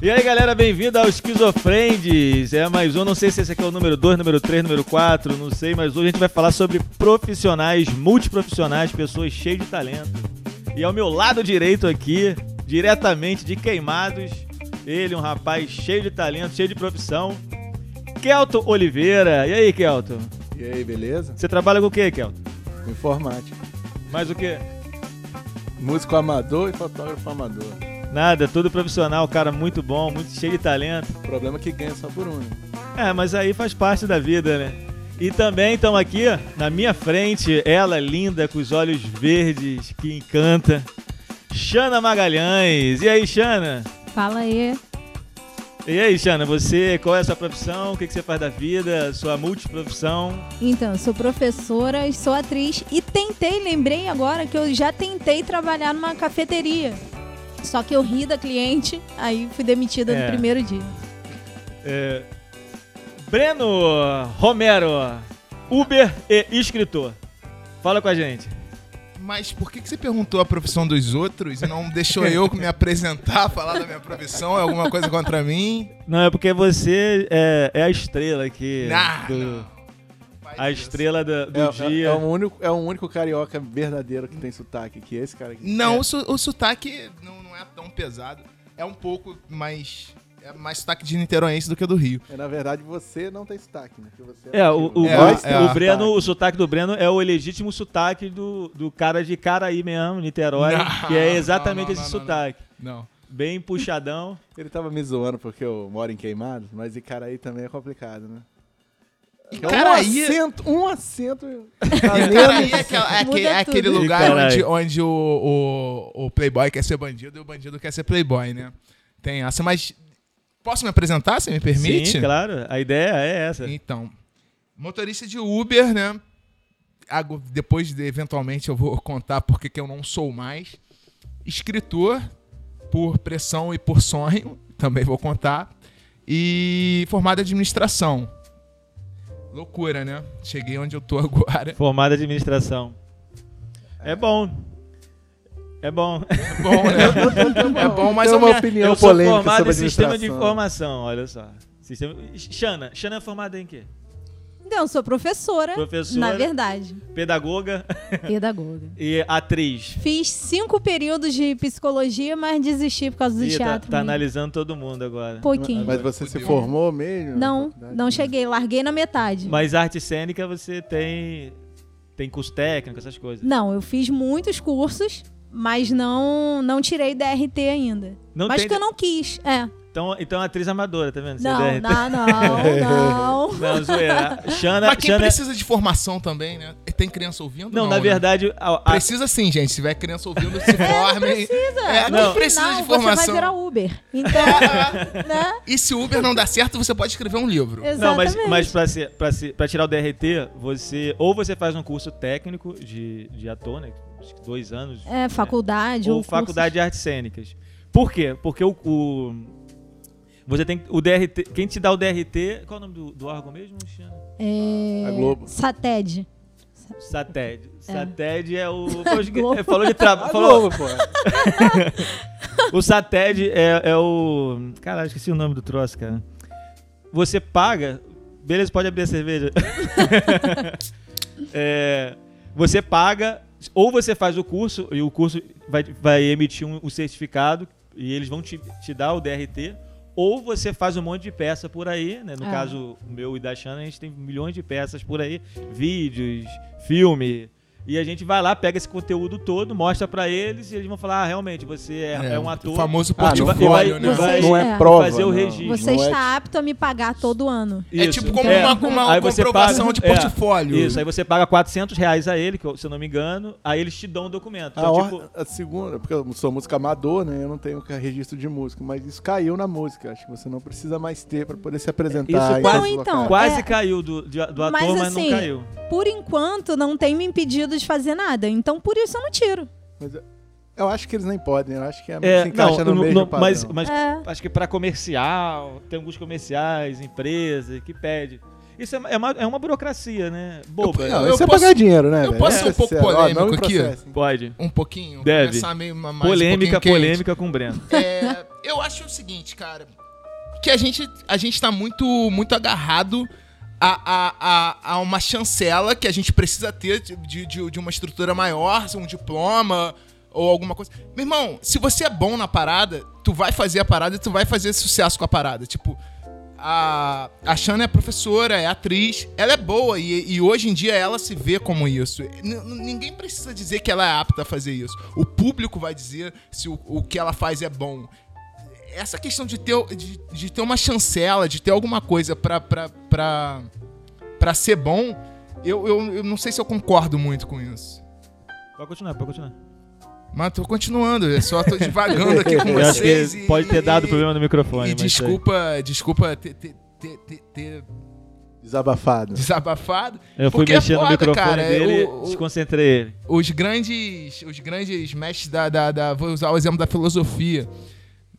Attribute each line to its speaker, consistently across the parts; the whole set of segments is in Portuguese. Speaker 1: E aí, galera, bem-vindo ao Esquizofrendes. É mais um, não sei se esse aqui é o número 2, número 3, número 4, não sei, mas hoje a gente vai falar sobre profissionais, multiprofissionais, pessoas cheias de talento. E ao meu lado direito aqui, diretamente de Queimados, ele, um rapaz cheio de talento, cheio de profissão, Kelton Oliveira. E aí, Kelton?
Speaker 2: E aí, beleza?
Speaker 1: Você trabalha com o quê, Kelton?
Speaker 2: Com Informática.
Speaker 1: Mais o quê?
Speaker 2: Músico amador e fotógrafo amador.
Speaker 1: Nada, tudo profissional, cara muito bom, muito cheio de talento.
Speaker 2: O problema é que ganha só por um. né?
Speaker 1: É, mas aí faz parte da vida, né? E também então aqui, na minha frente, ela linda, com os olhos verdes, que encanta, Xana Magalhães. E aí, Xana?
Speaker 3: Fala aí.
Speaker 1: E aí, Xana, você, qual é a sua profissão? O que que você faz da vida? Sua multiprofissão?
Speaker 3: Então, eu sou professora, e sou atriz e tentei, lembrei agora que eu já tentei trabalhar numa cafeteria. Só que eu ri da cliente, aí fui demitida
Speaker 1: É.
Speaker 3: no primeiro dia.
Speaker 1: É, Breno Romero, Uber e escritor. Fala com a gente.
Speaker 4: Mas por que, que você perguntou a profissão dos outros e não deixou eu me apresentar, falar da minha profissão? É alguma coisa contra mim?
Speaker 1: Não, é porque você é, é a estrela aqui.
Speaker 4: Ah,
Speaker 1: do-
Speaker 4: não. Faz
Speaker 1: A
Speaker 4: isso.
Speaker 1: estrela do, do
Speaker 2: É,
Speaker 1: dia.
Speaker 2: é, é o único, é o único carioca verdadeiro que tem sotaque, que é esse cara aqui.
Speaker 4: Não,
Speaker 2: É.
Speaker 4: o, su- o sotaque não, não é tão pesado. É um pouco mais. É mais sotaque de niteroense do que do Rio.
Speaker 2: É, na verdade, você não tem sotaque, né? Porque você
Speaker 1: É, o, o,
Speaker 4: É,
Speaker 1: o-
Speaker 4: é,
Speaker 1: o
Speaker 4: é.
Speaker 1: Breno, o sotaque do Breno é o legítimo sotaque do, do cara de Caraí mesmo, Niterói,
Speaker 4: Não,
Speaker 1: que é exatamente
Speaker 4: não, não,
Speaker 1: esse
Speaker 4: não, não.
Speaker 1: sotaque.
Speaker 4: Não.
Speaker 1: Bem puxadão.
Speaker 2: Ele tava me zoando porque eu moro em Queimados, mas Icaraí também é complicado, né? É
Speaker 4: Icaraí-
Speaker 2: Um acento, um acento.
Speaker 4: Icaraí é, aquela- é
Speaker 3: Muda
Speaker 4: aquele, é
Speaker 3: tudo.
Speaker 4: aquele lugar
Speaker 1: Icaraí.
Speaker 4: onde, onde o, o, o playboy quer ser bandido e o bandido quer ser playboy, né? Tem essa, mas. Posso me apresentar, se me permite?
Speaker 1: Sim, claro. A ideia é essa.
Speaker 4: Então, motorista de Uber, né? Ago- Depois, de, eventualmente, eu vou contar porque que eu não sou mais. Escritor, por pressão e por sonho, também vou contar. E formado em administração. Loucura, né? Cheguei onde eu tô agora.
Speaker 1: Formada em administração. É bom. É bom.
Speaker 4: É bom, né? é bom, mas
Speaker 2: Tem
Speaker 4: eu
Speaker 2: uma
Speaker 4: me-
Speaker 2: opinião
Speaker 1: Eu sou
Speaker 2: polêmica
Speaker 1: formado em
Speaker 2: sobre
Speaker 1: sistema de
Speaker 2: administração.
Speaker 1: informação, olha só. Sistema... Xana, Xana é formada em quê?
Speaker 3: Então, eu sou professora,
Speaker 1: Professora.
Speaker 3: na verdade,
Speaker 1: Pedagoga
Speaker 3: pedagoga.
Speaker 1: e atriz.
Speaker 3: Fiz cinco períodos de psicologia, mas desisti por causa do
Speaker 1: Ih, tá-
Speaker 3: teatro.
Speaker 1: tá
Speaker 3: mesmo. Um
Speaker 1: analisando todo mundo agora.
Speaker 3: Pouquinho.
Speaker 2: Mas você se
Speaker 4: Fudeu.
Speaker 2: formou mesmo? na
Speaker 3: Não,
Speaker 2: faculdade? né?
Speaker 3: não cheguei, larguei na metade.
Speaker 1: Mas arte cênica você tem tem curso técnico, essas coisas.
Speaker 3: Não, eu fiz muitos cursos, mas não não tirei DRT ainda.
Speaker 1: Não
Speaker 3: mas
Speaker 1: tem-
Speaker 3: que eu não quis. É.
Speaker 1: Então, então é atriz amadora, tá vendo? Você
Speaker 3: Não,
Speaker 1: deve-
Speaker 3: não, não, não.
Speaker 1: Não, zoeira. Xana,
Speaker 4: Mas quem
Speaker 1: Xana-
Speaker 4: precisa de formação também, né? Tem criança ouvindo?
Speaker 1: Não, na
Speaker 4: né?
Speaker 1: verdade, a- a-
Speaker 4: Precisa sim, gente. Se tiver criança ouvindo, se formem. É,
Speaker 3: No
Speaker 4: não
Speaker 3: final,
Speaker 4: precisa de
Speaker 3: Você vai
Speaker 4: formação.
Speaker 3: virar Uber. Então, né?
Speaker 4: E se o Uber não dá certo, você pode escrever um livro.
Speaker 1: não, mas,
Speaker 3: Exatamente.
Speaker 1: mas pra, ser, pra, ser, pra tirar o DRT, você ou você faz um curso técnico de, de ator, né? Acho que dois anos.
Speaker 3: É, faculdade
Speaker 1: ou
Speaker 3: cursos.
Speaker 1: faculdade de artes cênicas. Por quê? Porque o, o- você tem o DRT, quem te dá o DRT, qual é o nome do, do órgão mesmo, Xana?
Speaker 3: É,
Speaker 2: A Globo.
Speaker 3: Sated.
Speaker 1: Sated.
Speaker 3: É.
Speaker 1: Sated é o.
Speaker 3: Globo.
Speaker 1: é, falou de trabalho.
Speaker 2: Ah,
Speaker 1: falou...
Speaker 2: novo, pô.
Speaker 1: O Sated é, é o. Caralho, esqueci o nome do troço, cara. Você paga. Beleza, pode abrir a cerveja. É, você paga, ou você faz o curso, e o curso vai, vai emitir um, um certificado, e eles vão te, te dar o DRT, ou você faz um monte de peça por aí, né? No
Speaker 3: É.
Speaker 1: caso, o meu e da Xana, a gente tem milhões de peças por aí, vídeos, filme. E a gente vai lá, pega esse conteúdo todo, mostra pra eles, e eles vão falar: ah, realmente, você é, é um ator.
Speaker 4: O famoso
Speaker 2: Ah, não,
Speaker 4: portfólio,
Speaker 1: vai-
Speaker 4: né?
Speaker 3: vai-
Speaker 2: não
Speaker 3: Vocês-
Speaker 2: é
Speaker 3: é.
Speaker 2: prova.
Speaker 1: Fazer o
Speaker 2: não.
Speaker 1: registro.
Speaker 3: Você
Speaker 2: Não é
Speaker 3: está apto a me pagar todo ano.
Speaker 4: É
Speaker 1: Isso.
Speaker 4: tipo como
Speaker 1: É.
Speaker 4: uma, uma
Speaker 1: Aí você
Speaker 4: comprovação
Speaker 1: paga-
Speaker 4: de
Speaker 1: é.
Speaker 4: portfólio.
Speaker 1: Isso, aí você paga 400 reais a ele, que eu- se eu não me engano, aí eles te dão o documento.
Speaker 2: A,
Speaker 1: Então,
Speaker 2: or-
Speaker 1: tipo,
Speaker 2: a segunda, porque eu sou músico amador, né? Eu não tenho ca- registro de música, mas isso caiu na música. Acho que você não precisa mais ter pra poder se apresentar.
Speaker 1: Isso
Speaker 2: em
Speaker 1: quase-
Speaker 2: todos os
Speaker 3: Não, então,
Speaker 2: locais.
Speaker 1: quase
Speaker 3: é-
Speaker 1: caiu do, de- do ator,
Speaker 3: Mas,
Speaker 1: mas,
Speaker 3: assim,
Speaker 1: não caiu.
Speaker 3: Por enquanto, não tem me impedido de fazer nada. Então, por isso eu não tiro.
Speaker 2: Eu acho que eles nem podem. Eu acho que a
Speaker 1: É,
Speaker 2: se encaixa
Speaker 1: não,
Speaker 2: no
Speaker 1: não-
Speaker 2: mesmo
Speaker 1: não,
Speaker 2: padrão.
Speaker 1: mas, mas
Speaker 3: É.
Speaker 1: acho que pra comercial, tem alguns comerciais, empresas que pede. Isso é, é uma, é uma burocracia, né? Boba.
Speaker 4: Eu-
Speaker 2: Não,
Speaker 4: eu
Speaker 2: isso é
Speaker 4: posso-
Speaker 2: pagar dinheiro, né?
Speaker 4: eu
Speaker 2: velho?
Speaker 4: posso
Speaker 2: É
Speaker 4: ser um pouco
Speaker 2: sincero. Ó, não
Speaker 4: polêmico
Speaker 2: me
Speaker 4: aqui?
Speaker 2: processem.
Speaker 1: Pode.
Speaker 4: Um pouquinho.
Speaker 1: Deve.
Speaker 4: Começar meio mais um
Speaker 1: polêmica,
Speaker 4: pouquinho quente.
Speaker 1: polêmica com o Breno.
Speaker 4: É, eu acho o seguinte, cara. Que a gente, a gente tá muito, muito agarrado a, a, a, a uma chancela que a gente precisa ter de, de, de- de uma estrutura maior, um diploma ou alguma coisa. Meu irmão, se você é bom na parada, tu vai fazer a parada e tu vai fazer sucesso com a parada. Tipo, a, a Shana é professora, é atriz, ela é boa e, e hoje em dia ela se vê como isso. N- n- ninguém precisa dizer que ela é apta a fazer isso. O público vai dizer se o, o que ela faz é bom. Essa questão de ter, o- de, de ter uma chancela, de ter alguma coisa pra, pra, pra, pra ser bom, eu, eu, eu não sei se eu concordo muito com isso.
Speaker 1: Pode continuar, pode continuar.
Speaker 4: Mas tô continuando, eu só tô divagando aqui com
Speaker 1: Eu
Speaker 4: vocês.
Speaker 1: acho que
Speaker 4: e-
Speaker 1: pode ter dado
Speaker 4: e-
Speaker 1: problema no microfone.
Speaker 4: E
Speaker 1: mas isso aí.
Speaker 4: desculpa, desculpa ter- ter- ter- ter- ter
Speaker 2: Desabafado.
Speaker 4: desabafado.
Speaker 1: Eu fui
Speaker 4: Porque é
Speaker 1: mexendo no
Speaker 4: foda,
Speaker 1: microfone
Speaker 4: cara,
Speaker 1: dele,
Speaker 4: o- o-
Speaker 1: desconcentrei ele.
Speaker 4: Os grandes, os grandes mestres da, da, da- Vou usar o exemplo da filosofia.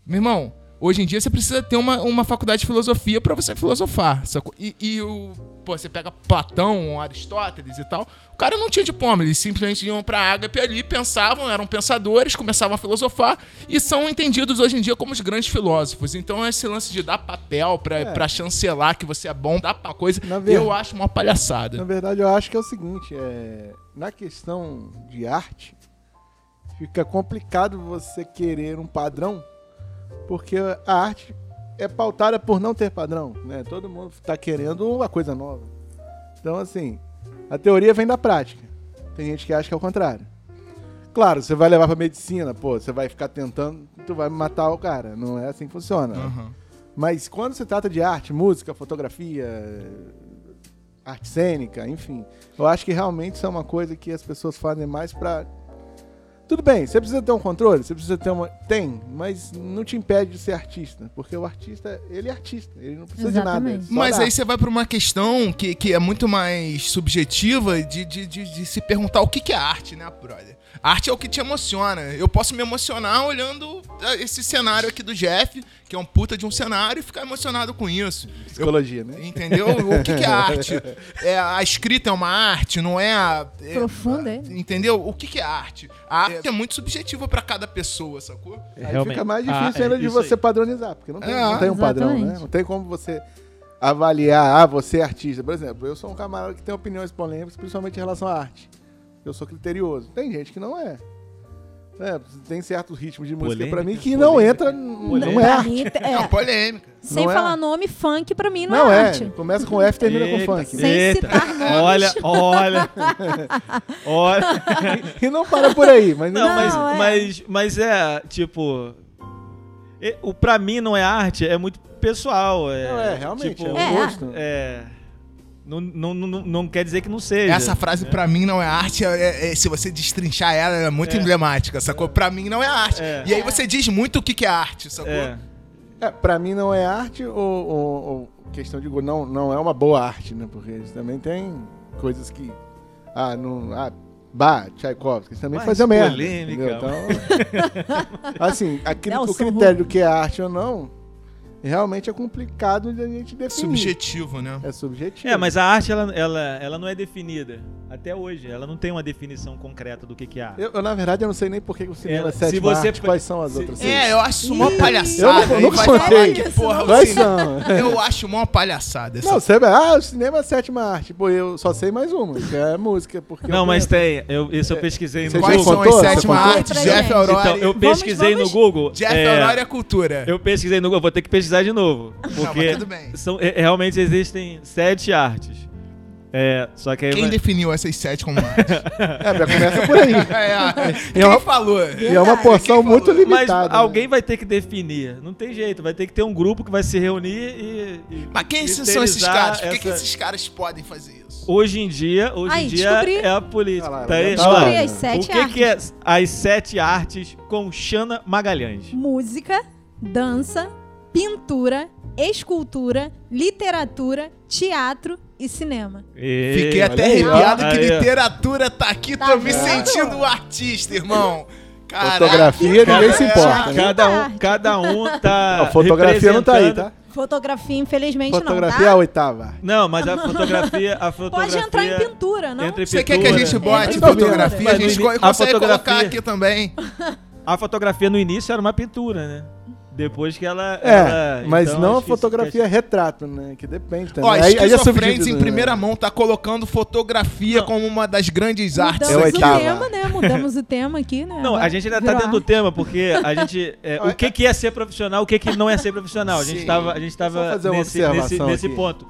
Speaker 4: Meu irmão, hoje em dia você precisa ter uma, uma faculdade de filosofia pra você filosofar. sacou? E, e o. Pô, você pega Platão, Aristóteles e tal. O cara não tinha diploma, eles simplesmente iam pra Ágape ali, pensavam, eram pensadores, começavam a filosofar e são entendidos hoje em dia como os grandes filósofos. Então esse lance de dar papel pra,
Speaker 2: É.
Speaker 4: pra chancelar que você é bom, dar pra coisa,
Speaker 2: Na verdade-
Speaker 4: eu acho uma palhaçada.
Speaker 2: Na verdade, eu acho que é o seguinte, é, na questão de arte, fica complicado você querer um padrão, porque a arte é pautada por não ter padrão, né? Todo mundo está querendo uma coisa nova. Então, assim, a teoria vem da prática. Tem gente que acha que é o contrário. Claro, você vai levar para medicina, pô, você vai ficar tentando, tu vai matar o cara. Não é assim que funciona.
Speaker 4: Aham.
Speaker 2: Mas quando se trata de arte, música, fotografia, arte cênica, enfim, eu acho que realmente isso é uma coisa que as pessoas fazem mais pra. Tudo bem, você precisa ter um controle, você precisa ter uma. Tem, mas não te impede de ser artista. Porque o artista, ele é artista, ele não precisa de
Speaker 3: Exatamente.
Speaker 2: nada. só
Speaker 4: Mas é
Speaker 2: da
Speaker 4: aí você vai pra uma questão que, que é muito mais subjetiva de, de, de, de se perguntar o que, que é arte, né, brother? Arte é o que te emociona. Eu posso me emocionar olhando ah, esse cenário aqui do Jeff, que é um puta de um cenário, e ficar emocionado com isso.
Speaker 2: psicologia, né?
Speaker 4: Entendeu? O que, que é arte? É, a escrita é uma arte, não é a. é-
Speaker 3: Profunda, é?
Speaker 4: Entendeu? O que, que é arte? A arte é muito subjetiva pra cada pessoa, sacou?
Speaker 2: Aí
Speaker 1: Realmente.
Speaker 2: fica mais
Speaker 1: Ah,
Speaker 2: difícil
Speaker 1: é,
Speaker 2: ainda de
Speaker 1: isso aí.
Speaker 2: você padronizar, porque não tem,
Speaker 4: Ah,
Speaker 2: não tem um padrão, né?
Speaker 3: É. exatamente.
Speaker 2: Não tem como você avaliar, ah, você é artista. Por exemplo, eu sou um camarada que tem opiniões polêmicas, principalmente em relação à arte. Eu sou criterioso. Tem gente que não é. É, tem certos ritmos de música pra mim
Speaker 1: Polêmicas,
Speaker 2: que não
Speaker 1: polêmicas.
Speaker 2: entra, n- não
Speaker 1: Polêmicas.
Speaker 2: é
Speaker 3: Pra
Speaker 2: arte.
Speaker 3: mim,
Speaker 4: É uma
Speaker 3: é,
Speaker 4: polêmica.
Speaker 3: sem
Speaker 2: Não é
Speaker 3: falar
Speaker 2: arte.
Speaker 3: nome, funk pra mim não,
Speaker 2: Não
Speaker 3: é,
Speaker 2: é.
Speaker 3: arte.
Speaker 2: Começa com F, termina
Speaker 1: Eita,
Speaker 2: com funk.
Speaker 3: Sem
Speaker 1: eita.
Speaker 3: citar nomes.
Speaker 1: Olha, olha. Olha.
Speaker 2: E não para por aí, mas
Speaker 1: Não,
Speaker 3: Não,
Speaker 1: mas,
Speaker 3: é.
Speaker 1: mas, mas é, tipo. e- O pra mim não é arte, é muito pessoal. É,
Speaker 2: Não, é, realmente,
Speaker 1: tipo,
Speaker 2: é
Speaker 3: É.
Speaker 2: um gosto.
Speaker 1: é, não, não, não, não quer dizer que não seja.
Speaker 4: Essa frase, pra mim, não é arte. é- é- se você destrinchar ela, ela é muito
Speaker 1: É.
Speaker 4: emblemática, sacou? Pra mim, não é arte.
Speaker 1: É.
Speaker 4: E aí você diz muito o que, que é arte, sacou?
Speaker 1: É.
Speaker 2: É, pra mim não é arte ou, ou- ou questão de. go- Não, não é uma boa arte, né? Porque eles também tem coisas que. Ah, não. Ah, Bah, Tchaikovsky, eles também
Speaker 1: Mas
Speaker 2: faziam merda.
Speaker 1: polêmica,
Speaker 2: entendeu? Então, assim, a cri- o
Speaker 3: Nelson
Speaker 2: critério do que é arte ou não, realmente é complicado de a gente definir.
Speaker 4: É Subjetivo, né?
Speaker 2: É subjetivo.
Speaker 1: É, mas a arte ela, ela, ela não é definida. Até hoje, ela não tem uma definição concreta do que, que é arte.
Speaker 2: Eu, eu, na verdade, eu não sei nem por que o cinema
Speaker 1: Ela-
Speaker 2: é
Speaker 1: se
Speaker 2: sétima
Speaker 1: você
Speaker 2: arte,
Speaker 1: pe-
Speaker 2: quais são as
Speaker 1: se-
Speaker 2: outras.
Speaker 4: É, eu acho isso mó
Speaker 3: Ih,
Speaker 2: eu
Speaker 4: palhaçada.
Speaker 2: não-
Speaker 4: aí
Speaker 2: nunca
Speaker 4: vai falar
Speaker 2: contei.
Speaker 4: que, porra,
Speaker 2: Quais
Speaker 4: você-
Speaker 2: são?
Speaker 4: Eu acho mó palhaçada. Essa...
Speaker 2: Não, você vai, ah, o cinema é sétima arte. Pô, eu só sei mais uma, que é a música. Porque
Speaker 1: Não,
Speaker 2: eu
Speaker 1: mas
Speaker 2: conheço.
Speaker 1: tem. Eu,
Speaker 4: É,
Speaker 1: isso eu pesquisei no
Speaker 2: Você
Speaker 4: Quais
Speaker 2: já
Speaker 1: Google.
Speaker 4: são
Speaker 2: contou?
Speaker 4: as
Speaker 2: Você
Speaker 4: sétimas
Speaker 2: contou?
Speaker 4: artes?
Speaker 3: Pra
Speaker 4: Jeff
Speaker 3: gente.
Speaker 4: Aurora.
Speaker 1: Então, eu
Speaker 3: Vamos,
Speaker 1: pesquisei
Speaker 3: vamos-
Speaker 1: no Google.
Speaker 4: Jeff
Speaker 1: é,
Speaker 4: Aurora é cultura.
Speaker 1: Eu pesquisei no Google, vou ter que pesquisar de novo.
Speaker 4: mas
Speaker 1: Porque
Speaker 4: tudo bem.
Speaker 1: São, é- realmente existem sete artes. É, só que aí.
Speaker 4: Quem
Speaker 1: vai-
Speaker 4: definiu essas sete como arte?
Speaker 2: É, já começa por aí.
Speaker 4: é, a-
Speaker 2: é
Speaker 4: quem
Speaker 2: uma-
Speaker 4: falou?
Speaker 2: E é uma porção muito
Speaker 1: Mas
Speaker 2: limitada. né?
Speaker 1: alguém vai ter que definir. Não tem jeito, vai ter que ter um grupo que vai se reunir e. e
Speaker 4: Mas quem são
Speaker 1: cristalizar
Speaker 4: esses caras? Por que, que
Speaker 1: essa-
Speaker 4: esses caras podem fazer isso?
Speaker 1: Hoje em dia, hoje
Speaker 3: Aí,
Speaker 1: em dia
Speaker 3: descobri.
Speaker 1: é a política.
Speaker 2: Ah lá,
Speaker 1: Tá aí,
Speaker 2: já
Speaker 1: ó lá.
Speaker 3: Descobri as
Speaker 1: o
Speaker 3: sete
Speaker 1: que, que é as sete artes com Xana Magalhães?
Speaker 3: Música, dança, pintura, escultura, literatura, teatro e cinema.
Speaker 4: Fiquei
Speaker 1: Ei,
Speaker 4: até
Speaker 2: olha aí, ó.
Speaker 4: arrepiado que
Speaker 1: Aí, ó.
Speaker 4: literatura tá aqui,
Speaker 3: Tá
Speaker 4: tô me
Speaker 3: vendo?
Speaker 4: sentindo um artista, irmão. Caraca.
Speaker 2: Fotografia, ninguém se importa. né?
Speaker 1: Cada um, cada um tá.
Speaker 2: A fotografia não tá aí, tá?
Speaker 3: Fotografia, infelizmente,
Speaker 2: Fotografia é a
Speaker 3: não dá.
Speaker 2: oitava arte.
Speaker 1: Não, mas a fotografia. A
Speaker 3: Pode
Speaker 1: fotografia
Speaker 3: entrar em pintura, não?
Speaker 1: entre
Speaker 4: Você quer que a
Speaker 1: pintura-
Speaker 4: gente
Speaker 2: É,
Speaker 4: bote
Speaker 2: tá vendo.
Speaker 4: fotografia?
Speaker 1: Mas
Speaker 4: A
Speaker 1: no
Speaker 4: gente
Speaker 1: ini-
Speaker 4: co-
Speaker 1: a
Speaker 4: consegue colocar
Speaker 1: fotografia-
Speaker 4: aqui também.
Speaker 1: A fotografia no início era uma pintura, né? Depois que ela.
Speaker 2: É,
Speaker 1: ela-
Speaker 2: mas
Speaker 1: então,
Speaker 2: não a
Speaker 1: acho que isso-
Speaker 2: fotografia retrato, né? Que depende também.
Speaker 4: Ó,
Speaker 2: Aí- aí é
Speaker 4: esquizofrentes em
Speaker 2: subdivisão,
Speaker 4: primeira
Speaker 2: né?
Speaker 4: mão tá colocando fotografia como uma das grandes artes.
Speaker 2: É o
Speaker 3: Mudamos o
Speaker 2: oitava.
Speaker 3: tema, né? Mudamos o tema aqui, né?
Speaker 1: Não,
Speaker 3: Agora
Speaker 1: a gente ainda tá
Speaker 3: virou
Speaker 1: dentro do
Speaker 3: arte.
Speaker 1: tema, porque a gente. é, o que, que é ser profissional, o que, que não é ser profissional? A gente
Speaker 4: Sim.
Speaker 1: tava, a gente tava
Speaker 2: Só fazer uma
Speaker 1: nesse,
Speaker 2: observação
Speaker 1: nesse, nesse
Speaker 2: aqui.
Speaker 1: ponto.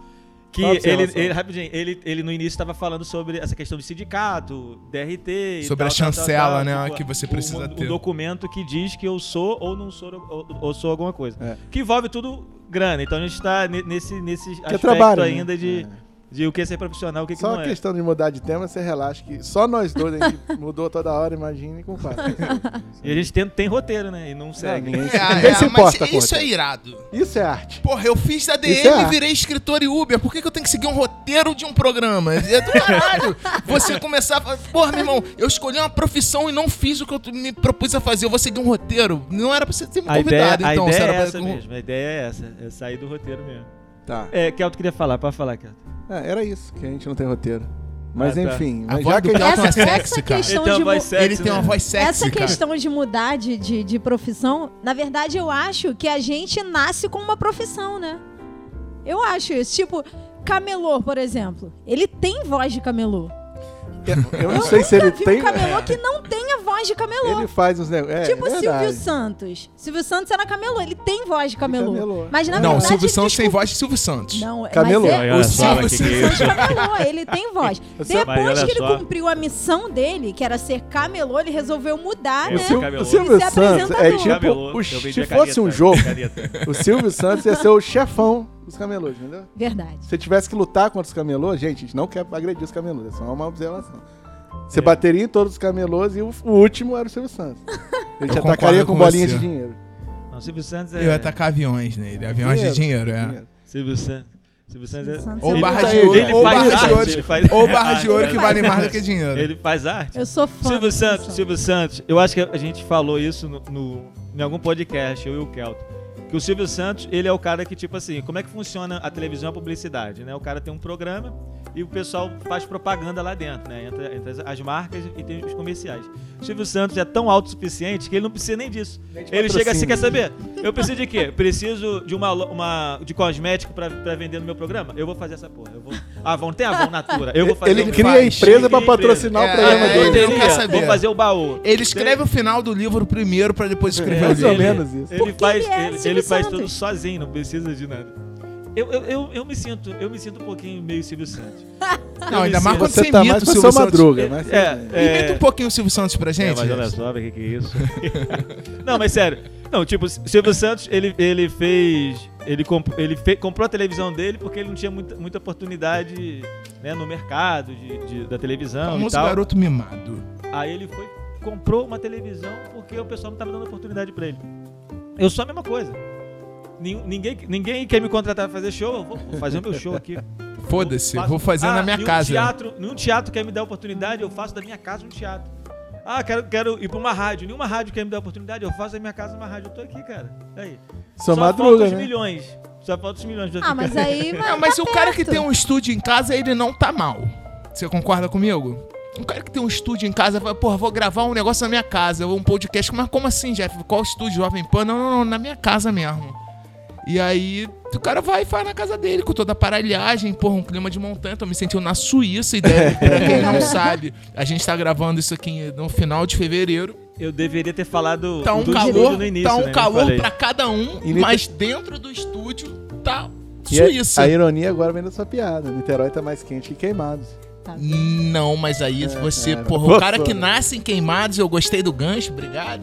Speaker 1: Que
Speaker 2: Só uma
Speaker 1: ele,
Speaker 2: observação.
Speaker 1: ele, rapidinho, ele, ele no início estava falando sobre essa questão do sindicato, DRT. e
Speaker 4: Sobre
Speaker 1: tal, tal,
Speaker 4: a
Speaker 1: tal,
Speaker 4: chancela,
Speaker 1: tal,
Speaker 4: né, que você precisa
Speaker 1: um,
Speaker 4: ter.
Speaker 1: Um documento que diz que eu sou ou não sou, ou, ou sou alguma coisa.
Speaker 2: É.
Speaker 1: Que envolve tudo grana. Então a gente tá ne- nesse, nesse
Speaker 2: Que é
Speaker 1: aspecto
Speaker 2: trabalho. né?
Speaker 1: ainda de,
Speaker 2: É.
Speaker 1: de o que é ser profissional, o que, que
Speaker 2: Só
Speaker 1: não
Speaker 2: a
Speaker 1: é.
Speaker 2: questão de mudar de tema, você relaxa que só nós dois a gente mudou toda hora, imagina e compara.
Speaker 1: E a gente tem, tem roteiro, né? E não segue.
Speaker 2: ninguém
Speaker 4: É,
Speaker 2: ninguém
Speaker 4: é,
Speaker 2: se
Speaker 4: mas
Speaker 2: importa com
Speaker 4: isso é
Speaker 2: roteiro.
Speaker 4: irado.
Speaker 2: Isso é arte.
Speaker 4: Porra, eu fiz da DM
Speaker 2: Isso é
Speaker 4: e
Speaker 2: arte.
Speaker 4: virei escritor e Uber. Por que, que eu tenho que seguir um roteiro de um programa? É do caralho. Você começar a falar, porra, meu irmão, eu escolhi uma profissão e não fiz o que eu t- me propus a fazer. Eu vou seguir um roteiro. Não era pra você ter me
Speaker 1: A ideia,
Speaker 4: convidado,
Speaker 1: a
Speaker 4: então.
Speaker 1: ideia
Speaker 4: você era
Speaker 1: é
Speaker 4: pra-
Speaker 1: essa mesmo, a ideia é essa, é sair do roteiro mesmo.
Speaker 2: Tá.
Speaker 1: É, Kelto queria falar, pode falar, Kelto.
Speaker 2: Ah, era isso, que a gente não tem roteiro. Mas
Speaker 1: Ah, tá.
Speaker 2: enfim,
Speaker 4: A
Speaker 2: mas
Speaker 4: voz
Speaker 2: já
Speaker 4: do
Speaker 2: que a gente-
Speaker 4: Calton é
Speaker 3: Essa-
Speaker 4: sexy,
Speaker 3: essa
Speaker 4: cara.
Speaker 3: questão-
Speaker 1: Ele tem uma
Speaker 3: de
Speaker 1: voz
Speaker 3: mu-
Speaker 1: sexy,
Speaker 4: Ele tem uma
Speaker 1: né?
Speaker 4: voz sexy,
Speaker 3: Essa
Speaker 4: cara.
Speaker 3: questão de mudar de, de, de profissão, na verdade, eu acho que a gente nasce com uma profissão, né? Eu acho isso. Tipo, camelô, por exemplo. Ele tem voz de camelô.
Speaker 2: eu não sei se ele
Speaker 3: Nunca vi
Speaker 2: tem.
Speaker 3: um camelô que não tenha voz de camelô.
Speaker 2: Ele faz uns negócios. É,
Speaker 3: tipo
Speaker 2: é verdade.
Speaker 3: Silvio Santos. Silvio Santos era camelô. Ele tem voz de camelô.
Speaker 2: é camelô.
Speaker 3: Mas na
Speaker 4: Não,
Speaker 3: verdade.
Speaker 4: Silvio
Speaker 3: ele
Speaker 4: Santos tem
Speaker 3: descobriu-
Speaker 4: voz de Silvio Santos.
Speaker 3: Não, mas
Speaker 2: Camelô.
Speaker 3: é-
Speaker 1: Olha
Speaker 4: só,
Speaker 1: só,
Speaker 4: olha que que é
Speaker 3: Santos camelô, ele tem voz.
Speaker 2: sei, mas
Speaker 3: Depois
Speaker 1: olha
Speaker 3: que ele
Speaker 1: só.
Speaker 3: cumpriu a missão dele, que era ser camelô, ele resolveu mudar,
Speaker 1: É,
Speaker 2: O
Speaker 3: né?
Speaker 1: Sil-
Speaker 2: Silvio,
Speaker 1: Camelô.
Speaker 2: o Silvio
Speaker 3: Esse
Speaker 2: Santos é
Speaker 3: apresentador.
Speaker 2: tipo. o- se fosse um jogo, o Silvio Santos ia ser o chefão dos camelôs, entendeu?
Speaker 3: Verdade.
Speaker 2: Se tivesse que lutar contra os camelôs, gente, a gente não quer agredir os camelôs, é só uma observação. Você
Speaker 1: É.
Speaker 2: bateria em todos os camelôs e o, o último era o Silvio Santos. Ele te
Speaker 4: concordo
Speaker 2: atacaria com,
Speaker 4: com
Speaker 2: bolinhas
Speaker 4: você.
Speaker 2: de dinheiro.
Speaker 1: Não, Silvio Santos é...
Speaker 4: Eu ia atacar aviões nele. Aviões de dinheiro, é.
Speaker 2: Dinheiro.
Speaker 1: Silvio Santos. Silvio Santos é...
Speaker 3: Santos
Speaker 4: Ou
Speaker 1: Ele-
Speaker 4: barra de
Speaker 2: ele
Speaker 4: ouro,
Speaker 2: faz
Speaker 4: ou barra
Speaker 1: arte,
Speaker 4: de ouro.
Speaker 1: ele faz-
Speaker 4: Ou barra de ouro que
Speaker 3: Ele
Speaker 4: vale
Speaker 1: faz
Speaker 4: mais do
Speaker 1: arte.
Speaker 4: que dinheiro.
Speaker 1: Ele faz arte.
Speaker 3: Eu sou fã.
Speaker 1: Silvio
Speaker 3: do
Speaker 1: Santos, Silvio Santos, eu acho que a gente falou isso no, no- em algum podcast, eu e o Kelto. Que o Silvio Santos, ele é o cara que, tipo assim, como é que funciona a televisão e a publicidade, né? O cara tem um programa e o pessoal faz propaganda lá dentro, né? Entra, entra as- as marcas e tem os comerciais. O Silvio Santos é tão autossuficiente que ele não precisa nem disso.
Speaker 2: Nem de
Speaker 1: Ele chega assim,
Speaker 2: patrocínio.
Speaker 1: quer saber? Eu preciso de quê? Preciso de uma, lo- uma de cosmético pra, pra vender no meu programa? Eu vou fazer essa porra. Eu vou... Ah, vão ter a Avon Natura. Eu vou fazer um
Speaker 2: Ele
Speaker 1: o meu.
Speaker 2: cria
Speaker 4: faz.
Speaker 2: a empresa pra
Speaker 1: Ele cria a
Speaker 2: patrocinar
Speaker 4: empresa.
Speaker 2: o
Speaker 1: Ah,
Speaker 2: programa
Speaker 4: É,
Speaker 1: eu
Speaker 2: dele.
Speaker 4: ele não
Speaker 1: teria.
Speaker 4: quer saber.
Speaker 1: Vou fazer o baú.
Speaker 4: Ele escreve o final do livro primeiro pra depois escrever
Speaker 2: É,
Speaker 4: o
Speaker 2: mais ou
Speaker 4: livro.
Speaker 2: menos. isso.
Speaker 1: Ele
Speaker 3: Porque
Speaker 1: faz,
Speaker 3: ele é
Speaker 1: ele,
Speaker 3: Silvio
Speaker 1: ele faz
Speaker 3: Santos.
Speaker 1: tudo sozinho, não precisa de nada. Eu, eu, eu, eu me sinto, eu me sinto um pouquinho meio Silvio Santos.
Speaker 4: Não, ainda mais quando você
Speaker 2: Você tá
Speaker 4: imita
Speaker 2: mais
Speaker 4: o
Speaker 2: pro
Speaker 4: Silvio
Speaker 2: seu
Speaker 4: Santos.
Speaker 2: madruga, né? mas.
Speaker 1: É, é.
Speaker 4: Imita um pouquinho o Silvio Santos pra
Speaker 1: É,
Speaker 4: gente.
Speaker 1: mas olha só, o que, que é isso? não, mas sério. Não, tipo, Silvio Santos, ele, ele fez. Ele, comp- ele fe- comprou a televisão dele porque ele não tinha muita, muita oportunidade né, no mercado de, de- da televisão e
Speaker 4: Famoso
Speaker 1: tal.
Speaker 4: garoto mimado.
Speaker 1: Aí ele foi, comprou uma televisão porque o pessoal não tava dando oportunidade pra ele. Eu sou a mesma coisa. Nin- Ninguém, ninguém quer me contratar pra fazer show, eu vou vou fazer o meu show aqui.
Speaker 4: Foda-se,
Speaker 1: Faço-
Speaker 4: vou fazer
Speaker 1: Ah,
Speaker 4: na minha
Speaker 1: nenhum
Speaker 4: casa. né?
Speaker 1: Teatro, nenhum teatro quer me dar oportunidade, eu faço da minha casa um teatro. Ah, quero, quero ir pra uma rádio. Nenhuma rádio quer me dar oportunidade, eu faço da minha casa uma rádio. Eu tô aqui, cara. Aí.
Speaker 2: Seu
Speaker 1: Só
Speaker 2: madruga,
Speaker 1: falta os
Speaker 2: né?
Speaker 1: milhões. Só falta os milhões pra
Speaker 3: Ah,
Speaker 1: ficar.
Speaker 3: mas aí. Mas,
Speaker 4: Não, mas
Speaker 3: tá
Speaker 4: o cara que
Speaker 3: perto.
Speaker 4: tem um estúdio em casa, ele não tá mal. Você concorda comigo? Um cara que tem um estúdio em casa fala, porra, vou gravar um negócio na minha casa, um podcast. Mas como assim, Jeff? Qual estúdio? Jovem Pan? Não, não, não, na minha casa mesmo. E aí, o cara vai e faz na casa dele, com toda a aparelhagem, porra, um clima de montanha. Tô me sentindo na Suíça, ideia pra quem não sabe. A gente tá gravando isso aqui no final de fevereiro.
Speaker 1: Eu deveria ter falado
Speaker 4: Tá um
Speaker 1: do
Speaker 4: calor,
Speaker 1: estúdio no início,
Speaker 4: tá um
Speaker 1: né?
Speaker 4: calor
Speaker 1: Falei.
Speaker 4: pra cada um,
Speaker 2: E nem-
Speaker 4: mas dentro do estúdio tá
Speaker 2: E é- a-
Speaker 4: Suíça.
Speaker 2: A ironia agora vem da sua piada. Niterói tá mais quente que queimados.
Speaker 3: Tá.
Speaker 4: Não, mas aí você,
Speaker 2: cara.
Speaker 4: porra, o cara que
Speaker 2: Gostou, né?
Speaker 4: nasce em queimados, eu gostei do gancho, obrigado.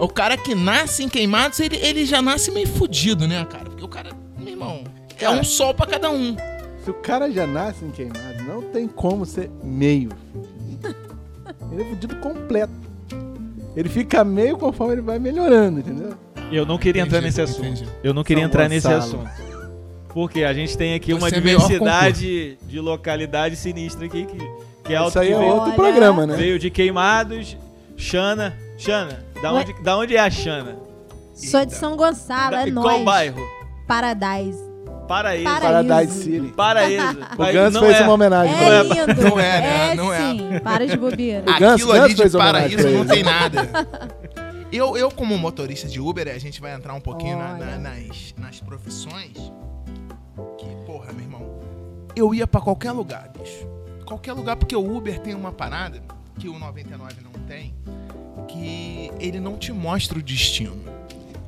Speaker 4: o cara que nasce em queimados, ele, ele já nasce meio fudido, né, cara? Porque o cara, meu irmão, é um sol pra cada um.
Speaker 2: Se o cara já nasce em queimado, não tem como ser meio. fudido. Ele é fudido completo. Ele fica meio conforme ele vai melhorando, entendeu?
Speaker 1: Eu não queria entrar
Speaker 4: Entendi,
Speaker 1: nesse assunto.
Speaker 4: entendi.
Speaker 1: Eu não queria
Speaker 2: São
Speaker 1: entrar nesse
Speaker 2: Gonçalo.
Speaker 1: assunto. Porque a gente tem aqui uma
Speaker 4: Você é melhor
Speaker 1: diversidade de localidade sinistra aqui que, que é alto
Speaker 2: Isso aí
Speaker 1: que
Speaker 2: é
Speaker 1: veio,
Speaker 2: outro
Speaker 3: Olha.
Speaker 2: programa, né?
Speaker 1: veio de Queimados, Xana. Xana, da
Speaker 3: Ué.
Speaker 1: onde, da onde é a Xana?
Speaker 3: Sou de São Gonçalo,
Speaker 1: Da-
Speaker 3: é
Speaker 1: qual
Speaker 3: nóis.
Speaker 1: bairro?
Speaker 3: Paradise.
Speaker 1: Paraíso.
Speaker 2: Paradise City.
Speaker 1: Paraíso.
Speaker 2: O
Speaker 1: Mas
Speaker 2: Gans
Speaker 1: não
Speaker 2: fez
Speaker 1: é.
Speaker 2: uma homenagem. pra
Speaker 3: É
Speaker 2: ele.
Speaker 3: lindo.
Speaker 4: Não é, né?
Speaker 3: É
Speaker 4: Não é.
Speaker 3: sim. Para de bobeira.
Speaker 2: Ah, Gans-
Speaker 4: Aquilo
Speaker 2: Gans
Speaker 4: ali de
Speaker 2: fez homenagem
Speaker 4: paraíso
Speaker 2: pra
Speaker 4: não
Speaker 2: ele.
Speaker 4: tem nada. Eu, eu, como motorista de Uber, a gente vai entrar um pouquinho na- na-
Speaker 3: Olha.
Speaker 4: nas, nas profissões. Que, porra, meu irmão. Eu ia pra qualquer lugar, bicho. Qualquer lugar, porque o Uber tem uma parada que o 99 não tem, que ele não te mostra o destino.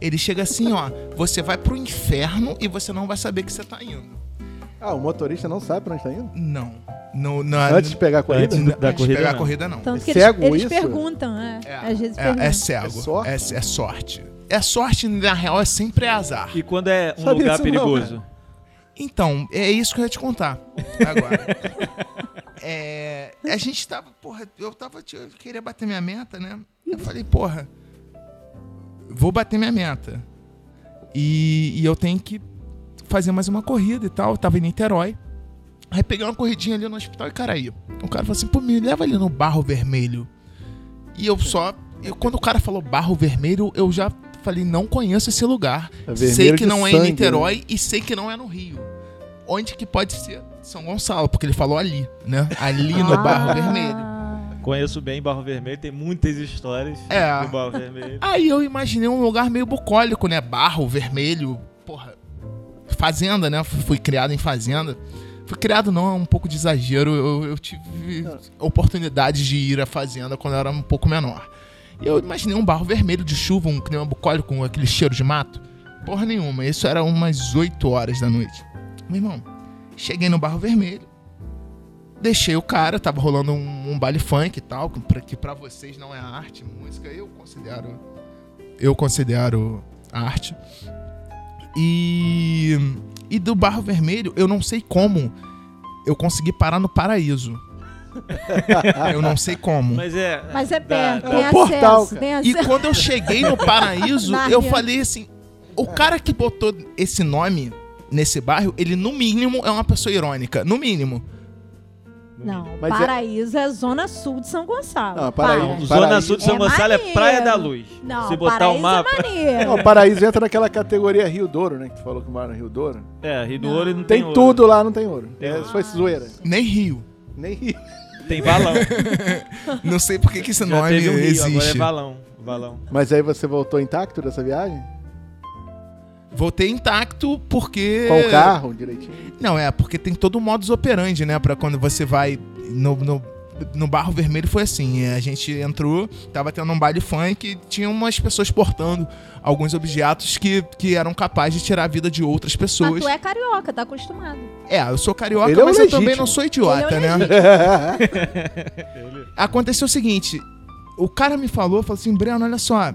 Speaker 4: Ele chega assim, ó, você vai pro inferno e você não vai saber que você tá indo.
Speaker 2: Ah, o motorista não sabe pra onde tá indo?
Speaker 4: Não. No, na-
Speaker 2: Antes de pegar a corrida?
Speaker 1: Antes da
Speaker 4: antes de
Speaker 1: corrida,
Speaker 4: pegar a
Speaker 1: não.
Speaker 4: corrida, não.
Speaker 3: Tanto
Speaker 2: É
Speaker 3: que eles,
Speaker 2: cego
Speaker 3: eles
Speaker 2: isso?
Speaker 3: perguntam, né? Às vezes perguntam.
Speaker 4: é, é cego. É
Speaker 2: É sorte?
Speaker 4: é sorte. É, sorte, na real, é sempre azar.
Speaker 1: E quando é um
Speaker 2: Sabia
Speaker 1: lugar
Speaker 2: disso não,
Speaker 1: perigoso?
Speaker 4: Então, é isso que eu ia te contar agora. É, a gente tava, porra, eu tava, eu queria bater minha meta, né? Eu falei, porra, vou bater minha meta. E, e eu tenho que fazer mais uma corrida e tal. Eu tava em Niterói. Aí peguei uma corridinha ali no hospital e caraí. O cara falou assim, pô, me leva ali no barro vermelho. E eu só. Eu, quando o cara falou barro vermelho, eu já falei, não conheço esse lugar.
Speaker 2: É vermelho
Speaker 4: sei que
Speaker 2: de
Speaker 4: não é em
Speaker 2: sangue,
Speaker 4: Niterói e sei que não é no Rio. Onde que pode ser? São Gonçalo, porque ele falou ali, né? Ali no barro
Speaker 3: Ah.
Speaker 4: vermelho.
Speaker 1: Conheço bem Barro Vermelho, tem muitas histórias
Speaker 4: É.
Speaker 1: do Barro Vermelho.
Speaker 4: Aí eu imaginei um lugar meio bucólico, né? Barro, vermelho, porra. Fazenda, né? Fui fui criado em fazenda. Fui criado, não, é um pouco de exagero. Eu, eu tive oportunidades de ir à fazenda quando eu era um pouco menor. E eu imaginei um barro vermelho de chuva, um clima bucólico, com aquele cheiro de mato. Porra nenhuma, isso era umas 8 horas da noite. Meu irmão, cheguei no barro vermelho, deixei o cara, tava rolando um, um baile funk e tal, que pra, que pra vocês não é arte, música, eu considero eu considero arte. E, e do Barro Vermelho, eu não sei como eu consegui parar no paraíso. eu não sei
Speaker 2: Hum.
Speaker 4: como.
Speaker 1: Mas é.
Speaker 3: Mas é
Speaker 1: dá-
Speaker 3: perto,
Speaker 1: dá-
Speaker 3: tem
Speaker 2: É um
Speaker 3: acesso.
Speaker 2: portal, cara.
Speaker 3: tem
Speaker 4: E
Speaker 3: acesso.
Speaker 4: quando eu cheguei no paraíso,
Speaker 3: Nárnia.
Speaker 4: eu falei assim: o cara que botou esse nome nesse bairro, ele no mínimo é uma pessoa irônica. No mínimo.
Speaker 3: Não,
Speaker 2: Mas é-
Speaker 3: Paraíso é... zona sul de São Gonçalo.
Speaker 2: Não, Paraíso-
Speaker 3: Para.
Speaker 1: Zona Sul de São
Speaker 3: É
Speaker 1: Gonçalo é
Speaker 3: maneiro.
Speaker 1: Praia da Luz.
Speaker 3: Não,
Speaker 1: Se botar
Speaker 3: Paraíso
Speaker 1: o mapa.
Speaker 3: é maneiro.
Speaker 2: Não, o Paraíso entra naquela categoria Rio Douro, né? Que tu falou que mora no Rio Douro.
Speaker 1: É, Rio do
Speaker 3: Não.
Speaker 1: Ouro não tem.
Speaker 2: Tem,
Speaker 1: ouro. Ah.
Speaker 2: tudo lá, não tem ouro.
Speaker 1: Tem
Speaker 2: É,
Speaker 1: ouro.
Speaker 2: isso foi zoeira.
Speaker 4: Nem Rio.
Speaker 2: Nem Rio.
Speaker 1: Tem valão.
Speaker 4: Não sei por que, que
Speaker 1: Já
Speaker 4: esse nome
Speaker 1: teve um Rio, agora é
Speaker 4: existe.
Speaker 1: valão. Valão.
Speaker 2: Mas aí você voltou intacto dessa viagem?
Speaker 4: Voltei intacto porque.
Speaker 2: Com o carro direitinho?
Speaker 4: Não, é, porque tem todo um modus operandi, né? Pra quando você vai no, no, no Barro Vermelho foi assim. é, A gente entrou, tava tendo um baile funk e tinha umas pessoas portando alguns objetos que, que eram capazes de tirar a vida de outras
Speaker 3: Mas
Speaker 4: pessoas.
Speaker 3: tu é carioca, tá acostumado.
Speaker 4: É, eu sou carioca,
Speaker 2: Ele é o
Speaker 4: mas eu também
Speaker 2: legítimo.
Speaker 4: não sou idiota,
Speaker 3: Ele é o
Speaker 4: né? Aconteceu o seguinte, o cara me falou, falou assim, Breno, olha só,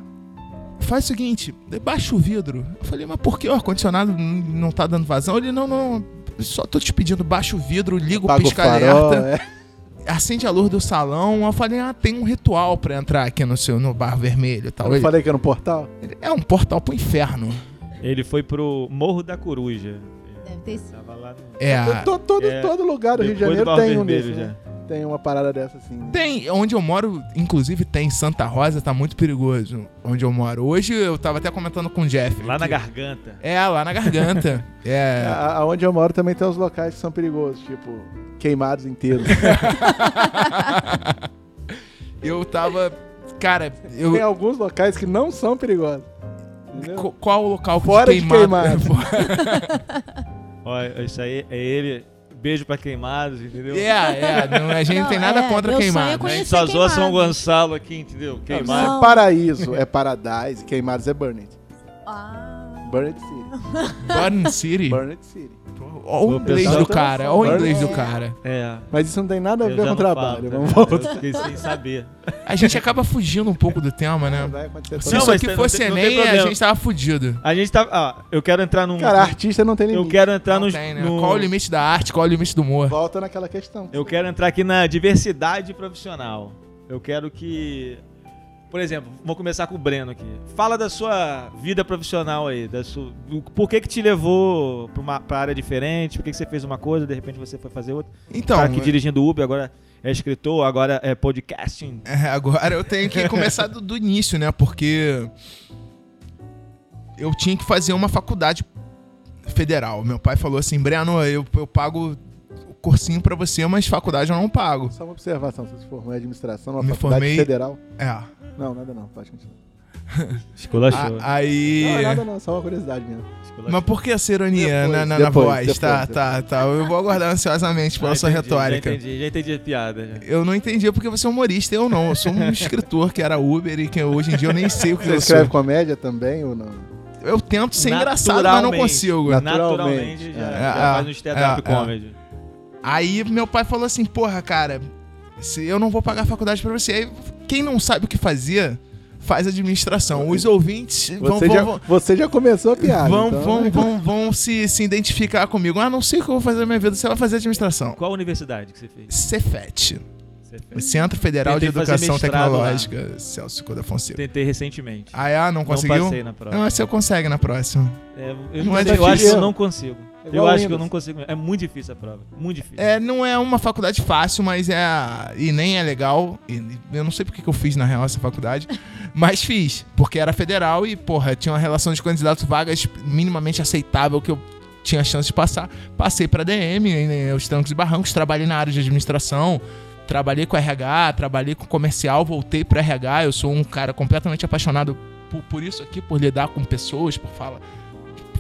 Speaker 4: faz o seguinte, baixa o vidro. Eu falei, mas por que o ar-condicionado n- não tá dando vazão? Ele, não, não, só tô te pedindo, baixa o vidro, liga o
Speaker 2: Paga o farol,
Speaker 4: pisca-alerta.
Speaker 2: é.
Speaker 4: acende a luz do salão. Eu falei, ah, tem um ritual pra entrar aqui no seu no bar vermelho e tal.
Speaker 2: Eu
Speaker 4: Ele,
Speaker 2: falei que era um portal?
Speaker 4: é um portal pro inferno.
Speaker 1: Ele foi pro Morro da Coruja.
Speaker 3: Deve ter sido.
Speaker 1: Tava lá no.
Speaker 4: É.
Speaker 2: Todo, todo,
Speaker 1: é.
Speaker 2: todo lugar do Rio de
Speaker 1: Depois do
Speaker 2: Janeiro
Speaker 1: Barro
Speaker 2: tem um
Speaker 1: Vermelho
Speaker 2: desses,
Speaker 1: já.
Speaker 2: né? Tem uma parada dessa assim.
Speaker 4: Tem, onde eu moro, inclusive tem Santa Rosa, tá muito perigoso. Onde eu moro. Hoje eu tava até comentando com o Jeff.
Speaker 1: Lá na
Speaker 4: que-
Speaker 1: garganta.
Speaker 4: É, lá na garganta. é.
Speaker 2: A- Aonde eu moro também tem uns locais que são perigosos, tipo, queimados inteiros.
Speaker 4: Eu tava. Cara, eu.
Speaker 2: tem alguns locais que não são perigosos.
Speaker 1: né?
Speaker 2: Entendeu?
Speaker 4: co- Qual o local que
Speaker 2: Fora de
Speaker 4: queimado-
Speaker 1: Ó, isso aí é ele. Beijo pra queimados, entendeu?
Speaker 4: É, é. não- a gente não tem
Speaker 3: Não,
Speaker 4: nada
Speaker 3: é,
Speaker 4: contra
Speaker 3: meu sonho é
Speaker 4: queimado.
Speaker 1: A
Speaker 4: né?
Speaker 1: gente
Speaker 3: conhecer
Speaker 1: só zoa São
Speaker 3: Queimados.
Speaker 1: Gonçalo aqui, entendeu? Queimados.
Speaker 3: Não.
Speaker 2: Se paraíso é paradise, queimados é Burnett.
Speaker 3: Ah,
Speaker 2: Burnett City.
Speaker 4: Burn City.
Speaker 2: Burnett City.
Speaker 4: Olha o
Speaker 1: Vou
Speaker 4: inglês
Speaker 1: pensar
Speaker 4: do
Speaker 2: outra
Speaker 4: cara.
Speaker 2: versão.
Speaker 4: Olha o inglês do
Speaker 3: É.
Speaker 4: cara.
Speaker 1: É.
Speaker 2: Mas isso não tem nada a
Speaker 1: eu
Speaker 2: ver
Speaker 1: já
Speaker 2: com
Speaker 1: não
Speaker 2: o trabalho.
Speaker 1: falo,
Speaker 2: Vamos
Speaker 1: tá?
Speaker 2: voltar.
Speaker 1: Eu fiquei sem saber.
Speaker 4: A gente acaba fugindo um pouco do tema, né?
Speaker 2: Vai acontecer
Speaker 4: Se
Speaker 1: Não,
Speaker 4: isso
Speaker 2: toda-
Speaker 1: mas
Speaker 4: aqui
Speaker 1: tem-
Speaker 4: fosse
Speaker 1: não tem- não tem
Speaker 4: Enem, a
Speaker 1: problema.
Speaker 4: gente tava fudido.
Speaker 1: A gente tá. Ah, eu quero entrar num.
Speaker 2: Cara, artista não tem
Speaker 1: eu
Speaker 2: limite.
Speaker 1: quero entrar
Speaker 4: Não
Speaker 1: Tá nos-
Speaker 4: tem, né?
Speaker 1: no. Tá
Speaker 4: Qual o limite da arte, qual o limite do humor?
Speaker 2: Volta naquela questão.
Speaker 1: Eu quero entrar aqui na diversidade profissional. Eu quero que. Por exemplo, vou começar com o Breno aqui. Fala da sua vida profissional aí. Da sua, do- por que que te levou pra, uma, pra área diferente? Por que, que você fez uma coisa, de repente você foi fazer outra?
Speaker 4: Então,
Speaker 1: tá aqui dirigindo Uber, agora é escritor, agora é podcasting.
Speaker 4: é, agora eu tenho que começar do, do início, né? Porque eu tinha que fazer uma faculdade federal. Meu pai falou assim: Breno, eu, eu pago o cursinho pra você, mas faculdade eu não pago.
Speaker 2: Só uma observação, você se formou em administração numa
Speaker 4: Me
Speaker 2: faculdade
Speaker 4: formei-
Speaker 2: federal?
Speaker 4: É.
Speaker 2: Não, nada não, pode continuar.
Speaker 1: Esculachou.
Speaker 4: A- aí.
Speaker 1: é.
Speaker 2: Não, nada não, só uma curiosidade mesmo.
Speaker 4: ah,
Speaker 1: esculachou.
Speaker 4: Mas por que essa ironia né,
Speaker 2: Depois,
Speaker 4: na, na- na
Speaker 2: depois,
Speaker 4: voz?
Speaker 2: depois,
Speaker 4: tá,
Speaker 2: depois.
Speaker 4: tá, tá. Eu vou aguardar ansiosamente pela
Speaker 1: Ah,
Speaker 4: sua
Speaker 1: entendi,
Speaker 4: retórica.
Speaker 1: Já entendi, já entendi a piada. já.
Speaker 4: Eu não entendi porque você é humorista, eu não. Eu sou um escritor que era Uber e que hoje em dia eu nem sei
Speaker 1: É
Speaker 4: o que
Speaker 2: Você
Speaker 4: eu sou.
Speaker 2: escreve comédia também ou não?
Speaker 4: Eu tento ser é engraçado, mas não
Speaker 1: Naturalmente.
Speaker 4: consigo.
Speaker 1: Naturalmente,
Speaker 2: Naturalmente.
Speaker 1: já,
Speaker 4: É,
Speaker 1: já
Speaker 4: é,
Speaker 1: faz um stand-up
Speaker 4: é,
Speaker 1: comedy.
Speaker 4: Aí meu pai falou assim: porra, cara, se eu não vou pagar a faculdade pra você. Aí quem não sabe o que fazer, faz administração. Os ouvintes vão.
Speaker 2: Você,
Speaker 4: vão-
Speaker 2: já,
Speaker 4: vão-
Speaker 2: você já começou a piada.
Speaker 4: Vão,
Speaker 2: então,
Speaker 4: vão,
Speaker 2: né?
Speaker 4: vão, vão se, se identificar comigo. Ah, não sei o que eu vou fazer na minha vida. Você vai fazer administração.
Speaker 1: Qual universidade que você fez?
Speaker 4: Cefet.
Speaker 1: Você
Speaker 4: O
Speaker 1: fez?
Speaker 4: Centro Federal de
Speaker 1: Tentei fazer
Speaker 4: Educação
Speaker 1: mestrado lá.
Speaker 4: Tecnológica, Celso Coda Fonseca.
Speaker 1: Tentei recentemente.
Speaker 4: Ah, é? não conseguiu?
Speaker 1: Não passei na prova.
Speaker 4: Ah, você consegue na próxima.
Speaker 1: É, eu
Speaker 4: Não
Speaker 1: não
Speaker 4: é
Speaker 1: sei, eu acho que
Speaker 2: difícil.
Speaker 1: eu não consigo.
Speaker 2: É
Speaker 1: eu
Speaker 2: igual
Speaker 1: acho que eu
Speaker 2: Windows.
Speaker 1: não consigo. mesmo. É muito difícil a prova. Muito difícil.
Speaker 4: É, não é uma faculdade fácil, mas é. E nem é legal. E eu não sei porque que eu fiz, na real, essa faculdade. mas fiz. Porque era federal e, porra, tinha uma relação de candidato vagas minimamente aceitável que eu tinha chance de passar. Passei pra DM, né, os trancos e barrancos, trabalhei na área de administração. Trabalhei com RH, trabalhei com comercial, voltei pro RH. Eu sou um cara completamente apaixonado por, por isso aqui, por lidar com pessoas, por fala,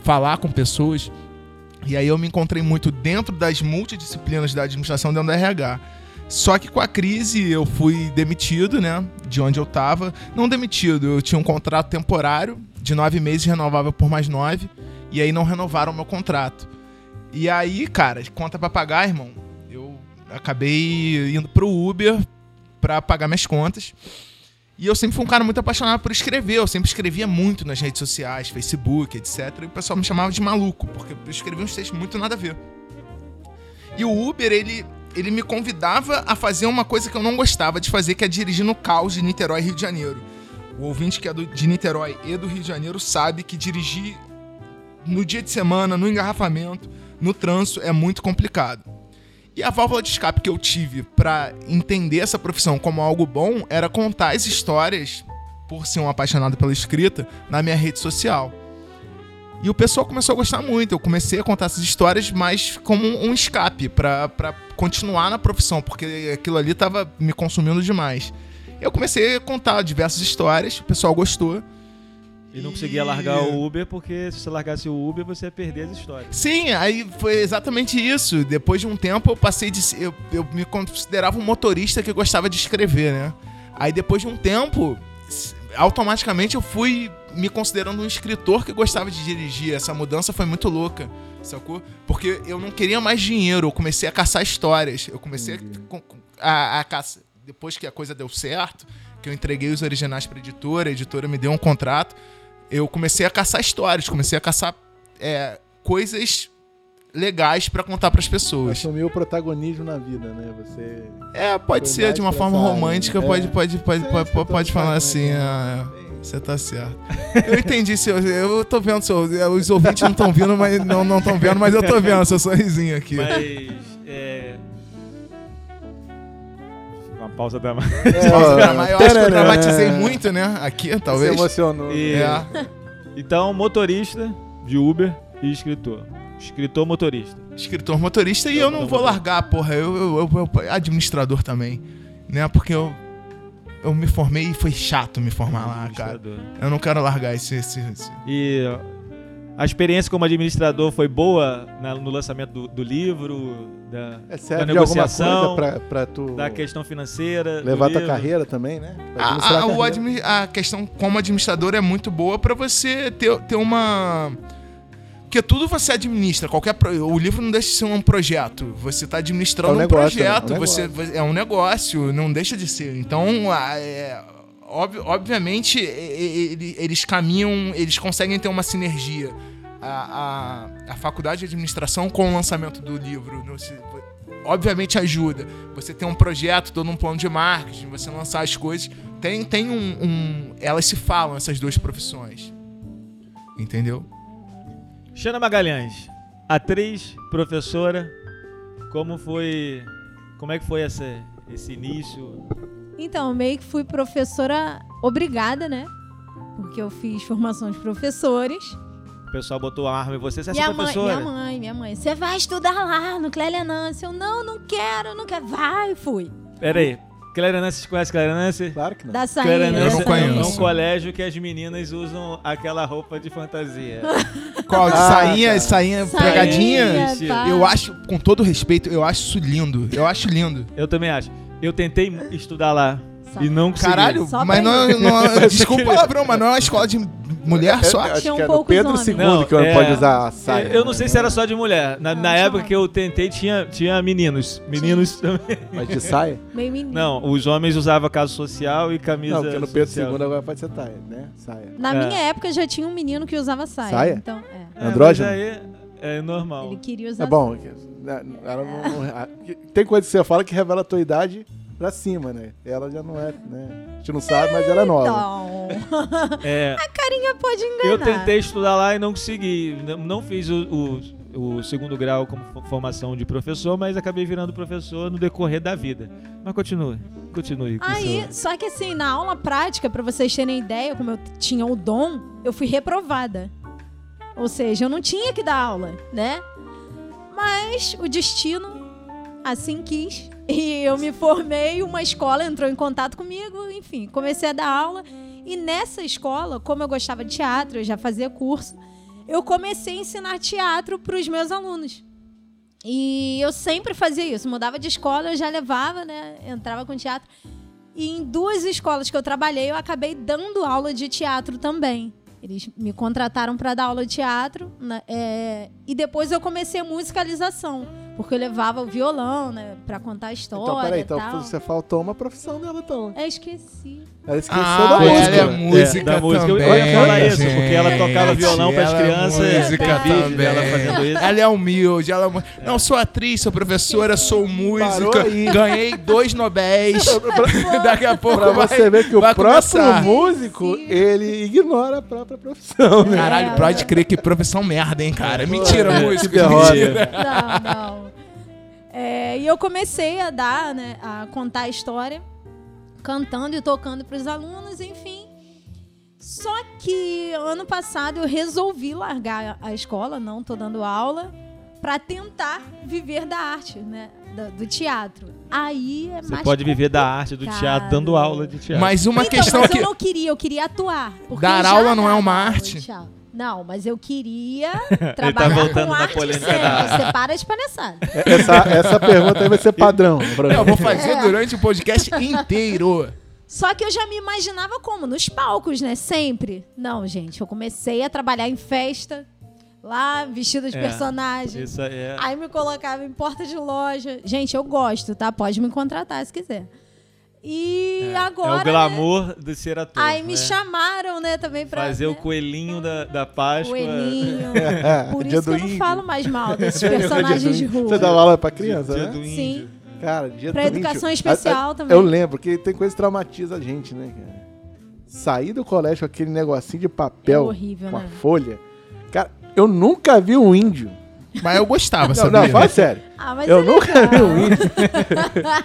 Speaker 4: falar com pessoas. E aí eu me encontrei muito dentro das multidisciplinas da administração dentro da RH. Só que com a crise eu fui demitido, né? De onde eu tava. Não demitido, eu tinha um contrato temporário de nove meses, renovável por mais nove. E aí não renovaram o meu contrato. E aí, cara, conta pra pagar, irmão. Eu acabei indo pro Uber pra pagar minhas contas. E eu sempre fui um cara muito apaixonado por escrever. Eu sempre escrevia muito nas redes sociais, Facebook, etc. E o pessoal me chamava de maluco, porque eu escrevia uns textos muito nada a ver. E o Uber, ele, ele me convidava a fazer uma coisa que eu não gostava de fazer, que é dirigir no caos de Niterói, Rio de Janeiro. O ouvinte que é do- de Niterói e do Rio de Janeiro sabe que dirigir no dia de semana, no engarrafamento, no trânsito, é muito complicado. E a válvula de escape que eu tive pra entender essa profissão como algo bom era contar as histórias, por ser um apaixonado pela escrita, na minha rede social. E o pessoal começou a gostar muito. Eu comecei a contar essas histórias, mas como um escape pra pra continuar na profissão, porque aquilo ali tava me consumindo demais. Eu comecei a contar diversas histórias, o pessoal gostou.
Speaker 1: E não conseguia largar o Uber, porque se você largasse o Uber, você ia perder as histórias.
Speaker 4: Sim, aí foi exatamente isso. Depois de um tempo eu passei de. ser- Eu, eu me considerava um motorista que gostava de escrever, né? Aí depois de um tempo, s- automaticamente eu fui me considerando um escritor que gostava de dirigir. Essa mudança foi muito louca, sacou? Porque eu não queria mais dinheiro, eu comecei a caçar histórias. Eu comecei a, com- com- a, a caça- Depois que a coisa deu certo, que eu entreguei os originais pra editora, a editora me deu um contrato, eu comecei a caçar histórias, comecei a caçar é, coisas legais pra contar pras pessoas.
Speaker 2: Assumiu o protagonismo na vida, né? Você.
Speaker 4: É, pode
Speaker 2: Foi
Speaker 4: ser
Speaker 2: mais
Speaker 4: de uma
Speaker 2: pra
Speaker 4: forma
Speaker 2: essa
Speaker 4: romântica,
Speaker 2: área, né?
Speaker 4: pode, pode, pode,
Speaker 2: Sim,
Speaker 4: pode,
Speaker 2: você
Speaker 4: pode,
Speaker 2: tá
Speaker 4: falar
Speaker 1: é
Speaker 2: certo,
Speaker 4: assim.
Speaker 2: né?
Speaker 4: ah, você tá certo. Eu entendi, seu. Eu tô vendo, seu. é, Os ouvintes não estão vindo, mas não não estão vendo, mas eu tô vendo seu sorrisinho aqui.
Speaker 1: Mas. É. Uma pausa da.
Speaker 4: Posso
Speaker 2: É,
Speaker 4: gravar? Ah, eu acho que eu
Speaker 2: tarará.
Speaker 4: dramatizei muito, né? Aqui,
Speaker 2: Se
Speaker 4: talvez.
Speaker 2: emocionou.
Speaker 1: E-
Speaker 4: É,
Speaker 1: Então, motorista de Uber e escritor. Escritor motorista.
Speaker 4: escritor motorista e eu não vou largar, porra. Eu, eu, eu- eu- administrador também. Né? Porque eu. Eu me formei e foi chato me formar lá, cara.
Speaker 1: Administrador.
Speaker 4: Eu não quero largar esse. esse, esse-
Speaker 1: E a experiência como administrador foi boa na- no lançamento do, do livro, da,
Speaker 2: É,
Speaker 1: da
Speaker 2: serve de alguma
Speaker 1: negociação,
Speaker 2: coisa pra, pra tu
Speaker 1: da questão financeira. do
Speaker 2: levar tua
Speaker 1: livro.
Speaker 2: carreira também, né? Pra
Speaker 4: A,
Speaker 2: administrar
Speaker 4: a- o
Speaker 2: carreira.
Speaker 4: admi- a questão como administrador é muito boa pra você ter, ter uma. Porque tudo você administra, qualquer pro- o livro não deixa de ser um projeto. Você tá
Speaker 2: É
Speaker 4: administrando
Speaker 2: um
Speaker 4: um,
Speaker 2: negócio,
Speaker 4: projeto,
Speaker 2: é um
Speaker 4: você é um negócio, não deixa de ser. Então, a- é, ob- obviamente, e- e- ele- eles caminham, eles conseguem ter uma sinergia. A, a- a faculdade de administração com o lançamento do livro. não se- obviamente ajuda. Você tem um projeto, todo um plano de marketing, você lançar as coisas. Tem, tem um- um. Elas se falam, essas duas profissões. Entendeu?
Speaker 1: Xana Magalhães, atriz, professora, como foi. Como é que foi essa, esse início?
Speaker 3: Então, meio que fui professora obrigada, né? Porque eu fiz formação de professores.
Speaker 1: pessoal botou a arma em você, você é
Speaker 3: minha
Speaker 1: essa
Speaker 3: mãe,
Speaker 1: professora?
Speaker 3: minha mãe, minha mãe, você vai estudar lá no Clélianance. Eu, não, não quero, não quero. Vai, fui.
Speaker 1: Pera aí. Clarenance, vocês conhecem Clarenance?
Speaker 2: Claro que não.
Speaker 3: Da sainha.
Speaker 1: Clarenance
Speaker 3: da
Speaker 4: Eu não
Speaker 3: sainha.
Speaker 1: é um
Speaker 4: conheço.
Speaker 1: colégio que as meninas usam aquela roupa de fantasia.
Speaker 4: Qual? De
Speaker 2: Ah,
Speaker 4: sainha,
Speaker 2: tá.
Speaker 4: sainha,
Speaker 3: Sainha,
Speaker 4: pregadinha?
Speaker 3: tá.
Speaker 4: Eu acho, com todo respeito, eu acho isso lindo. Eu acho lindo.
Speaker 1: Eu também acho. Eu tentei estudar lá
Speaker 3: Sabe?
Speaker 1: e não consegui.
Speaker 4: Caralho,
Speaker 3: Só
Speaker 4: mas não,
Speaker 3: pra-
Speaker 4: não- Desculpa o palavrão, mas não é uma escola de mulher só.
Speaker 2: acho
Speaker 3: Tinham
Speaker 2: que é do
Speaker 3: poucos
Speaker 2: Pedro
Speaker 3: homens.
Speaker 2: II
Speaker 1: Não,
Speaker 2: que
Speaker 1: é.
Speaker 2: pode usar a saia. né?
Speaker 1: Eu não sei se era só de mulher. Na,
Speaker 3: Não,
Speaker 1: na
Speaker 3: tinha
Speaker 1: época
Speaker 3: não.
Speaker 1: que eu tentei, tinha, tinha meninos. Meninos também.
Speaker 2: Mas de saia?
Speaker 3: Meio menino.
Speaker 1: Não, os homens usavam calça social e camisa
Speaker 2: Não, porque no Pedro
Speaker 1: social.
Speaker 2: II agora pode ser taia, né? Saia.
Speaker 3: Na
Speaker 1: É.
Speaker 3: minha época já tinha um menino que usava saia.
Speaker 2: Saia?
Speaker 3: Então, é.
Speaker 1: É, mas
Speaker 2: Andrógeno?
Speaker 1: aí é normal.
Speaker 3: Ele queria usar
Speaker 2: É bom. que- na- ela não- não- a- que- tem coisa que você fala que revela a tua idade pra cima, né? Ela já não é, né? A gente não sabe, mas ela é
Speaker 3: saia.
Speaker 2: nova.
Speaker 3: Então,
Speaker 1: É,
Speaker 3: a carinha pode enganar.
Speaker 1: eu tentei estudar lá e não consegui. Não, não fiz o, o- o segundo grau como fo- formação de professor, mas acabei virando professor no decorrer da vida. Mas continue, continue. com
Speaker 3: Aí,
Speaker 1: seu-
Speaker 3: só que assim, na aula prática, pra vocês terem ideia, como eu t- tinha o dom, eu fui reprovada. Ou seja, eu não tinha que dar aula, né? Mas o destino assim quis. E eu me formei, uma escola entrou em contato comigo, enfim, comecei a dar aula. E nessa escola, como eu gostava de teatro, eu já fazia curso, eu comecei a ensinar teatro para os meus alunos. E eu sempre fazia isso. Mudava de escola, eu já levava, né? Entrava com teatro. E em duas escolas que eu trabalhei, eu acabei dando aula de teatro também. Eles me contrataram para dar aula de teatro. né, é, e depois eu comecei a musicalização. Porque eu levava o violão, né? Pra contar a história.
Speaker 2: Então, peraí,
Speaker 3: e
Speaker 2: então
Speaker 3: tal.
Speaker 2: você faltou uma profissão dela, então.
Speaker 3: Eu esqueci.
Speaker 2: Ela esqueceu da
Speaker 4: Ah,
Speaker 1: Foi
Speaker 2: música.
Speaker 4: ela é
Speaker 1: música.
Speaker 4: música
Speaker 1: É, da música. Eu-
Speaker 4: também.
Speaker 1: eu ia falar isso, porque ela
Speaker 4: gente.
Speaker 1: tocava violão pras
Speaker 4: Ela é
Speaker 1: crianças,
Speaker 4: Música
Speaker 1: tem vídeo dela
Speaker 4: também.
Speaker 1: fazendo isso.
Speaker 4: Ela é humilde, ela é mu- Não, sou atriz, sou professora, sou música.
Speaker 2: Parou aí.
Speaker 4: Ganhei dois Nobéis. Daqui a pouco
Speaker 2: Pra
Speaker 4: vai-
Speaker 2: você ver que o
Speaker 4: vai
Speaker 2: próprio
Speaker 4: começar.
Speaker 2: músico, ele ignora a própria profissão, né?
Speaker 4: Caralho, pode crer que profissão merda, hein, cara. Mentira,
Speaker 2: É,
Speaker 4: música.
Speaker 2: que derrota.
Speaker 4: Mentira.
Speaker 3: não, não. É, e eu comecei a dar, né, a contar a história, cantando e tocando para os alunos, enfim. Só que ano passado eu resolvi largar a escola, não tô dando aula, para tentar viver da arte, né, do, do teatro. Aí é
Speaker 1: Você
Speaker 3: mais
Speaker 1: pode viver da arte do
Speaker 3: complicado.
Speaker 1: teatro dando aula de teatro.
Speaker 4: Mas uma
Speaker 3: então,
Speaker 4: questão
Speaker 3: mas
Speaker 4: que.
Speaker 3: eu não queria, eu queria atuar. porque
Speaker 4: Dar
Speaker 3: já
Speaker 4: aula não é
Speaker 3: dava
Speaker 4: uma
Speaker 3: aula de
Speaker 4: arte?
Speaker 3: teatro. Não, mas eu queria
Speaker 1: tá
Speaker 3: trabalhar
Speaker 1: voltando
Speaker 3: com
Speaker 1: na É.
Speaker 3: arte
Speaker 1: polêmica
Speaker 3: cênica.
Speaker 1: da arte.
Speaker 3: Você para de palhaçada.
Speaker 2: É, Essa, essa pergunta aí vai ser padrão. pra
Speaker 4: Eu
Speaker 2: mim.
Speaker 4: vou fazer durante o podcast inteiro.
Speaker 3: Só que eu já me imaginava como? Nos palcos, né? Sempre. Não, gente, eu comecei a trabalhar em festa, lá, vestida de
Speaker 1: É,
Speaker 3: personagem.
Speaker 1: Isso é.
Speaker 3: Aí me colocava em porta de loja. Gente, eu gosto, tá? Pode me contratar se quiser. E agora.
Speaker 1: é o
Speaker 3: né?
Speaker 1: glamour de ser ator.
Speaker 3: Aí me
Speaker 1: né?
Speaker 3: chamaram, né, também pra.
Speaker 1: Fazer
Speaker 3: né?
Speaker 1: o coelhinho da, da Páscoa.
Speaker 3: coelhinho.
Speaker 2: É,
Speaker 3: Por
Speaker 2: dia
Speaker 3: isso que eu
Speaker 2: do
Speaker 3: não
Speaker 2: índio.
Speaker 3: falo mais mal desses
Speaker 2: Dia do
Speaker 3: personagens de
Speaker 2: índio.
Speaker 3: rua.
Speaker 2: Você dava aula pra
Speaker 1: Dia,
Speaker 2: criança,
Speaker 1: dia
Speaker 2: né?
Speaker 1: do índio.
Speaker 3: Sim.
Speaker 2: Cara, dia
Speaker 3: Pra
Speaker 2: do
Speaker 3: educação
Speaker 2: índio.
Speaker 3: especial
Speaker 2: A- a-
Speaker 3: também.
Speaker 2: Eu lembro, porque tem coisa que traumatiza a gente, né, cara? Sair do colégio com aquele negocinho de
Speaker 3: É
Speaker 2: papel,
Speaker 3: horrível,
Speaker 2: com a
Speaker 3: né?
Speaker 2: folha. Cara, eu nunca vi um índio.
Speaker 4: Mas eu gostava,
Speaker 2: Não,
Speaker 4: sabia?
Speaker 2: não, fala sério.
Speaker 3: Ah, mas
Speaker 2: eu
Speaker 3: é
Speaker 2: nunca vi
Speaker 3: legal.
Speaker 2: um índio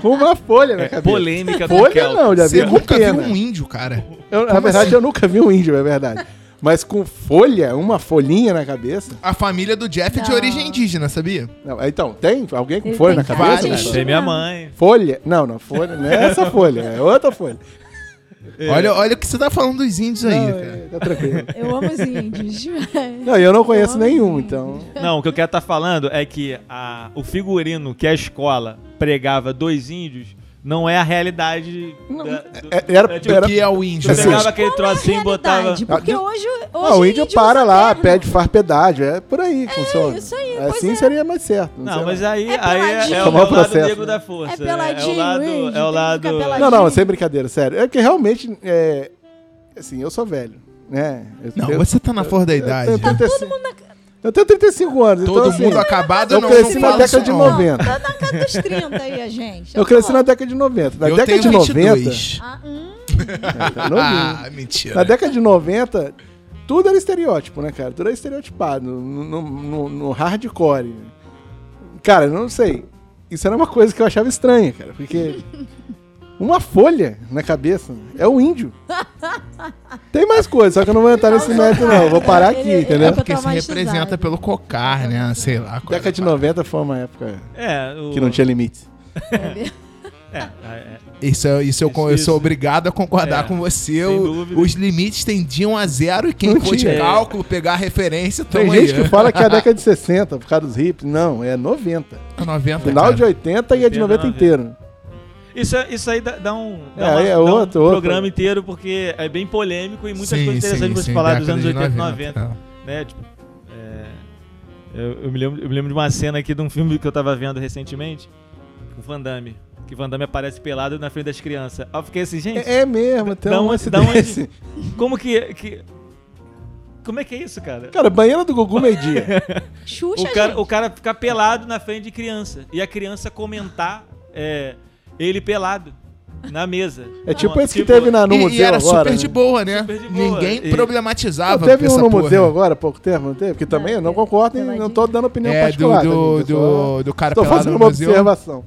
Speaker 2: com uma folha na
Speaker 1: É,
Speaker 2: cabeça.
Speaker 1: polêmica do
Speaker 2: Folha
Speaker 1: Kelp.
Speaker 2: não, já vi
Speaker 4: Você
Speaker 2: com
Speaker 4: nunca viu
Speaker 2: pena.
Speaker 4: um índio, cara.
Speaker 2: Eu- na verdade, eu nunca vi um índio, é verdade. Mas com folha, uma folhinha na cabeça.
Speaker 4: A família do Jeff é de
Speaker 3: Não.
Speaker 4: origem indígena, sabia?
Speaker 2: Não, então, tem alguém com
Speaker 3: Ele
Speaker 2: folha
Speaker 3: tem
Speaker 2: na
Speaker 3: cara
Speaker 2: cabeça?
Speaker 4: de
Speaker 2: cara?
Speaker 3: índio.
Speaker 1: Achei minha mãe.
Speaker 2: Folha? Não, não, folha, não é essa folha, é outra folha. É.
Speaker 4: Olha, olha o que você tá falando dos índios
Speaker 2: Não,
Speaker 4: aí, cara.
Speaker 2: é, tá tranquilo.
Speaker 3: Eu amo os índios.
Speaker 2: Não, e eu não conheço
Speaker 3: Nossa,
Speaker 2: nenhum,
Speaker 3: gente.
Speaker 2: então.
Speaker 1: Não, o que eu quero estar falando é que a- o figurino que a escola pregava dois índios não é a realidade. da- do-
Speaker 2: É- Era,
Speaker 1: é tipo,
Speaker 2: era,
Speaker 4: O que é o índio?
Speaker 1: tu pegava
Speaker 4: Assim,
Speaker 1: aquele trocinho e botava.
Speaker 3: é Realidade, Tipo, Porque
Speaker 2: Ah, de-
Speaker 3: hoje, hoje
Speaker 2: Ah, o índio para
Speaker 3: usa
Speaker 2: lá,
Speaker 3: terno.
Speaker 2: pede faz pedágio, é por aí que funciona.
Speaker 3: isso aí, pois
Speaker 2: Assim
Speaker 3: é.
Speaker 2: seria mais certo. Não,
Speaker 1: Não,
Speaker 2: sei
Speaker 1: mas
Speaker 2: lá.
Speaker 1: aí
Speaker 3: É
Speaker 1: aí é, é o
Speaker 3: peladinho.
Speaker 1: lado
Speaker 2: Processo,
Speaker 1: negro
Speaker 2: né?
Speaker 1: da força.
Speaker 3: É peladinho,
Speaker 1: É o lado.
Speaker 3: índio,
Speaker 1: é o
Speaker 3: tem que ficar
Speaker 1: lado
Speaker 3: peladinho.
Speaker 2: não, não, sem brincadeira, sério. É que realmente, é, assim, eu sou velho, né? Eu
Speaker 4: Não,
Speaker 2: tenho-
Speaker 4: você tá na flor da idade.
Speaker 2: Eu tenho 35, eu tenho 35 anos,
Speaker 4: Todo
Speaker 2: então, assim,
Speaker 4: mundo acabado,
Speaker 2: eu
Speaker 4: não,
Speaker 2: cresci
Speaker 4: não
Speaker 2: na
Speaker 4: fala
Speaker 2: década
Speaker 4: isso
Speaker 2: de
Speaker 4: não.
Speaker 2: 90.
Speaker 3: Tá na casa dos 30 aí, a gente.
Speaker 2: Eu cresci na década de 90. Na
Speaker 4: Eu
Speaker 2: década
Speaker 4: tenho
Speaker 2: de 90.
Speaker 4: 22.
Speaker 3: Ah, hum,
Speaker 2: tá novinho.
Speaker 4: Ah,
Speaker 2: Na
Speaker 4: mentira.
Speaker 2: década de 90, tudo era estereótipo, né, cara? Tudo era estereotipado no, no- no- no hardcore. Cara, eu não sei. Isso era uma coisa que eu achava estranha, cara, porque uma folha na cabeça. É o índio. Tem mais coisa, só que eu não vou entrar nesse mérito, não. Eu Vou parar aqui,
Speaker 3: Ele-
Speaker 2: entendeu?
Speaker 3: ele-
Speaker 4: É Porque se
Speaker 3: traumatizado.
Speaker 4: representa pelo cocar, né? Sei lá. qual
Speaker 2: Década de
Speaker 4: é.
Speaker 2: 90 foi uma época
Speaker 1: É, o...
Speaker 2: que não tinha limite.
Speaker 1: É, é,
Speaker 4: Isso, eu- isso, eu, con- eu
Speaker 1: Isso,
Speaker 4: sou
Speaker 1: isso.
Speaker 4: obrigado a concordar
Speaker 1: É,
Speaker 4: com você.
Speaker 1: sem
Speaker 4: O-
Speaker 1: dúvida.
Speaker 4: os limites tendiam a zero e quem
Speaker 2: Não
Speaker 4: for de
Speaker 2: tinha.
Speaker 4: cálculo, pegar a referência,
Speaker 2: Tem
Speaker 4: tamo
Speaker 2: gente
Speaker 4: aí. né?
Speaker 2: que fala que é a década de 60 por causa dos hips. Não, é 90.
Speaker 4: 90,
Speaker 2: Final
Speaker 4: cara.
Speaker 2: de 80 e é de 90
Speaker 1: 89.
Speaker 2: inteiro.
Speaker 1: Isso, é- isso aí dá, dá um, dá
Speaker 2: É,
Speaker 1: uma-
Speaker 2: é
Speaker 1: dá um
Speaker 2: outro, outro.
Speaker 1: programa inteiro, porque é bem polêmico e muitas
Speaker 4: Sim,
Speaker 1: coisas interessantes
Speaker 4: sim,
Speaker 1: pra se
Speaker 4: sim,
Speaker 1: falar dos
Speaker 4: década
Speaker 1: anos
Speaker 4: de
Speaker 1: 80 e 90.
Speaker 4: tá.
Speaker 1: né? Tipo, é, eu, eu me lembro, eu me lembro de uma cena aqui de um filme que eu tava vendo recentemente, com Van Damme. Que Van Damme aparece pelado na frente das crianças. Aí eu fiquei assim, gente,
Speaker 2: É, é mesmo, tem
Speaker 1: Dá
Speaker 2: um
Speaker 1: onde-
Speaker 2: lance
Speaker 1: dá onde-
Speaker 2: desse.
Speaker 1: como que, que- Como é que é isso, cara?
Speaker 2: Cara, banheira do Gugu meio-dia.
Speaker 3: Xuxa,
Speaker 1: O cara,
Speaker 3: gente.
Speaker 1: o cara ficar pelado na frente de criança. E a criança comentar é, ele pelado na mesa.
Speaker 2: É tipo
Speaker 1: Uma-
Speaker 2: esse que teve na, no
Speaker 4: E,
Speaker 2: museu
Speaker 4: e era
Speaker 2: agora.
Speaker 4: super
Speaker 2: né?
Speaker 4: de boa, né?
Speaker 1: Super de boa.
Speaker 4: Ninguém
Speaker 1: E-
Speaker 2: Não,
Speaker 4: problematizava
Speaker 2: teve
Speaker 4: essa
Speaker 2: um no
Speaker 4: porra.
Speaker 2: museu agora, há pouco tempo, não teve? Porque também eu não concordo e não tô dando opinião
Speaker 4: É, do,
Speaker 2: particular.
Speaker 4: do,
Speaker 2: tá, gente? Eu só-
Speaker 4: do, do cara
Speaker 2: Tô
Speaker 4: pelado
Speaker 2: fazendo
Speaker 4: no
Speaker 2: uma
Speaker 4: museu.
Speaker 2: observação.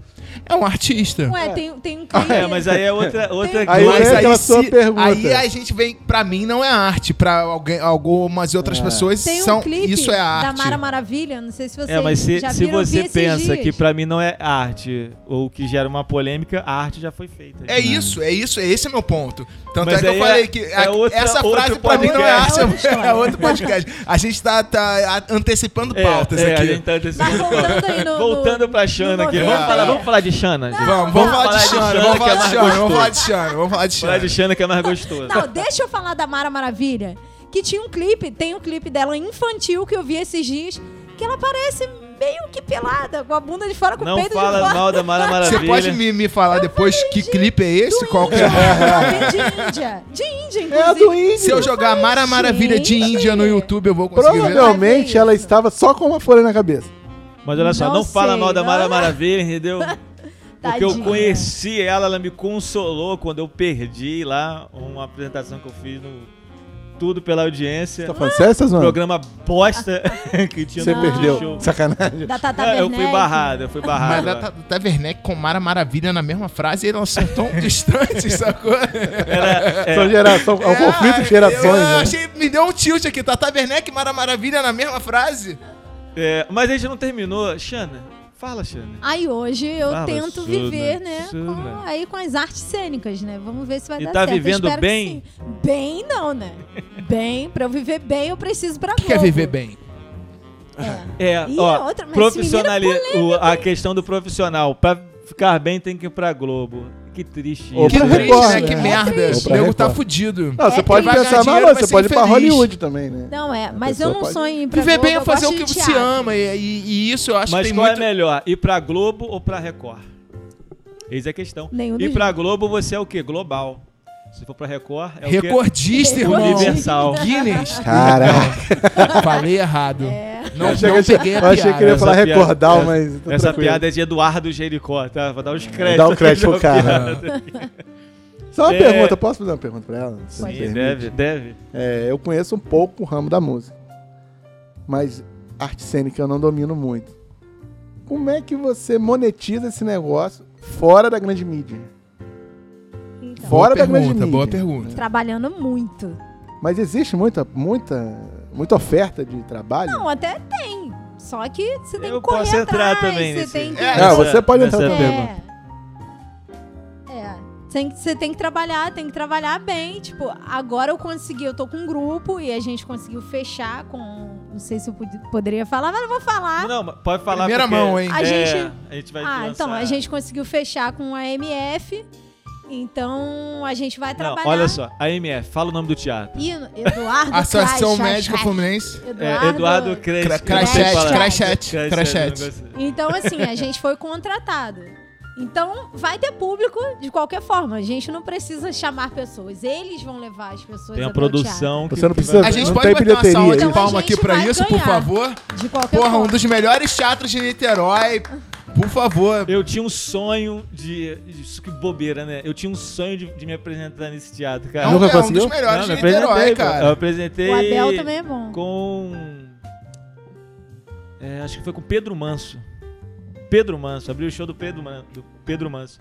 Speaker 4: É um artista.
Speaker 3: Ué, tem, tem um crime.
Speaker 1: É, mas aí é outra. outra
Speaker 2: Aí
Speaker 4: mas
Speaker 2: entra
Speaker 4: aí,
Speaker 2: aquela
Speaker 4: se-
Speaker 2: sua pergunta.
Speaker 4: aí a gente vem, pra mim não é arte, pra alguém, algumas outras
Speaker 2: É.
Speaker 4: pessoas
Speaker 3: Tem um
Speaker 4: são,
Speaker 3: clipe
Speaker 4: isso é
Speaker 3: da
Speaker 4: arte.
Speaker 3: Mara Maravilha, não sei se vocês
Speaker 1: É, mas se,
Speaker 3: Tipo assim, já
Speaker 1: se
Speaker 3: viram, eu vi
Speaker 1: você
Speaker 3: esses
Speaker 1: pensa
Speaker 3: dias.
Speaker 1: que pra mim não é arte ou que gera uma polêmica, a arte já foi feita.
Speaker 4: É isso, é isso, é esse é meu ponto. Tanto
Speaker 1: Mas
Speaker 4: é que eu
Speaker 1: aí
Speaker 4: falei
Speaker 1: é-
Speaker 4: que
Speaker 1: é
Speaker 4: a-
Speaker 1: outra-
Speaker 4: essa
Speaker 1: outro
Speaker 4: frase pra mim não é
Speaker 1: podcast.
Speaker 4: arte,
Speaker 3: É outra história.
Speaker 4: é outro podcast. A gente tá, tá a- antecipando
Speaker 1: É,
Speaker 4: pautas
Speaker 1: é, a
Speaker 4: aqui.
Speaker 1: gente tá
Speaker 3: Mas
Speaker 1: antecipando.
Speaker 3: voltando aí no...
Speaker 1: Voltando
Speaker 3: no-
Speaker 1: pra Xana
Speaker 3: no
Speaker 1: aqui.
Speaker 3: novembro.
Speaker 1: Vamos falar, vamos falar de Xana? gente?
Speaker 4: Vamos, vamos falar de
Speaker 1: Xana,
Speaker 4: Xana, vamos
Speaker 1: que é
Speaker 4: falar de
Speaker 1: mais
Speaker 4: Xana, vamos
Speaker 1: gostoso.
Speaker 4: falar de Xana, vamos falar de
Speaker 1: Falar de
Speaker 4: Xana.
Speaker 1: Xana que é mais gostoso.
Speaker 3: Não, deixa eu falar da Mara Maravilha, que tinha um clipe, tem um clipe dela infantil que eu vi esses dias, que ela parece meio que pelada, com a bunda de fora, com o
Speaker 1: Não
Speaker 3: peito de
Speaker 1: fala
Speaker 3: fora.
Speaker 1: mal da Mara
Speaker 4: Você
Speaker 1: Maravilha.
Speaker 4: pode me, me falar Ah, depois que clipe é esse?
Speaker 3: Do
Speaker 4: Qual que
Speaker 3: Índia,
Speaker 4: é?
Speaker 3: eu vi de Índia. De Índia, inclusive.
Speaker 2: É a do índio.
Speaker 4: Se eu jogar Mara Maravilha de
Speaker 3: Gente.
Speaker 4: Índia no YouTube, eu vou conseguir ver.
Speaker 2: Provavelmente
Speaker 3: Isso.
Speaker 2: ela estava só com uma folha na cabeça.
Speaker 1: Mas olha só,
Speaker 3: Não
Speaker 1: não, fala
Speaker 3: sei,
Speaker 1: mal da
Speaker 3: não.
Speaker 1: Mara Maravilha, entendeu? Porque eu
Speaker 3: Tadinha.
Speaker 1: conheci ela, ela me consolou quando eu perdi lá uma apresentação que eu fiz no Tudo pela Audiência.
Speaker 2: Tá falando sério, Sazona?
Speaker 1: Programa bosta que tinha
Speaker 2: Você
Speaker 1: no
Speaker 2: perdeu. Tá é?
Speaker 1: Multishow.
Speaker 2: Sacanagem.
Speaker 3: Da Tata
Speaker 1: Não, É, eu fui
Speaker 3: Werneck.
Speaker 1: barrado, eu fui
Speaker 4: Mas
Speaker 1: barrado.
Speaker 4: a
Speaker 1: lá.
Speaker 2: tá-
Speaker 4: Tata Tata Werneck com Mara Maravilha na mesma frase, elas são tão distantes, sacou?
Speaker 1: Era, é,
Speaker 2: São geração, é um conflito de
Speaker 4: Eu,
Speaker 2: gerações.
Speaker 4: eu
Speaker 2: né?
Speaker 4: achei, me deu um tilt aqui, Tata Werneck e Mara Maravilha na mesma frase.
Speaker 1: é, mas a gente não terminou. Xana, fala, Xana.
Speaker 3: Aí hoje eu
Speaker 1: Fala,
Speaker 3: tento
Speaker 1: Suna,
Speaker 3: viver, né?
Speaker 1: Suna.
Speaker 3: com- aí com as artes cênicas, né? Vamos ver se vai
Speaker 1: E
Speaker 3: dar
Speaker 1: tá
Speaker 3: certo. Eu
Speaker 1: vivendo
Speaker 3: espero que
Speaker 1: bem?
Speaker 3: sim. Bem não, né? Bem, pra eu viver bem, eu preciso pra
Speaker 4: Quer
Speaker 3: Globo.
Speaker 4: viver bem?
Speaker 1: É,
Speaker 3: Ih,
Speaker 1: ó,
Speaker 3: é outra, mas
Speaker 1: profissionali-
Speaker 3: esse menino é
Speaker 1: o- a questão do profissional. Pra ficar bem tem que ir pra Globo. Que triste
Speaker 2: Ou
Speaker 1: isso.
Speaker 4: Que
Speaker 2: pra
Speaker 1: gente.
Speaker 4: triste,
Speaker 2: Record,
Speaker 4: né? Que
Speaker 2: né?
Speaker 4: merda.
Speaker 2: É
Speaker 4: O
Speaker 2: triste.
Speaker 4: nego tá
Speaker 2: Record.
Speaker 4: fudido.
Speaker 2: Não, você
Speaker 3: É
Speaker 2: pode
Speaker 3: quem vai
Speaker 2: pensar,
Speaker 4: ganhar
Speaker 2: mas
Speaker 4: dinheiro vai
Speaker 2: você
Speaker 4: ser
Speaker 2: pode ir pra
Speaker 4: infeliz.
Speaker 2: Hollywood também, né?
Speaker 3: Não é,
Speaker 2: A
Speaker 3: mas eu
Speaker 2: pessoa
Speaker 3: não
Speaker 2: pode-
Speaker 3: sonho em ir pra
Speaker 4: Viver bem é
Speaker 3: Globo, eu
Speaker 4: fazer o
Speaker 3: gosto
Speaker 4: que
Speaker 3: de
Speaker 4: você
Speaker 3: teatro.
Speaker 4: ama. E, e- e isso eu acho
Speaker 1: Mas
Speaker 4: que tem
Speaker 1: qual
Speaker 4: muito...
Speaker 1: é melhor? Ir pra Globo ou pra Record? Eis é a questão.
Speaker 3: Nenhum
Speaker 1: ir
Speaker 3: dos
Speaker 1: pra Globo você é o quê? Global. Se for pra Record, é o quê?
Speaker 4: Recordista, irmão.
Speaker 1: Universal.
Speaker 4: Guinness.
Speaker 2: Caraca.
Speaker 4: Falei errado.
Speaker 3: É.
Speaker 4: Não,
Speaker 2: Eu achei que-
Speaker 4: não peguei a
Speaker 2: eu achei
Speaker 4: piada.
Speaker 2: que ele ia falar
Speaker 1: Essa piada-
Speaker 2: recordar,
Speaker 1: essa-
Speaker 2: mas. tá
Speaker 1: Essa
Speaker 2: tranquilo.
Speaker 1: piada é de Eduardo Jericó, tá? Vou dar os créditos.
Speaker 2: Dá o crédito pro
Speaker 1: da
Speaker 2: cara.
Speaker 1: piada.
Speaker 2: Só uma
Speaker 1: É.
Speaker 2: pergunta, posso fazer uma pergunta pra ela? Se me
Speaker 1: Sim,
Speaker 2: permite?
Speaker 1: deve, deve.
Speaker 2: É, eu conheço um pouco o ramo da música, mas arte cênica eu não domino muito. Como é que você monetiza esse negócio fora da grande mídia?
Speaker 3: Então,
Speaker 2: Fora da grande
Speaker 4: pergunta,
Speaker 2: mídia.
Speaker 4: boa pergunta.
Speaker 3: Trabalhando muito.
Speaker 2: Mas existe muita, muita, muita oferta de trabalho?
Speaker 3: Não, até tem. Só que você tem
Speaker 1: Eu
Speaker 3: que correr
Speaker 1: posso entrar
Speaker 3: atrás,
Speaker 1: também
Speaker 3: você
Speaker 1: nesse-
Speaker 3: tem que...
Speaker 4: É,
Speaker 2: Ah, você pode entrar
Speaker 1: nessa
Speaker 2: também.
Speaker 1: pergunta.
Speaker 3: É. É. Tem que- Você tem que trabalhar, tem que trabalhar bem. Tipo, agora eu consegui, eu tô com um grupo e a gente conseguiu fechar com. Não sei se eu pod- poderia falar, mas eu vou falar.
Speaker 1: Não, mas pode falar
Speaker 4: Primeira
Speaker 1: porque-
Speaker 4: mão, hein?
Speaker 3: Ah. A
Speaker 1: É,
Speaker 3: gente-
Speaker 1: a gente vai
Speaker 3: ah,
Speaker 1: lançar-
Speaker 3: então, a gente conseguiu fechar com a MF. Então a gente vai
Speaker 1: Não,
Speaker 3: trabalhar.
Speaker 1: olha só. A MF, fala o nome do teatro.
Speaker 3: E Eduardo.
Speaker 4: Associação
Speaker 3: Kreis,
Speaker 4: Médica
Speaker 3: Kreis,
Speaker 4: Fluminense.
Speaker 1: É, Eduardo
Speaker 4: Cra-
Speaker 1: Cres-
Speaker 4: Crachete,
Speaker 1: Cres-
Speaker 4: crachete,
Speaker 1: Cres-
Speaker 4: crachete.
Speaker 1: negócio-
Speaker 3: Então, assim, a gente foi contratado. Então, vai ter público de qualquer forma. A gente não precisa chamar pessoas. Eles vão levar as pessoas
Speaker 1: Tem a
Speaker 3: até o teatro.
Speaker 1: produção. que-
Speaker 2: Você não
Speaker 1: que
Speaker 2: precisa-
Speaker 1: vai-
Speaker 4: A gente
Speaker 2: Não
Speaker 4: pode
Speaker 2: tem
Speaker 4: bater uma
Speaker 2: bilheteria,
Speaker 4: salva de
Speaker 2: gente.
Speaker 4: palma
Speaker 3: Então a
Speaker 4: aqui
Speaker 3: gente
Speaker 4: pra
Speaker 3: vai
Speaker 4: isso, por
Speaker 3: ganhar.
Speaker 4: favor?
Speaker 3: De qualquer
Speaker 4: Porra, um
Speaker 3: forma.
Speaker 4: dos melhores teatros de Niterói. Por favor.
Speaker 1: Eu tinha um sonho de. Isso que bobeira, né? Eu tinha um sonho de, de me apresentar nesse teatro,
Speaker 4: É
Speaker 1: cara.
Speaker 4: um,
Speaker 2: Nunca
Speaker 4: é um dos
Speaker 2: conseguiu?
Speaker 4: melhores
Speaker 1: me
Speaker 4: de
Speaker 1: apresentei,
Speaker 4: Niterói,
Speaker 1: pô.
Speaker 2: é
Speaker 4: cara.
Speaker 1: Eu apresentei.
Speaker 3: O Abel também é bom.
Speaker 1: Com. é, acho que foi com Pedro Manso. Pedro Manso, abriu o show do Pedro, Man- do Pedro Manso.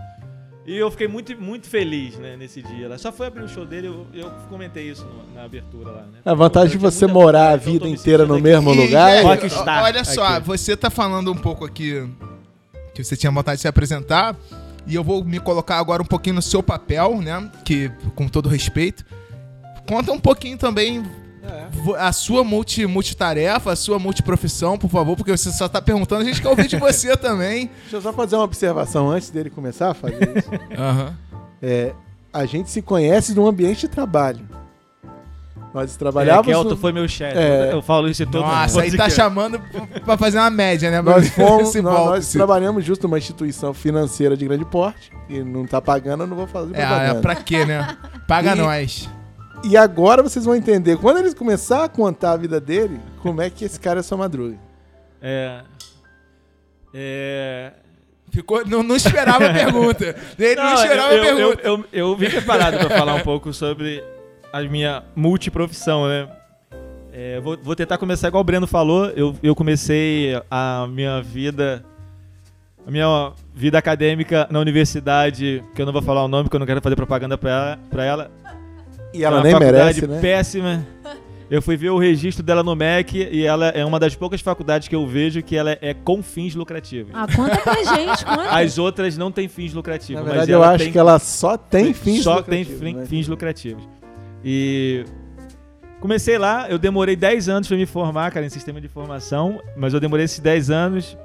Speaker 1: E eu fiquei muito, muito feliz, né, nesse dia lá. Só foi abrir o show dele, eu, eu comentei isso no- na abertura lá, né?
Speaker 2: A vantagem de
Speaker 1: Pô, eu
Speaker 2: você
Speaker 1: tinha muita
Speaker 2: morar a
Speaker 1: vontade, então eu
Speaker 2: vida
Speaker 1: tô me
Speaker 2: inteira no
Speaker 1: sentindo
Speaker 2: mesmo
Speaker 4: E,
Speaker 2: lugar.
Speaker 4: velho,
Speaker 1: Olha que está
Speaker 4: Olha só,
Speaker 1: aqui.
Speaker 4: você tá falando um pouco aqui que você tinha vontade de se apresentar. E eu vou me colocar agora um pouquinho no seu papel, né? Que, com todo respeito. Conta um pouquinho também
Speaker 2: É.
Speaker 4: vo- a sua multi, multitarefa, a sua multiprofissão, por favor, porque você só tá perguntando, a gente quer ouvir de você também.
Speaker 2: Deixa eu só fazer uma observação antes dele começar a fazer isso.
Speaker 4: Aham.
Speaker 2: a gente se conhece no ambiente de trabalho. Nós
Speaker 1: É,
Speaker 2: trabalhávamos.
Speaker 1: Kelto
Speaker 2: no-
Speaker 1: foi meu chefe.
Speaker 2: É.
Speaker 1: Eu falo isso em todo
Speaker 4: Nossa, aí tá
Speaker 1: podcast.
Speaker 4: chamando p- pra fazer uma média, né?
Speaker 2: Nós, fomos,
Speaker 4: Se
Speaker 2: nós,
Speaker 4: volta,
Speaker 2: nós
Speaker 4: se-
Speaker 2: trabalhamos justo numa instituição financeira de grande porte e não tá pagando, eu não vou fazer
Speaker 4: É, ah,
Speaker 2: propaganda.
Speaker 4: é, pra quê, né? Paga
Speaker 2: E-
Speaker 4: nós.
Speaker 2: E agora vocês vão entender, quando eles começar a contar a vida dele, como é que esse cara é só madruga.
Speaker 1: É. É.
Speaker 4: Ficou, não, não esperava a pergunta. Ele não,
Speaker 1: Não, eu,
Speaker 4: esperava a
Speaker 1: eu, eu,
Speaker 4: pergunta.
Speaker 1: eu, eu vim preparado pra falar um pouco sobre a minha multiprofissão, né? É, vou, vou tentar começar igual o Breno falou. Eu, eu comecei a minha vida. A minha vida acadêmica na universidade, que eu não vou falar o nome, porque eu não quero fazer propaganda pra ela. Pra ela.
Speaker 2: E ela
Speaker 1: É uma
Speaker 2: nem
Speaker 1: faculdade
Speaker 2: merece, né?
Speaker 1: péssima. Eu fui ver o registro dela no MEC e ela é uma das poucas faculdades que eu vejo que ela é com fins lucrativos.
Speaker 3: Ah, conta pra gente, conta.
Speaker 1: As outras não têm fins lucrativos.
Speaker 2: Na
Speaker 1: mas
Speaker 2: verdade, eu
Speaker 1: ela
Speaker 2: acho
Speaker 1: tem
Speaker 2: que ela só tem fins
Speaker 1: só
Speaker 2: lucrativos,
Speaker 1: tem fri-
Speaker 2: né?
Speaker 1: fins lucrativos. E comecei lá, eu demorei 10 anos pra me formar, cara, em sistema de formação, mas eu demorei esses 10 anos,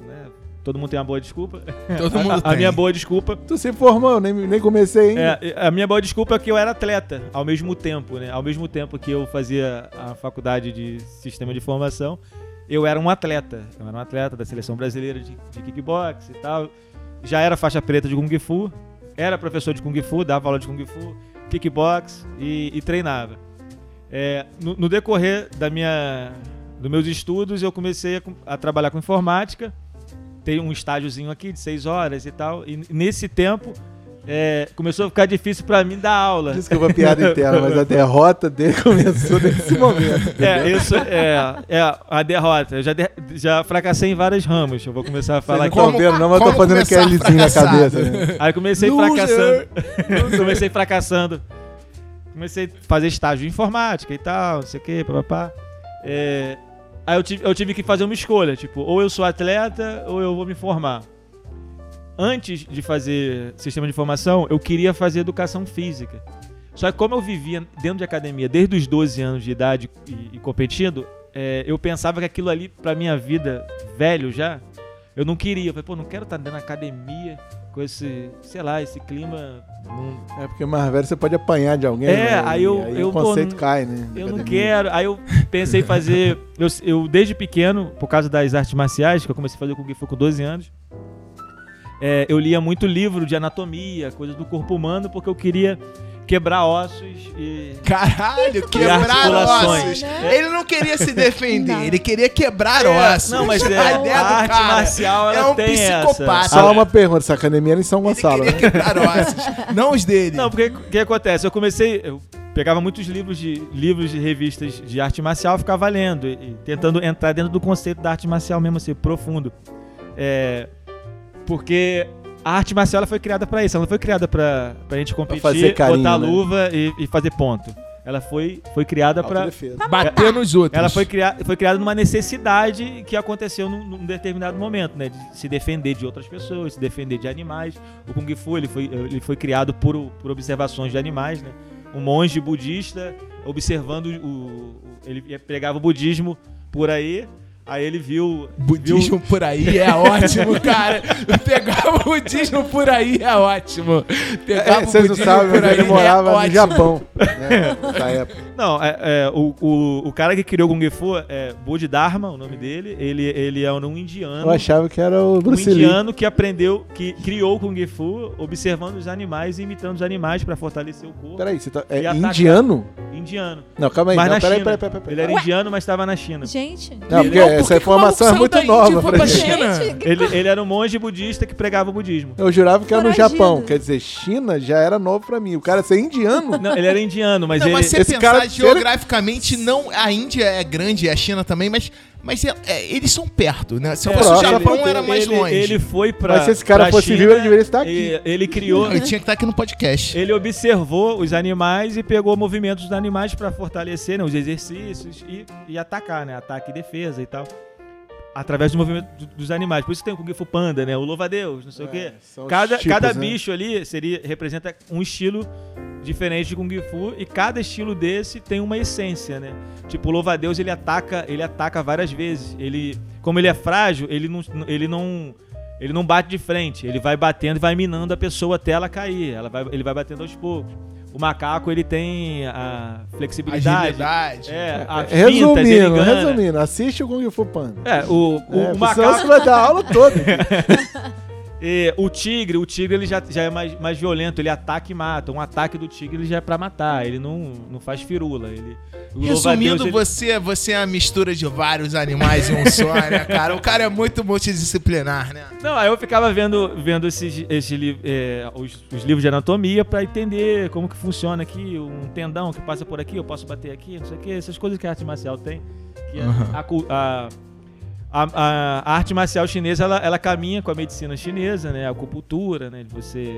Speaker 1: né, Todo mundo tem uma boa desculpa.
Speaker 4: Todo
Speaker 1: A-
Speaker 4: mundo
Speaker 1: a, a
Speaker 4: tem.
Speaker 1: minha boa desculpa,
Speaker 2: Tu se formou, eu nem, nem comecei ainda.
Speaker 1: é, a minha boa desculpa é que eu era atleta ao mesmo tempo, né? Ao mesmo tempo que eu fazia a faculdade de sistema de formação, eu era um atleta. Eu era um atleta da seleção brasileira de, de kickbox e tal. Já era faixa preta de Kung Fu, era professor de Kung Fu, dava aula de Kung Fu, kickbox e, e treinava. É, no, no decorrer da minha, dos meus estudos, eu comecei a com- a trabalhar com informática tem um estágiozinho aqui de seis horas e tal. E nesse tempo é, começou a ficar difícil pra mim dar aula.
Speaker 2: Desculpa a piada interna, mas a derrota dele começou nesse momento.
Speaker 1: É, isso é, é a derrota. Eu já, de- já fracassei em vários ramos. Eu vou começar a falar
Speaker 2: Fala
Speaker 1: aqui.
Speaker 2: que não vendo, não, mas eu tô
Speaker 4: como
Speaker 2: fazendo
Speaker 4: começar
Speaker 2: aquele lisinho na
Speaker 4: fracassado?
Speaker 2: cabeça. Né?
Speaker 1: Aí comecei
Speaker 4: Loser.
Speaker 1: fracassando. comecei fracassando. Comecei a fazer estágio de informática e tal, não sei o que, papapá. É, aí eu tive, eu tive que fazer uma escolha, tipo, ou eu sou atleta ou eu vou me formar. Antes de fazer sistema de formação, eu queria fazer educação física. Só que como eu vivia dentro de academia desde os 12 anos de idade e, e competindo, é, eu pensava que aquilo ali, pra minha vida, velho já, eu não queria. Eu falei, pô, não quero estar dentro da academia com esse, sei lá, esse clima. não-
Speaker 2: É porque mais velho você pode apanhar de alguém.
Speaker 1: É,
Speaker 2: né?
Speaker 1: aí
Speaker 2: E
Speaker 1: eu- eu,
Speaker 2: o
Speaker 1: pô,
Speaker 2: conceito
Speaker 1: não-
Speaker 2: cai, né?
Speaker 1: eu não
Speaker 2: Academia.
Speaker 1: quero. Aí eu pensei em fazer. Eu, eu, desde pequeno, por causa das artes marciais, que eu comecei a fazer Kung Fu com 12 anos, é, eu lia muito livro de anatomia, coisas do corpo humano, porque eu queria quebrar ossos e.
Speaker 4: Caralho,
Speaker 1: E
Speaker 4: quebrar
Speaker 1: articulações.
Speaker 4: ossos.
Speaker 3: né?
Speaker 4: Ele não queria se defender,
Speaker 3: Não.
Speaker 4: ele queria quebrar
Speaker 1: É,
Speaker 4: ossos.
Speaker 1: Não, mas é,
Speaker 4: a
Speaker 1: a
Speaker 4: ideia do
Speaker 1: arte
Speaker 4: cara
Speaker 1: marcial
Speaker 4: é
Speaker 1: ela
Speaker 4: um
Speaker 1: tem
Speaker 4: psicopata.
Speaker 1: essa.
Speaker 2: Só uma pergunta, essa academia era em São
Speaker 4: Ele
Speaker 2: Gonçalo.
Speaker 4: queria
Speaker 2: né?
Speaker 4: quebrar ossos, não os dele.
Speaker 1: Não, porque o que acontece? Eu comecei. Eu pegava muitos livros de livros de revistas de arte marcial, ficava lendo, e, e tentando entrar dentro do conceito da arte marcial mesmo, assim, profundo. É, porque a arte marcial ela foi criada pra isso, ela não foi criada pra, pra gente competir,
Speaker 2: fazer carinho,
Speaker 1: botar a
Speaker 2: né?
Speaker 1: luva e, e fazer ponto. Ela foi, foi criada pra.
Speaker 2: Autodefesa.
Speaker 4: Bater nos outros.
Speaker 1: Ela foi, cria, foi criada numa necessidade que aconteceu num, num determinado momento, né? De se defender de outras pessoas, se defender de animais. O Kung Fu ele foi, ele foi criado por, o- por observações de animais, né? Um monge budista observando o. o- ele ia- pegava o budismo por aí, aí ele viu.
Speaker 4: Budismo
Speaker 1: viu-
Speaker 4: por aí é ótimo, cara. Pegar o budismo por aí é ótimo. Pegar
Speaker 2: É,
Speaker 4: o
Speaker 2: vocês não
Speaker 4: budismo
Speaker 2: sabem,
Speaker 4: por
Speaker 2: mas
Speaker 4: aí
Speaker 2: ele
Speaker 4: é
Speaker 2: morava no
Speaker 4: ótimo.
Speaker 2: Japão. Né? nessa época.
Speaker 1: Não, é, é, o, o, o cara que criou o Kung Fu é Bodhidharma, o nome dele. Ele, ele é um indiano.
Speaker 2: Eu achava que era o
Speaker 1: um
Speaker 2: Bruce Lee.
Speaker 1: indiano que aprendeu, que criou o Kung Fu observando os animais e imitando os animais pra fortalecer o corpo.
Speaker 2: Peraí, você tá...
Speaker 1: E
Speaker 2: é
Speaker 1: ataca-
Speaker 2: indiano?
Speaker 1: Indiano.
Speaker 2: Não, calma aí.
Speaker 1: Mas
Speaker 2: não,
Speaker 1: na
Speaker 2: peraí,
Speaker 1: China.
Speaker 2: peraí, peraí, peraí.
Speaker 1: Ele era
Speaker 3: Ué?
Speaker 1: indiano, mas estava na China.
Speaker 3: Gente,
Speaker 2: Não, porque
Speaker 4: Não, por que
Speaker 2: essa
Speaker 4: que o maluco
Speaker 2: informação é
Speaker 4: saiu
Speaker 2: muito
Speaker 4: daí?
Speaker 2: nova
Speaker 4: Tipo,
Speaker 2: pra
Speaker 4: pra
Speaker 2: gente.
Speaker 4: China.
Speaker 3: gente, que-
Speaker 1: Ele, ele era um monge budista que pregava o budismo.
Speaker 2: Eu jurava que era no
Speaker 3: Foragido.
Speaker 2: Japão. Quer dizer, China já era novo pra mim. O cara é ser indiano?
Speaker 1: Não, ele era indiano, mas
Speaker 4: Não,
Speaker 1: ele.
Speaker 4: mas se você
Speaker 2: esse
Speaker 4: pensar
Speaker 2: cara-
Speaker 4: geograficamente, não, a Índia é grande, e a é China também, mas Mas é- é, eles são perto, né? Se eu
Speaker 1: É,
Speaker 4: fosse o
Speaker 2: próximo,
Speaker 4: Japão,
Speaker 2: ele-
Speaker 4: era um mais
Speaker 1: ele,
Speaker 4: longe.
Speaker 1: Ele foi pra.
Speaker 2: Mas se esse cara
Speaker 1: pra
Speaker 2: fosse
Speaker 1: China,
Speaker 2: vivo, ele deveria estar aqui.
Speaker 1: e- Ele criou.
Speaker 4: Ele tinha que estar aqui no podcast.
Speaker 1: Ele observou os animais e pegou movimentos dos animais pra fortalecer né, os exercícios e, e atacar, né? Ataque e defesa e tal. Através do movimento do- dos animais. Por isso que tem o Kung Fu Panda, né? O louva-a-Deus, não sei o quê.
Speaker 2: É, são os
Speaker 1: Cada,
Speaker 2: tipos,
Speaker 1: cada
Speaker 2: né?
Speaker 1: bicho ali seria, representa um estilo diferente de Kung Fu e cada estilo desse tem uma essência, né? Tipo, o louva-a-Deus, ele ataca, ele ataca várias vezes. Ele, como ele é frágil, ele não, ele não ele não bate de frente, ele vai batendo e vai minando a pessoa até ela cair. Ela vai- ele vai batendo aos poucos. O macaco, ele tem a flexibilidade.
Speaker 4: Agilidade.
Speaker 1: É, a fintas, ele
Speaker 2: Resumindo,
Speaker 1: engana.
Speaker 2: resumindo, assiste o Kung Fu Panda.
Speaker 1: É, o, o,
Speaker 2: É,
Speaker 1: o
Speaker 2: senão
Speaker 1: macaco
Speaker 2: você vai dar aula toda.
Speaker 1: E o tigre, o tigre ele já, já é mais, mais violento, ele ataca e mata. Um ataque do tigre ele já é pra matar, ele não, não faz firula. Ele, o louva-a-Deus,
Speaker 4: Resumindo,
Speaker 1: ele-
Speaker 4: você, você é a mistura de vários animais em um só, né, cara? O cara é muito multidisciplinar, né?
Speaker 1: Não, aí eu ficava vendo, vendo esses, esse li- é, os, os livros de anatomia pra entender como que funciona aqui, um tendão que passa por aqui, eu posso bater aqui, não sei o que, essas coisas que a arte marcial tem. Que a-
Speaker 4: Aham.
Speaker 1: a, cu- a- a- a- a arte marcial chinesa, ela, ela caminha com a medicina chinesa, né? A acupuntura, né? de Você...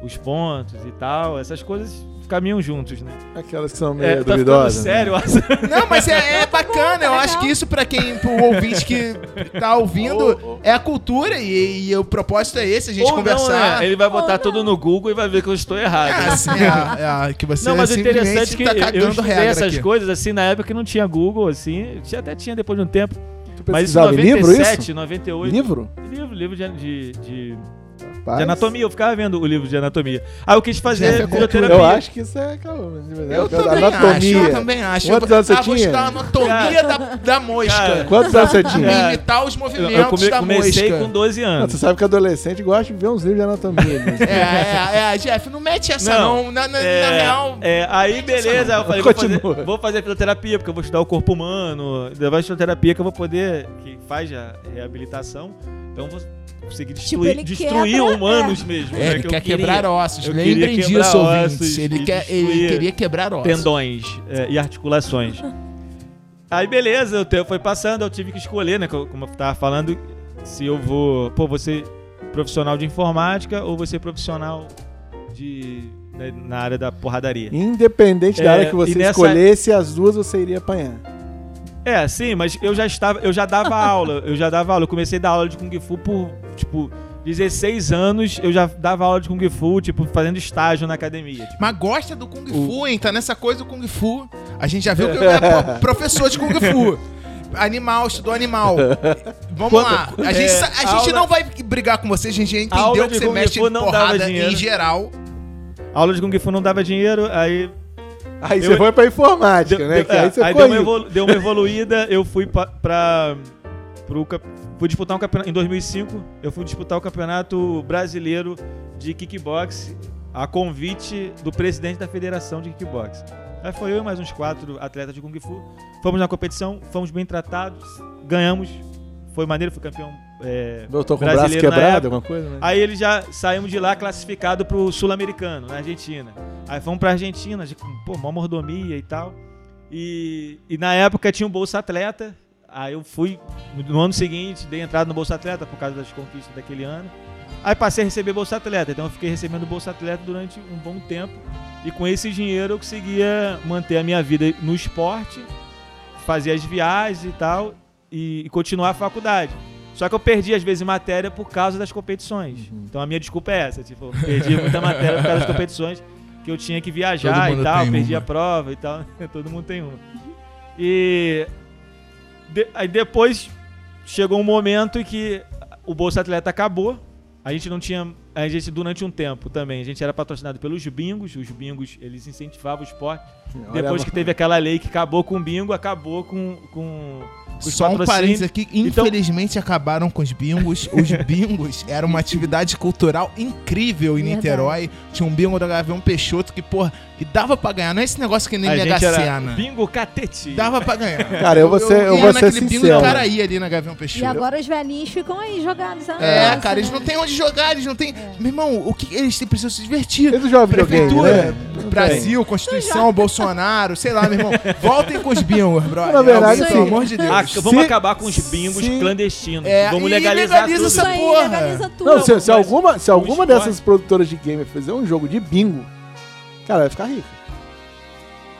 Speaker 1: Os pontos e tal, essas coisas caminham juntos, né?
Speaker 2: Aquelas que são
Speaker 1: É,
Speaker 2: meio
Speaker 1: tá ficando
Speaker 2: duvidosas. né?
Speaker 1: sério, ó.
Speaker 4: Não, mas é, é bacana. Eu
Speaker 3: legal.
Speaker 4: acho que isso, pra quem, pro ouvinte que tá ouvindo, é a cultura e, e o propósito é esse, a gente
Speaker 1: Ou não,
Speaker 4: conversar.
Speaker 1: né? Ele vai
Speaker 3: Ou
Speaker 1: botar
Speaker 3: não.
Speaker 1: tudo no Google e vai ver que eu estou
Speaker 4: É,
Speaker 1: errado. né?
Speaker 4: assim, é, é, que você
Speaker 1: não, mas o
Speaker 4: simplesmente
Speaker 1: interessante é que
Speaker 4: tá
Speaker 1: eu eu
Speaker 4: cagando
Speaker 1: estudei
Speaker 4: regra
Speaker 1: essas
Speaker 4: aqui.
Speaker 1: coisas assim na época que não tinha Google, assim, tinha- até tinha depois de um tempo.
Speaker 2: Tu
Speaker 1: Mas em
Speaker 2: precisava de livro,
Speaker 1: 97,
Speaker 2: isso?
Speaker 1: 98.
Speaker 2: Livro?
Speaker 1: Livro, livro de, de- de- de
Speaker 2: Rapaz,
Speaker 1: anatomia, eu ficava vendo o livro de anatomia. Aí eu quis fazer
Speaker 4: Gente, é
Speaker 1: fisioterapia.
Speaker 2: Eu acho que isso é calma.
Speaker 4: Eu
Speaker 2: é,
Speaker 4: também acho, eu
Speaker 2: anatomia.
Speaker 4: também acho.
Speaker 2: Quantos
Speaker 4: Eu-
Speaker 2: anos você
Speaker 4: ah, vou
Speaker 2: tinha?
Speaker 4: estudar a anatomia da, da
Speaker 1: Cara,
Speaker 4: mosca.
Speaker 2: Quantos anos você tinha?
Speaker 1: É.
Speaker 4: Imitar os
Speaker 1: Eu-
Speaker 4: movimentos
Speaker 1: eu come-
Speaker 4: da
Speaker 1: comecei
Speaker 4: tá mosca.
Speaker 1: com 12
Speaker 2: Ah,
Speaker 1: anos.
Speaker 2: Você sabe que adolescente gosta de ver uns livros de anatomia. né?
Speaker 4: É, é, é, Jeff, não mete essa não.
Speaker 1: Não,
Speaker 4: Na, na- na
Speaker 1: É,
Speaker 4: real,
Speaker 1: é, aí beleza, eu falei, vou
Speaker 2: Continua.
Speaker 1: fazer, vou fazer fisioterapia, porque eu vou estudar o corpo humano, depois fisioterapia que eu vou poder, que faz a reabilitação, então eu vou conseguir destruir,
Speaker 3: ele
Speaker 1: destruir
Speaker 3: quebra-
Speaker 1: humanos mesmo.
Speaker 4: Tipo, É,
Speaker 1: né,
Speaker 4: ele
Speaker 1: que eu
Speaker 4: quer
Speaker 1: queria.
Speaker 4: quebrar ossos.
Speaker 1: Eu
Speaker 4: Lembrem
Speaker 1: queria
Speaker 4: disso,
Speaker 1: quebrar
Speaker 4: ouvintes.
Speaker 1: ossos
Speaker 4: Ele,
Speaker 1: e
Speaker 4: quer, ele
Speaker 1: destruir
Speaker 4: queria quebrar ossos.
Speaker 1: tendões é, e articulações. Aí beleza, o tempo foi passando, eu tive que escolher, né, co- como eu tava falando, se eu vou, pô, você profissional de informática ou você profissional de né, na área da porradaria.
Speaker 2: Independente da
Speaker 1: É,
Speaker 2: área que você
Speaker 1: e nessa-
Speaker 2: escolhesse, as duas você iria apanhar.
Speaker 1: É, sim, mas eu já estava, eu já dava aula, eu já dava aula, eu comecei a dar aula de Kung Fu por, tipo, 16 anos, eu já dava aula de Kung Fu, tipo, fazendo estágio na academia. tipo.
Speaker 4: Mas gosta do Kung Fu, hein? Tá nessa coisa do Kung Fu. A gente já viu que eu é professor de Kung Fu. Animal, estudou animal. Vamos lá. A gente, sa- a
Speaker 1: É,
Speaker 4: gente
Speaker 1: aula-
Speaker 4: não vai brigar com você, a gente já
Speaker 1: Aula
Speaker 4: entendeu
Speaker 1: de
Speaker 4: que você
Speaker 1: Kung
Speaker 4: mexe
Speaker 1: Fu
Speaker 4: em
Speaker 1: não dava
Speaker 4: porrada
Speaker 1: dinheiro.
Speaker 4: em geral.
Speaker 1: Aula de Kung Fu não dava dinheiro, aí
Speaker 2: Aí
Speaker 1: Eu-
Speaker 2: você foi pra informática, né?
Speaker 1: deu-
Speaker 2: que aí
Speaker 1: é,
Speaker 2: você
Speaker 1: aí
Speaker 2: foi.
Speaker 1: deu uma, evolu- deu uma evoluída, eu fui pa- pra, pro cap- fui disputar um campeonato em 2005, eu fui disputar o campeonato brasileiro de kickbox a convite do presidente da Federação de Kickbox. Aí foi eu e mais uns quatro atletas de Kung Fu. Fomos na competição, fomos bem tratados, ganhamos. Foi maneiro, fui campeão. é,
Speaker 2: Voltou com o braço
Speaker 1: brasileiro na
Speaker 2: quebrado,
Speaker 1: época. Ah,
Speaker 2: alguma coisa, né?
Speaker 1: Aí eles já saímos de lá classificado pro Sul-Americano, na Argentina. Aí fomos pra Argentina, de- com, pô, mó mordomia e tal. E, e na época tinha um Bolsa Atleta. Aí eu fui, no ano seguinte, dei entrada no Bolsa Atleta por causa das conquistas daquele ano. Aí passei a receber Bolsa Atleta, então eu fiquei recebendo Bolsa Atleta durante um bom tempo. E com esse dinheiro eu conseguia manter a minha vida no esporte, fazer as viagens e tal, e, e continuar a faculdade. Só que eu perdi, às vezes, matéria por causa das competições.
Speaker 4: Uhum.
Speaker 1: Então a minha desculpa é essa, tipo, eu perdi muita matéria por causa das competições, que eu tinha que viajar
Speaker 4: Todo
Speaker 1: e
Speaker 4: mundo
Speaker 1: tal,
Speaker 4: tem
Speaker 1: perdi
Speaker 4: uma.
Speaker 1: a prova e tal. Todo mundo tem uma. E de- aí depois chegou um momento em que o Bolsa Atleta acabou. A gente não tinha. A gente, durante um tempo também, a gente era patrocinado pelos bingos. Os bingos, eles incentivavam o esporte.
Speaker 2: Olha,
Speaker 1: Depois que teve aquela lei que acabou com o bingo, acabou com. com os
Speaker 4: Só um
Speaker 1: patrocínios.
Speaker 4: parênteses aqui,
Speaker 1: Então-
Speaker 4: infelizmente acabaram com os bingos. Os bingos era uma atividade cultural incrível em
Speaker 3: Verdade.
Speaker 4: Niterói. Tinha um bingo da Gavião Peixoto que, porra, que dava pra ganhar. Não é esse negócio que nem
Speaker 1: a
Speaker 4: Mega
Speaker 1: gente era
Speaker 4: Sena.
Speaker 1: bingo catete.
Speaker 4: Dava pra ganhar.
Speaker 2: Cara, eu vou ser, eu
Speaker 4: ia
Speaker 2: vou ser
Speaker 4: naquele bingo do
Speaker 2: sincero.
Speaker 4: Caraí ali na Gavião Peixoto.
Speaker 3: E agora os velhinhos ficam aí jogados. na
Speaker 4: É,
Speaker 3: praça,
Speaker 4: cara, eles
Speaker 3: né? É.
Speaker 4: não têm onde jogar, eles não têm. Meu irmão, o que eles têm- precisam se divertir.
Speaker 2: Eles não jogam videogame,
Speaker 4: Prefeitura,
Speaker 2: né?
Speaker 1: é,
Speaker 2: não
Speaker 4: Brasil, Constituição, Bolsonaro, sei lá, meu irmão. Voltem com os bingos, brother.
Speaker 2: Na verdade, assim,
Speaker 4: É alguém,
Speaker 3: sim.
Speaker 4: pelo amor de Deus.
Speaker 1: Ah, vamos
Speaker 2: Se-
Speaker 1: acabar com os bingos
Speaker 2: se-
Speaker 1: clandestinos.
Speaker 4: É,
Speaker 1: vamos
Speaker 4: e
Speaker 1: legalizar
Speaker 4: legaliza
Speaker 1: tudo.
Speaker 3: Isso aí
Speaker 4: porra.
Speaker 3: legaliza tudo.
Speaker 2: É. Não, se,
Speaker 1: mas
Speaker 2: se alguma, se
Speaker 1: o
Speaker 2: alguma
Speaker 1: esporte-
Speaker 2: dessas produtoras de gamer fizer um jogo de bingo, cara, vai ficar rico.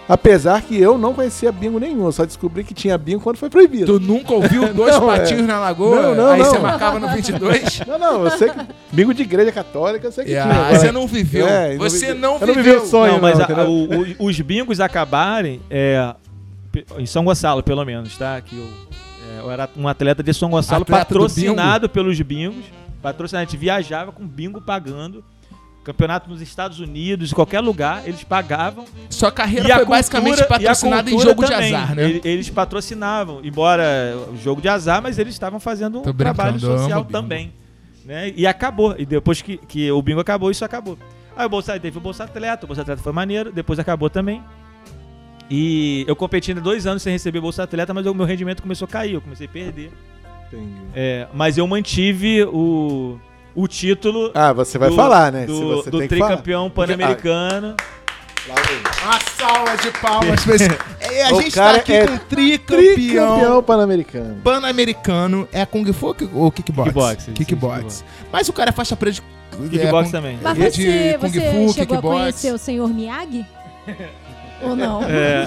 Speaker 2: Apesar que eu não conhecia bingo nenhum, eu só descobri que tinha bingo quando foi proibido.
Speaker 4: Tu nunca ouviu dois
Speaker 2: Não, é.
Speaker 4: patinhos na lagoa?
Speaker 2: Não, não,
Speaker 4: aí você
Speaker 2: não.
Speaker 4: marcava no 22?
Speaker 2: Não, não, eu sei que. Bingo de igreja católica, eu sei que
Speaker 4: E, ah,
Speaker 2: tinha. agora-
Speaker 4: você não viveu.
Speaker 2: É, eu não
Speaker 4: você
Speaker 2: vivi-
Speaker 4: não
Speaker 2: eu
Speaker 4: viveu.
Speaker 2: não vivi o sonho.
Speaker 1: não, mas
Speaker 2: não,
Speaker 1: a-
Speaker 2: entendeu?
Speaker 1: o- o- os bingos acabarem é, pe- em São Gonçalo, pelo menos, tá? Que eu, é, eu era um atleta de São Gonçalo
Speaker 4: Atleta do
Speaker 1: patrocinado pelos bingos. Patrocinado, a gente viajava com bingo pagando. Campeonato nos Estados Unidos, em qualquer lugar, eles pagavam.
Speaker 4: Sua carreira
Speaker 1: a
Speaker 4: foi
Speaker 1: cultura- e
Speaker 4: basicamente
Speaker 1: a
Speaker 4: patrocinada em
Speaker 1: cultura
Speaker 4: jogo
Speaker 1: também.
Speaker 4: de azar, né?
Speaker 1: Ele- Eles patrocinavam, embora o jogo de azar, mas eles estavam fazendo um
Speaker 4: Tô brincando,
Speaker 1: trabalho
Speaker 4: eu amo
Speaker 1: social
Speaker 4: bingo.
Speaker 1: também. Né? E acabou. E depois que, que o bingo acabou, isso acabou. Aí o Bolsa teve o Bolsa Atleta, o Bolsa Atleta foi maneiro, depois acabou também. E eu competi ainda dois anos sem receber Bolsa Atleta, mas o meu rendimento começou a cair, eu comecei a perder.
Speaker 2: Entendi.
Speaker 1: É, mas eu mantive o, o título
Speaker 2: Ah, você vai
Speaker 1: do,
Speaker 2: falar, né? se
Speaker 1: do,
Speaker 2: você
Speaker 1: do
Speaker 2: tem que falar. Ah,
Speaker 1: tricampeão pan-americano.
Speaker 4: Uma salva de palmas pra esse. É, a
Speaker 2: O
Speaker 4: gente tá
Speaker 2: cara
Speaker 4: aqui
Speaker 2: é
Speaker 4: com tricampeão.
Speaker 2: Tricampeão pan-americano.
Speaker 4: Pan-americano é Kung Fu ou kick- ou kickbox?
Speaker 1: Kickbox, sim,
Speaker 4: Kickbox. Mas o cara é faixa preta de.
Speaker 1: Kickbox
Speaker 4: é, com-
Speaker 1: também.
Speaker 3: Mas
Speaker 4: de
Speaker 3: você,
Speaker 4: Kung
Speaker 3: você
Speaker 4: Fu,
Speaker 3: chegou a
Speaker 4: kickbox.
Speaker 3: conhecer o senhor Miyagi? Ou não?
Speaker 1: É,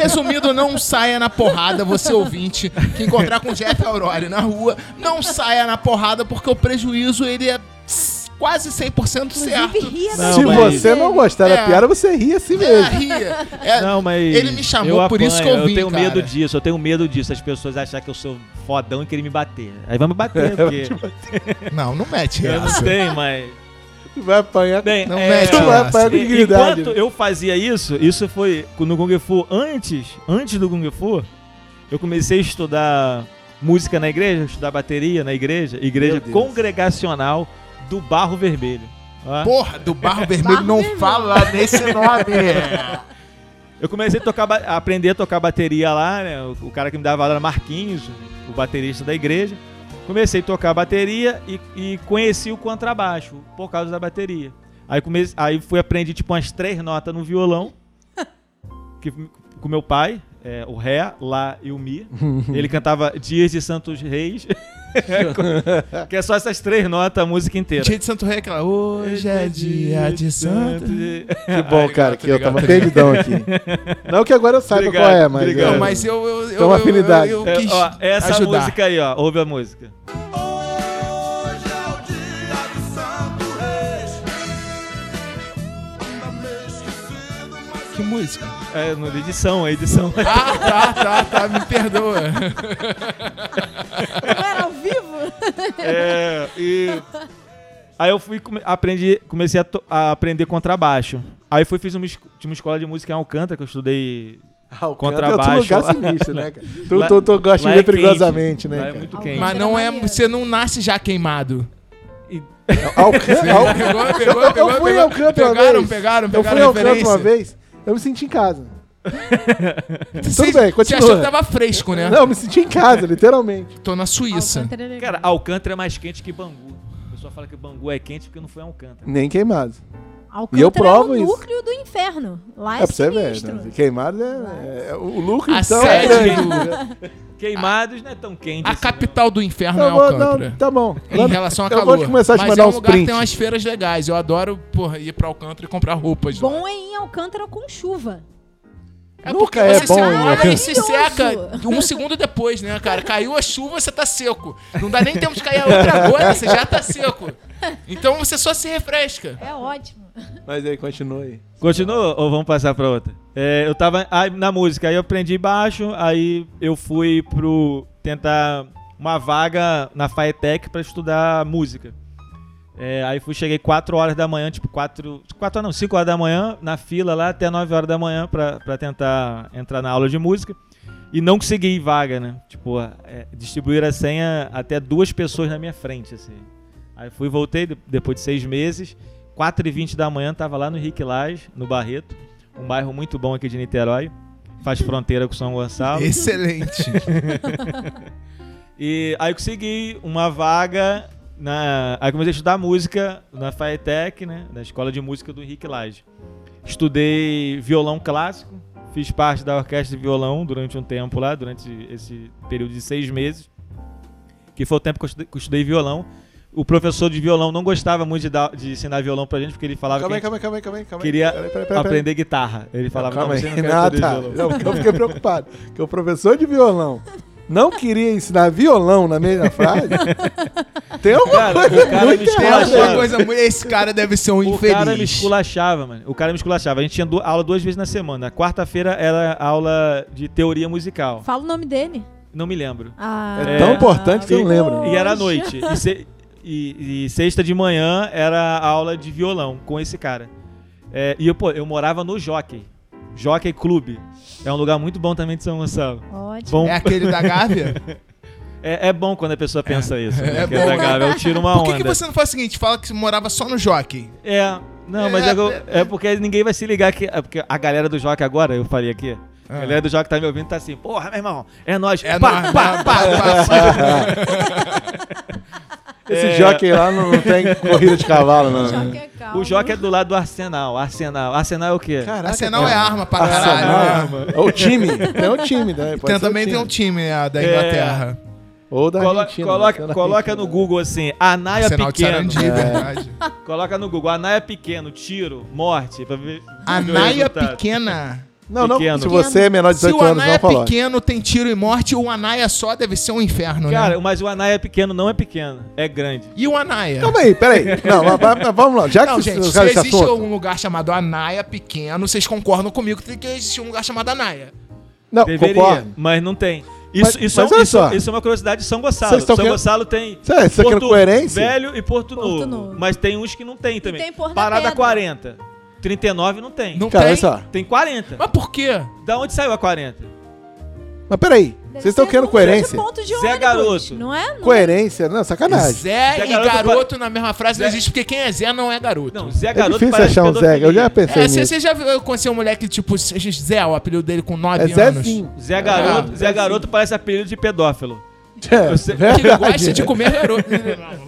Speaker 4: Resumindo, não saia na porrada, você ouvinte, que encontrar com o Jeff Aurori na rua, não saia na porrada, porque o prejuízo ele é tss, quase 100%
Speaker 3: Inclusive,
Speaker 4: certo.
Speaker 1: Não,
Speaker 3: ria da
Speaker 2: se
Speaker 1: mas-
Speaker 3: voz
Speaker 2: você
Speaker 3: dele.
Speaker 2: não gostar
Speaker 4: É.
Speaker 2: da piada, você ri assim
Speaker 4: É,
Speaker 2: mesmo.
Speaker 4: ria. É,
Speaker 1: Não, mas.
Speaker 4: Ele me chamou, por isso que eu vim,
Speaker 1: tenho
Speaker 4: cara.
Speaker 1: medo disso, eu tenho medo disso. As pessoas achar que eu sou fodão e querer me bater. Aí vai me bater, porque.
Speaker 4: Não, não mete
Speaker 1: eu não
Speaker 4: essa.
Speaker 1: sei, mas.
Speaker 2: Vai apanhar.
Speaker 1: Bem,
Speaker 4: Não
Speaker 1: é,
Speaker 4: mete
Speaker 2: tu vai
Speaker 4: essa.
Speaker 2: apanhar com
Speaker 1: e-
Speaker 2: dignidade.
Speaker 1: enquanto eu fazia isso, isso foi no Kung Fu antes, antes do Kung Fu, eu comecei a estudar música na igreja, estudar bateria na igreja, igreja
Speaker 2: Meu Deus.
Speaker 1: congregacional do Barro Vermelho. tá?
Speaker 4: Porra, do Barro Vermelho
Speaker 3: Barro
Speaker 4: não
Speaker 3: Vermelho.
Speaker 4: fala nesse nome.
Speaker 1: Eu comecei a, tocar, ba- a aprender a tocar bateria lá, né? O, o cara que me dava aula era Marquinhos, o baterista da igreja. Comecei a tocar bateria e, e conheci o contrabaixo por causa da bateria. Aí, comecei, aí fui aprender tipo umas três notas no violão que, com meu pai, é, o Ré, Lá e o Mi. Ele cantava Dias de Santos Reis, que é só essas três notas a música inteira.
Speaker 4: Dia de Santo Rei, aquela. Hoje é dia de Santo.
Speaker 2: Que bom, cara, que eu tava perdidão aqui. Não que agora eu saiba
Speaker 1: Obrigado,
Speaker 2: qual é, mas.
Speaker 1: obrigado.
Speaker 4: Não,
Speaker 2: é,
Speaker 4: mas eu. eu, eu,
Speaker 2: Tem uma
Speaker 4: eu-
Speaker 2: afinidade.
Speaker 4: eu- eu
Speaker 1: É,
Speaker 4: quis
Speaker 1: ó, essa
Speaker 4: ajudar.
Speaker 1: música aí, ó. Ouve a música.
Speaker 5: Hoje é o dia de Santo Reis. Ainda me esquecido, mas
Speaker 4: Que música?
Speaker 1: É, no edição, é edição.
Speaker 4: Ah, tá, tá, tá, me perdoa.
Speaker 3: Não era ao vivo?
Speaker 1: É, e... Aí eu fui, come- aprendi, comecei a, to- a aprender contrabaixo. Aí fui, fiz uma, es- tinha uma escola de música em Alcântara, que eu estudei...
Speaker 2: Ah, o
Speaker 1: Contrabaixo.
Speaker 2: canto É outro lugar sinistro, né, cara?
Speaker 1: Lá-
Speaker 2: Tu, tu, tu gosta
Speaker 1: lá
Speaker 2: de ver
Speaker 1: é quente.
Speaker 2: perigosamente, né,
Speaker 1: Lá é
Speaker 2: cara?
Speaker 1: muito
Speaker 3: Alcântara.
Speaker 1: quente.
Speaker 4: Mas não é. Você não nasce já queimado.
Speaker 1: E-
Speaker 2: Alcan- Al-
Speaker 4: Pegou,
Speaker 2: Eu-
Speaker 4: pegou,
Speaker 2: eu
Speaker 4: pegou,
Speaker 2: fui
Speaker 4: pegou.
Speaker 2: ao canto uma
Speaker 4: Pegaram,
Speaker 2: vez.
Speaker 4: pegaram,
Speaker 2: Eu fui
Speaker 4: pegaram a
Speaker 2: ao canto uma
Speaker 4: referência.
Speaker 2: vez, eu me senti em casa.
Speaker 4: Você-
Speaker 2: Tudo bem,
Speaker 4: Você
Speaker 2: continua.
Speaker 4: achou que tava fresco, né?
Speaker 2: Não, eu me senti em casa, literalmente.
Speaker 4: Tô na Suíça.
Speaker 3: Alcântara é
Speaker 1: Cara,
Speaker 3: legal.
Speaker 1: Alcântara é mais quente que Bangu. O pessoal fala que Bangu é quente porque não foi Alcântara.
Speaker 2: Nem queimado.
Speaker 3: Alcântara
Speaker 2: eu provo
Speaker 3: é o
Speaker 2: isso.
Speaker 3: núcleo do inferno. Lá é,
Speaker 2: é pra você ver.
Speaker 3: sinistro.
Speaker 2: né? Queimado é, é- O lucro,
Speaker 4: A
Speaker 2: então,
Speaker 4: sede
Speaker 2: é grande.
Speaker 4: do-
Speaker 1: Queimados não é tão quente
Speaker 4: A
Speaker 1: assim,
Speaker 4: capital do inferno é
Speaker 2: Tá bom, não,
Speaker 4: Alcântara.
Speaker 2: tá bom.
Speaker 4: Em relação a
Speaker 2: eu
Speaker 4: calor.
Speaker 2: vou te começar a te
Speaker 4: Mas
Speaker 2: mandar
Speaker 4: é um
Speaker 2: uns
Speaker 4: lugar que tem
Speaker 2: prints.
Speaker 4: umas feiras legais. Eu adoro, porra, ir pra Alcântara e comprar roupas lá.
Speaker 3: Bom é ir em Alcântara com chuva.
Speaker 4: É
Speaker 2: Nunca
Speaker 4: porque
Speaker 2: é
Speaker 4: você
Speaker 2: bom,
Speaker 4: se
Speaker 2: né?
Speaker 4: molha e se
Speaker 3: Maravilhoso.
Speaker 4: seca um segundo depois, né, cara? Caiu a chuva, você tá seco. Não dá nem tempo de cair a outra agora, você já tá seco. Então você só se refresca.
Speaker 3: É ótimo.
Speaker 2: Mas aí, continua aí.
Speaker 1: Continua ou vamos passar pra outra? É, eu tava aí na música, aí eu aprendi baixo, aí eu fui pro tentar uma vaga na FAETEC pra estudar música. É, aí fui, cheguei 4 horas da manhã, tipo 4, 4 não, 5 horas da manhã, na fila lá até 9 horas da manhã pra, pra tentar entrar na aula de música. E não consegui vaga, né? Tipo, é, distribuir a senha até duas pessoas na minha frente, assim. Aí fui, voltei de- depois de seis meses, 4h20 da manhã, tava lá no Henrique Lage, no Barreto, um bairro muito bom aqui de Niterói, faz fronteira com São Gonçalo.
Speaker 4: Excelente.
Speaker 1: E aí consegui uma vaga na. Aí comecei a estudar música na FAETEC, né? Na escola de música do Henrique Lage. Estudei violão clássico, fiz parte da orquestra de violão durante um tempo lá, durante esse período de seis meses, que foi o tempo que eu estudei, que eu estudei violão. O professor de violão não gostava muito de, dar- de ensinar violão pra gente, porque ele falava
Speaker 2: Calma aí,
Speaker 1: que a
Speaker 2: calma aí, calma aí, calma aí. calma aí.
Speaker 1: Queria
Speaker 2: Peraí, peraí,
Speaker 1: gente
Speaker 2: peraí, peraí.
Speaker 1: aprender guitarra. Ele falava, não,
Speaker 2: Calma aí.
Speaker 1: você não quer
Speaker 2: Ah,
Speaker 1: aprender
Speaker 2: tá.
Speaker 1: violão.
Speaker 2: Não, porque eu fiquei preocupado. Porque o professor de violão não queria ensinar violão na mesma frase. Tem alguma
Speaker 1: Cara,
Speaker 2: coisa
Speaker 1: o cara
Speaker 2: muito
Speaker 1: me
Speaker 4: Tem
Speaker 2: errada.
Speaker 4: alguma coisa muito- Esse cara deve ser um
Speaker 1: O
Speaker 4: infeliz.
Speaker 1: cara me esculachava, mano. O cara me esculachava. A gente tinha du- aula duas vezes na semana. Quarta-feira era aula de teoria musical.
Speaker 3: Fala o nome dele.
Speaker 1: Não me lembro.
Speaker 3: Ah,
Speaker 2: É tão importante que eu não lembro.
Speaker 1: E era à
Speaker 3: poxa.
Speaker 1: noite. E, se- e- e sexta de manhã era aula de violão com esse cara. É, e eu, pô, eu morava no Jockey. Jockey Clube. É um lugar muito bom também de São Gonçalo.
Speaker 3: Ótimo.
Speaker 1: Bom,
Speaker 4: É aquele da Gávea?
Speaker 1: é, é bom quando a pessoa pensa isso. né?
Speaker 4: é
Speaker 1: Que É,
Speaker 4: bom,
Speaker 1: da
Speaker 4: né?
Speaker 1: Gávea, eu tiro uma
Speaker 4: Por
Speaker 1: onda.
Speaker 4: que, que você não faz o seguinte? Fala que você morava só no Jockey.
Speaker 1: É, não, mas
Speaker 4: É,
Speaker 1: é, que eu-
Speaker 4: é-
Speaker 1: é porque ninguém vai se ligar que. É porque a galera do Joca agora, eu falei aqui. A galera do Joca tá me ouvindo tá assim, porra, meu irmão, é nóis.
Speaker 4: Ah. É
Speaker 1: pá,
Speaker 4: nóis,
Speaker 1: pá,
Speaker 4: né?
Speaker 1: pá, pá,
Speaker 2: Esse
Speaker 1: É.
Speaker 2: jockey lá não tem corrida de cavalo, não.
Speaker 3: Jockey é
Speaker 4: né?
Speaker 3: calmo.
Speaker 1: O Joca é do lado do Arsenal. Arsenal. Arsenal é o quê?
Speaker 2: Caraca,
Speaker 4: Arsenal é
Speaker 2: cara.
Speaker 4: arma pra caralho.
Speaker 2: Arsenal é
Speaker 4: né?
Speaker 2: arma. Ou time. Tem um time, né? Pode
Speaker 4: Tem-
Speaker 2: ser
Speaker 4: também tem um
Speaker 2: time.
Speaker 4: time é, da
Speaker 1: É.
Speaker 4: Inglaterra.
Speaker 2: Ou da
Speaker 1: Colo-
Speaker 2: Argentina. né?
Speaker 1: coloca
Speaker 2: sei lá.
Speaker 1: coloca no Google assim, Anaia
Speaker 4: é né? Arsenal de
Speaker 1: pequeno. né?
Speaker 4: Sarandi, é verdade.
Speaker 1: Coloca no Google, Anaia pequeno, tiro, morte. Pra ver,
Speaker 4: A
Speaker 1: ver o
Speaker 4: Naia
Speaker 1: resultado.
Speaker 4: pequena.
Speaker 2: Não, não.
Speaker 1: Pequeno.
Speaker 2: Se você é menor de
Speaker 4: Se o
Speaker 2: 18 anos,
Speaker 4: Anaia
Speaker 2: não coloca.
Speaker 4: pequeno tem tiro e morte, o Anaia só deve ser um inferno, né?
Speaker 1: Cara, mas o Anaia pequeno não é pequeno, é grande.
Speaker 4: E o Anaia?
Speaker 2: Calma aí, peraí. Não, mas- mas- mas vamos lá. Já que
Speaker 4: Não,
Speaker 2: vocês
Speaker 4: gente, se
Speaker 2: trocaram esse
Speaker 4: existe
Speaker 2: assunto.
Speaker 4: um lugar chamado Anaia pequeno, vocês concordam comigo que tem que existir um lugar chamado Anaia.
Speaker 2: Não,
Speaker 1: Deveria,
Speaker 2: concordo.
Speaker 1: mas não tem. Isso,
Speaker 2: Mas-
Speaker 1: isso, é
Speaker 2: mas
Speaker 1: um-
Speaker 2: olha
Speaker 1: isso-
Speaker 2: só.
Speaker 1: isso é uma curiosidade de São Gonçalo.
Speaker 2: Vocês
Speaker 1: São
Speaker 2: estão querendo-
Speaker 1: Gonçalo tem
Speaker 2: Cê- cê quer coerência?
Speaker 1: Velho e Porto, Novo,
Speaker 3: Porto Novo.
Speaker 1: Mas tem uns que não tem também.
Speaker 3: tem Porto da
Speaker 1: Parada
Speaker 3: Pedra.
Speaker 1: 40. 39 não tem.
Speaker 4: Não
Speaker 2: Cara,
Speaker 4: tem?
Speaker 2: olha só.
Speaker 1: Tem 40.
Speaker 4: Mas por quê?
Speaker 1: Da onde saiu a 40?
Speaker 2: Mas peraí.
Speaker 3: Deve
Speaker 2: Vocês estão
Speaker 3: ser
Speaker 2: querendo
Speaker 3: número de
Speaker 2: coerência?
Speaker 3: ponto de
Speaker 1: Zé
Speaker 3: ônibus,
Speaker 1: Garoto.
Speaker 3: Não é? Não.
Speaker 2: Coerência? Não, sacanagem.
Speaker 4: Zé,
Speaker 1: Zé
Speaker 4: e
Speaker 1: garoto
Speaker 4: garoto,
Speaker 1: pa-
Speaker 4: na mesma frase não existe, porque quem é Zé não é garoto.
Speaker 1: Não, Zé
Speaker 2: É
Speaker 1: Garoto
Speaker 2: difícil
Speaker 1: parece
Speaker 2: achar um Zé.
Speaker 1: pedofilia.
Speaker 2: Eu já pensei
Speaker 4: É,
Speaker 2: nisso.
Speaker 4: você já viu, eu conheci um moleque, tipo, Zé, o apelido dele com 9
Speaker 2: É
Speaker 4: anos.
Speaker 2: Zezinho.
Speaker 1: Zé Garoto,
Speaker 2: Ah,
Speaker 1: Zé Garoto parece apelido de pedófilo.
Speaker 2: É,
Speaker 1: Eu sei-
Speaker 4: Que
Speaker 2: verdade.
Speaker 4: ele gosta de comer garoto.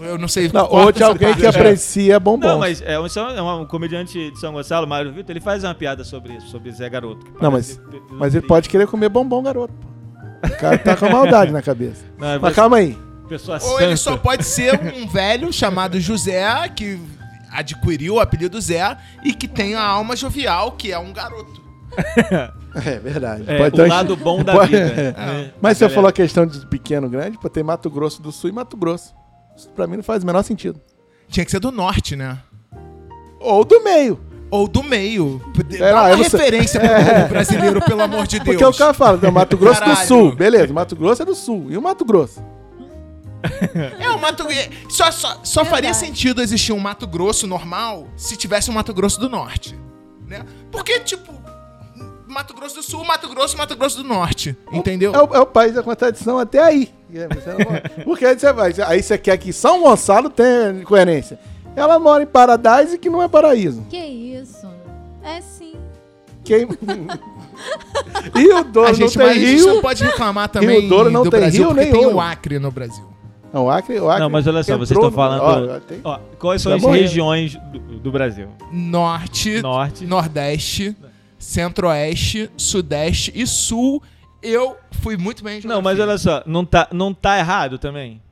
Speaker 4: Eu não sei.
Speaker 2: Não,
Speaker 4: corta
Speaker 2: ou de
Speaker 4: essa
Speaker 2: alguém
Speaker 4: parte né?
Speaker 2: que é
Speaker 4: já.
Speaker 2: aprecia bombons.
Speaker 1: Não, mas é um, isso é um comediante de São Gonçalo, Mário Vitor, ele faz uma piada sobre isso, sobre Zé Garoto. que
Speaker 2: Não,
Speaker 1: parece
Speaker 2: mas,
Speaker 1: pe- pe-
Speaker 2: mas ele pode querer comer bombom, garoto. pô. O cara tá com a maldade na cabeça.
Speaker 1: Não, é
Speaker 2: Mas
Speaker 1: você-
Speaker 2: calma aí.
Speaker 1: Pessoa
Speaker 4: Ou ele só
Speaker 1: santa.
Speaker 4: pode ser um velho chamado José, que adquiriu o apelido Zé, e que tem a alma jovial, que é um garoto.
Speaker 2: É verdade.
Speaker 1: É,
Speaker 2: Pode
Speaker 1: o
Speaker 2: ter um-
Speaker 1: lado bom da
Speaker 2: Pode-
Speaker 1: vida.
Speaker 2: É.
Speaker 1: né?
Speaker 2: Mas você
Speaker 1: Galera.
Speaker 2: falou a questão de pequeno grande, pô, tem Mato Grosso do Sul e Mato Grosso. Isso pra mim não faz o menor sentido.
Speaker 4: Tinha que ser do norte, né?
Speaker 2: Ou do meio.
Speaker 4: Ou do meio. Dá
Speaker 2: lá,
Speaker 4: uma
Speaker 2: eu não sei.
Speaker 4: referência pro povo brasileiro, pelo amor de Deus.
Speaker 2: É. Porque é o cara fala, não, Mato Grosso
Speaker 4: Caralho.
Speaker 2: do Sul. Beleza, Mato Grosso é do Sul. E o Mato Grosso?
Speaker 4: É, o Mato Só, só, só
Speaker 3: Verdade.
Speaker 4: faria sentido existir um Mato Grosso normal se tivesse um Mato Grosso do Norte. Né? Porque, tipo, Mato Grosso do Sul, Mato Grosso, Mato Grosso do Norte. Entendeu?
Speaker 2: É o, é o país da contradição até aí. É, você não mora. Porque aí você, vai, aí você quer que São Gonçalo tenha coerência. Ela mora em Paradise que não é paraíso.
Speaker 3: Que isso? É sim.
Speaker 2: Quem... e o dono
Speaker 4: a gente,
Speaker 2: não
Speaker 4: mas
Speaker 2: tem
Speaker 4: a gente
Speaker 2: rio.
Speaker 4: não pode reclamar também
Speaker 2: Rio Douro não
Speaker 4: do
Speaker 2: tem
Speaker 4: Brasil,
Speaker 2: rio
Speaker 4: porque
Speaker 2: nem
Speaker 4: tem
Speaker 2: ouro.
Speaker 4: o Acre no Brasil.
Speaker 2: Não, o Acre, o Acre.
Speaker 1: Não, mas olha só, vocês
Speaker 2: Ah, entrou
Speaker 1: estão
Speaker 2: no-
Speaker 1: falando.
Speaker 2: Ó, tem-
Speaker 1: Ó, quais são
Speaker 2: Já
Speaker 1: as
Speaker 2: morreu.
Speaker 1: regiões do, do Brasil?
Speaker 4: Norte,
Speaker 1: Norte.
Speaker 4: Nordeste, Centro-Oeste, Sudeste e Sul. Eu fui muito bem em
Speaker 1: Não, mas
Speaker 4: geografia.
Speaker 1: olha só, não tá, não tá errado também?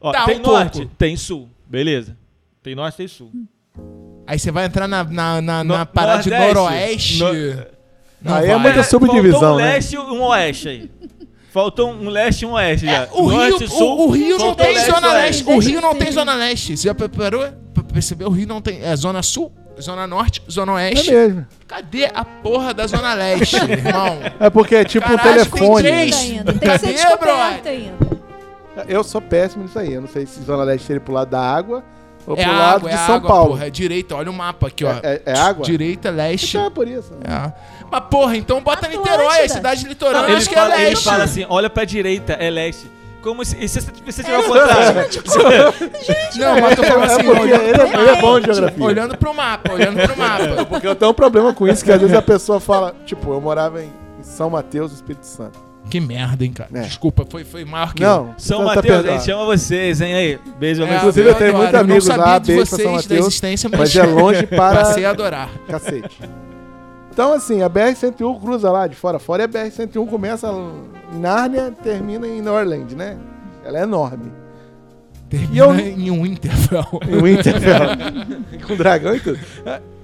Speaker 1: Ó,
Speaker 4: Tá,
Speaker 1: tem
Speaker 4: um
Speaker 1: norte,
Speaker 4: pouco.
Speaker 1: tem sul. Beleza. Tem norte, tem sul.
Speaker 4: Aí você vai entrar na, na, na, na
Speaker 1: No-
Speaker 4: parada de
Speaker 1: Nordeste.
Speaker 4: Noroeste.
Speaker 1: No-
Speaker 4: Não
Speaker 2: Aí é
Speaker 4: vai.
Speaker 2: muita subdivisão,
Speaker 1: Faltou um
Speaker 2: né?
Speaker 1: leste e um oeste aí. Faltou um leste e um oeste já.
Speaker 4: O
Speaker 1: norte,
Speaker 4: Rio,
Speaker 1: sul,
Speaker 4: o, o Rio não
Speaker 1: faltou
Speaker 4: tem
Speaker 1: leste e
Speaker 4: zona leste.
Speaker 1: oeste.
Speaker 4: O
Speaker 3: Deixa
Speaker 4: Rio não
Speaker 3: assim.
Speaker 4: tem zona leste. Você já perparou? Pra perceber? O Rio não tem. É zona sul, zona norte, zona
Speaker 2: É
Speaker 4: oeste.
Speaker 2: mesmo.
Speaker 4: Cadê a porra da zona leste, irmão?
Speaker 2: É porque é tipo
Speaker 4: Caralho,
Speaker 2: um telefone.
Speaker 4: tem
Speaker 3: Ainda,
Speaker 4: Isso.
Speaker 3: ainda. Tem que ser
Speaker 4: Cadê,
Speaker 3: descoberto
Speaker 4: brother?
Speaker 3: ainda.
Speaker 2: Eu sou péssimo nisso aí. Eu não sei se Zona Leste seria pro lado da água ou
Speaker 4: É
Speaker 2: pro
Speaker 4: água,
Speaker 2: lado
Speaker 4: é
Speaker 2: de São
Speaker 4: água,
Speaker 2: Paulo.
Speaker 4: Porra, é direita, olha o mapa aqui, ó.
Speaker 2: É- é- é água?
Speaker 4: Direita, leste.
Speaker 2: Então é por isso.
Speaker 4: É. Mas porra, então bota
Speaker 3: Atlântida.
Speaker 4: Niterói, a cidade litorânea,
Speaker 1: Ele
Speaker 4: acho que é
Speaker 1: fala, ele
Speaker 4: leste.
Speaker 1: fala assim: olha pra direita, é leste. Como se. E se você se você tiver
Speaker 3: É,
Speaker 1: o contrário?
Speaker 4: Não, mas tô falando
Speaker 2: É
Speaker 4: assim,
Speaker 2: porque
Speaker 4: olhando,
Speaker 2: ele, é, ele é bom de geografia.
Speaker 4: olhando pro mapa, olhando pro mapa.
Speaker 2: Porque eu tenho um problema com isso, que às vezes a pessoa fala, tipo, eu morava em em São Mateus, Espírito Santo.
Speaker 4: Que merda, hein, cara.
Speaker 2: É.
Speaker 4: Desculpa, foi, foi maior que eu.
Speaker 2: Não,
Speaker 1: São
Speaker 2: tá
Speaker 1: Mateus, a
Speaker 2: perdoado.
Speaker 1: gente chama vocês, hein? Aí, beijo,
Speaker 4: É,
Speaker 1: é,
Speaker 2: Inclusive, eu tenho
Speaker 4: adoro.
Speaker 2: muitos
Speaker 4: Eu não
Speaker 2: amigos
Speaker 4: sabia
Speaker 2: lá,
Speaker 4: de
Speaker 2: beijo pra
Speaker 4: vocês,
Speaker 2: São
Speaker 4: da
Speaker 2: Mateus.
Speaker 4: existência, mas-
Speaker 2: Mas é longe é para
Speaker 4: Passei a adorar.
Speaker 2: cacete. Então, assim, a BR-101 cruza lá de fora a fora e a BR-101 começa em Nárnia termina em Norland, né? Ela é enorme.
Speaker 4: Termina
Speaker 2: E eu-
Speaker 4: em um intervalo.
Speaker 2: Em Winterfell. com dragão e tudo.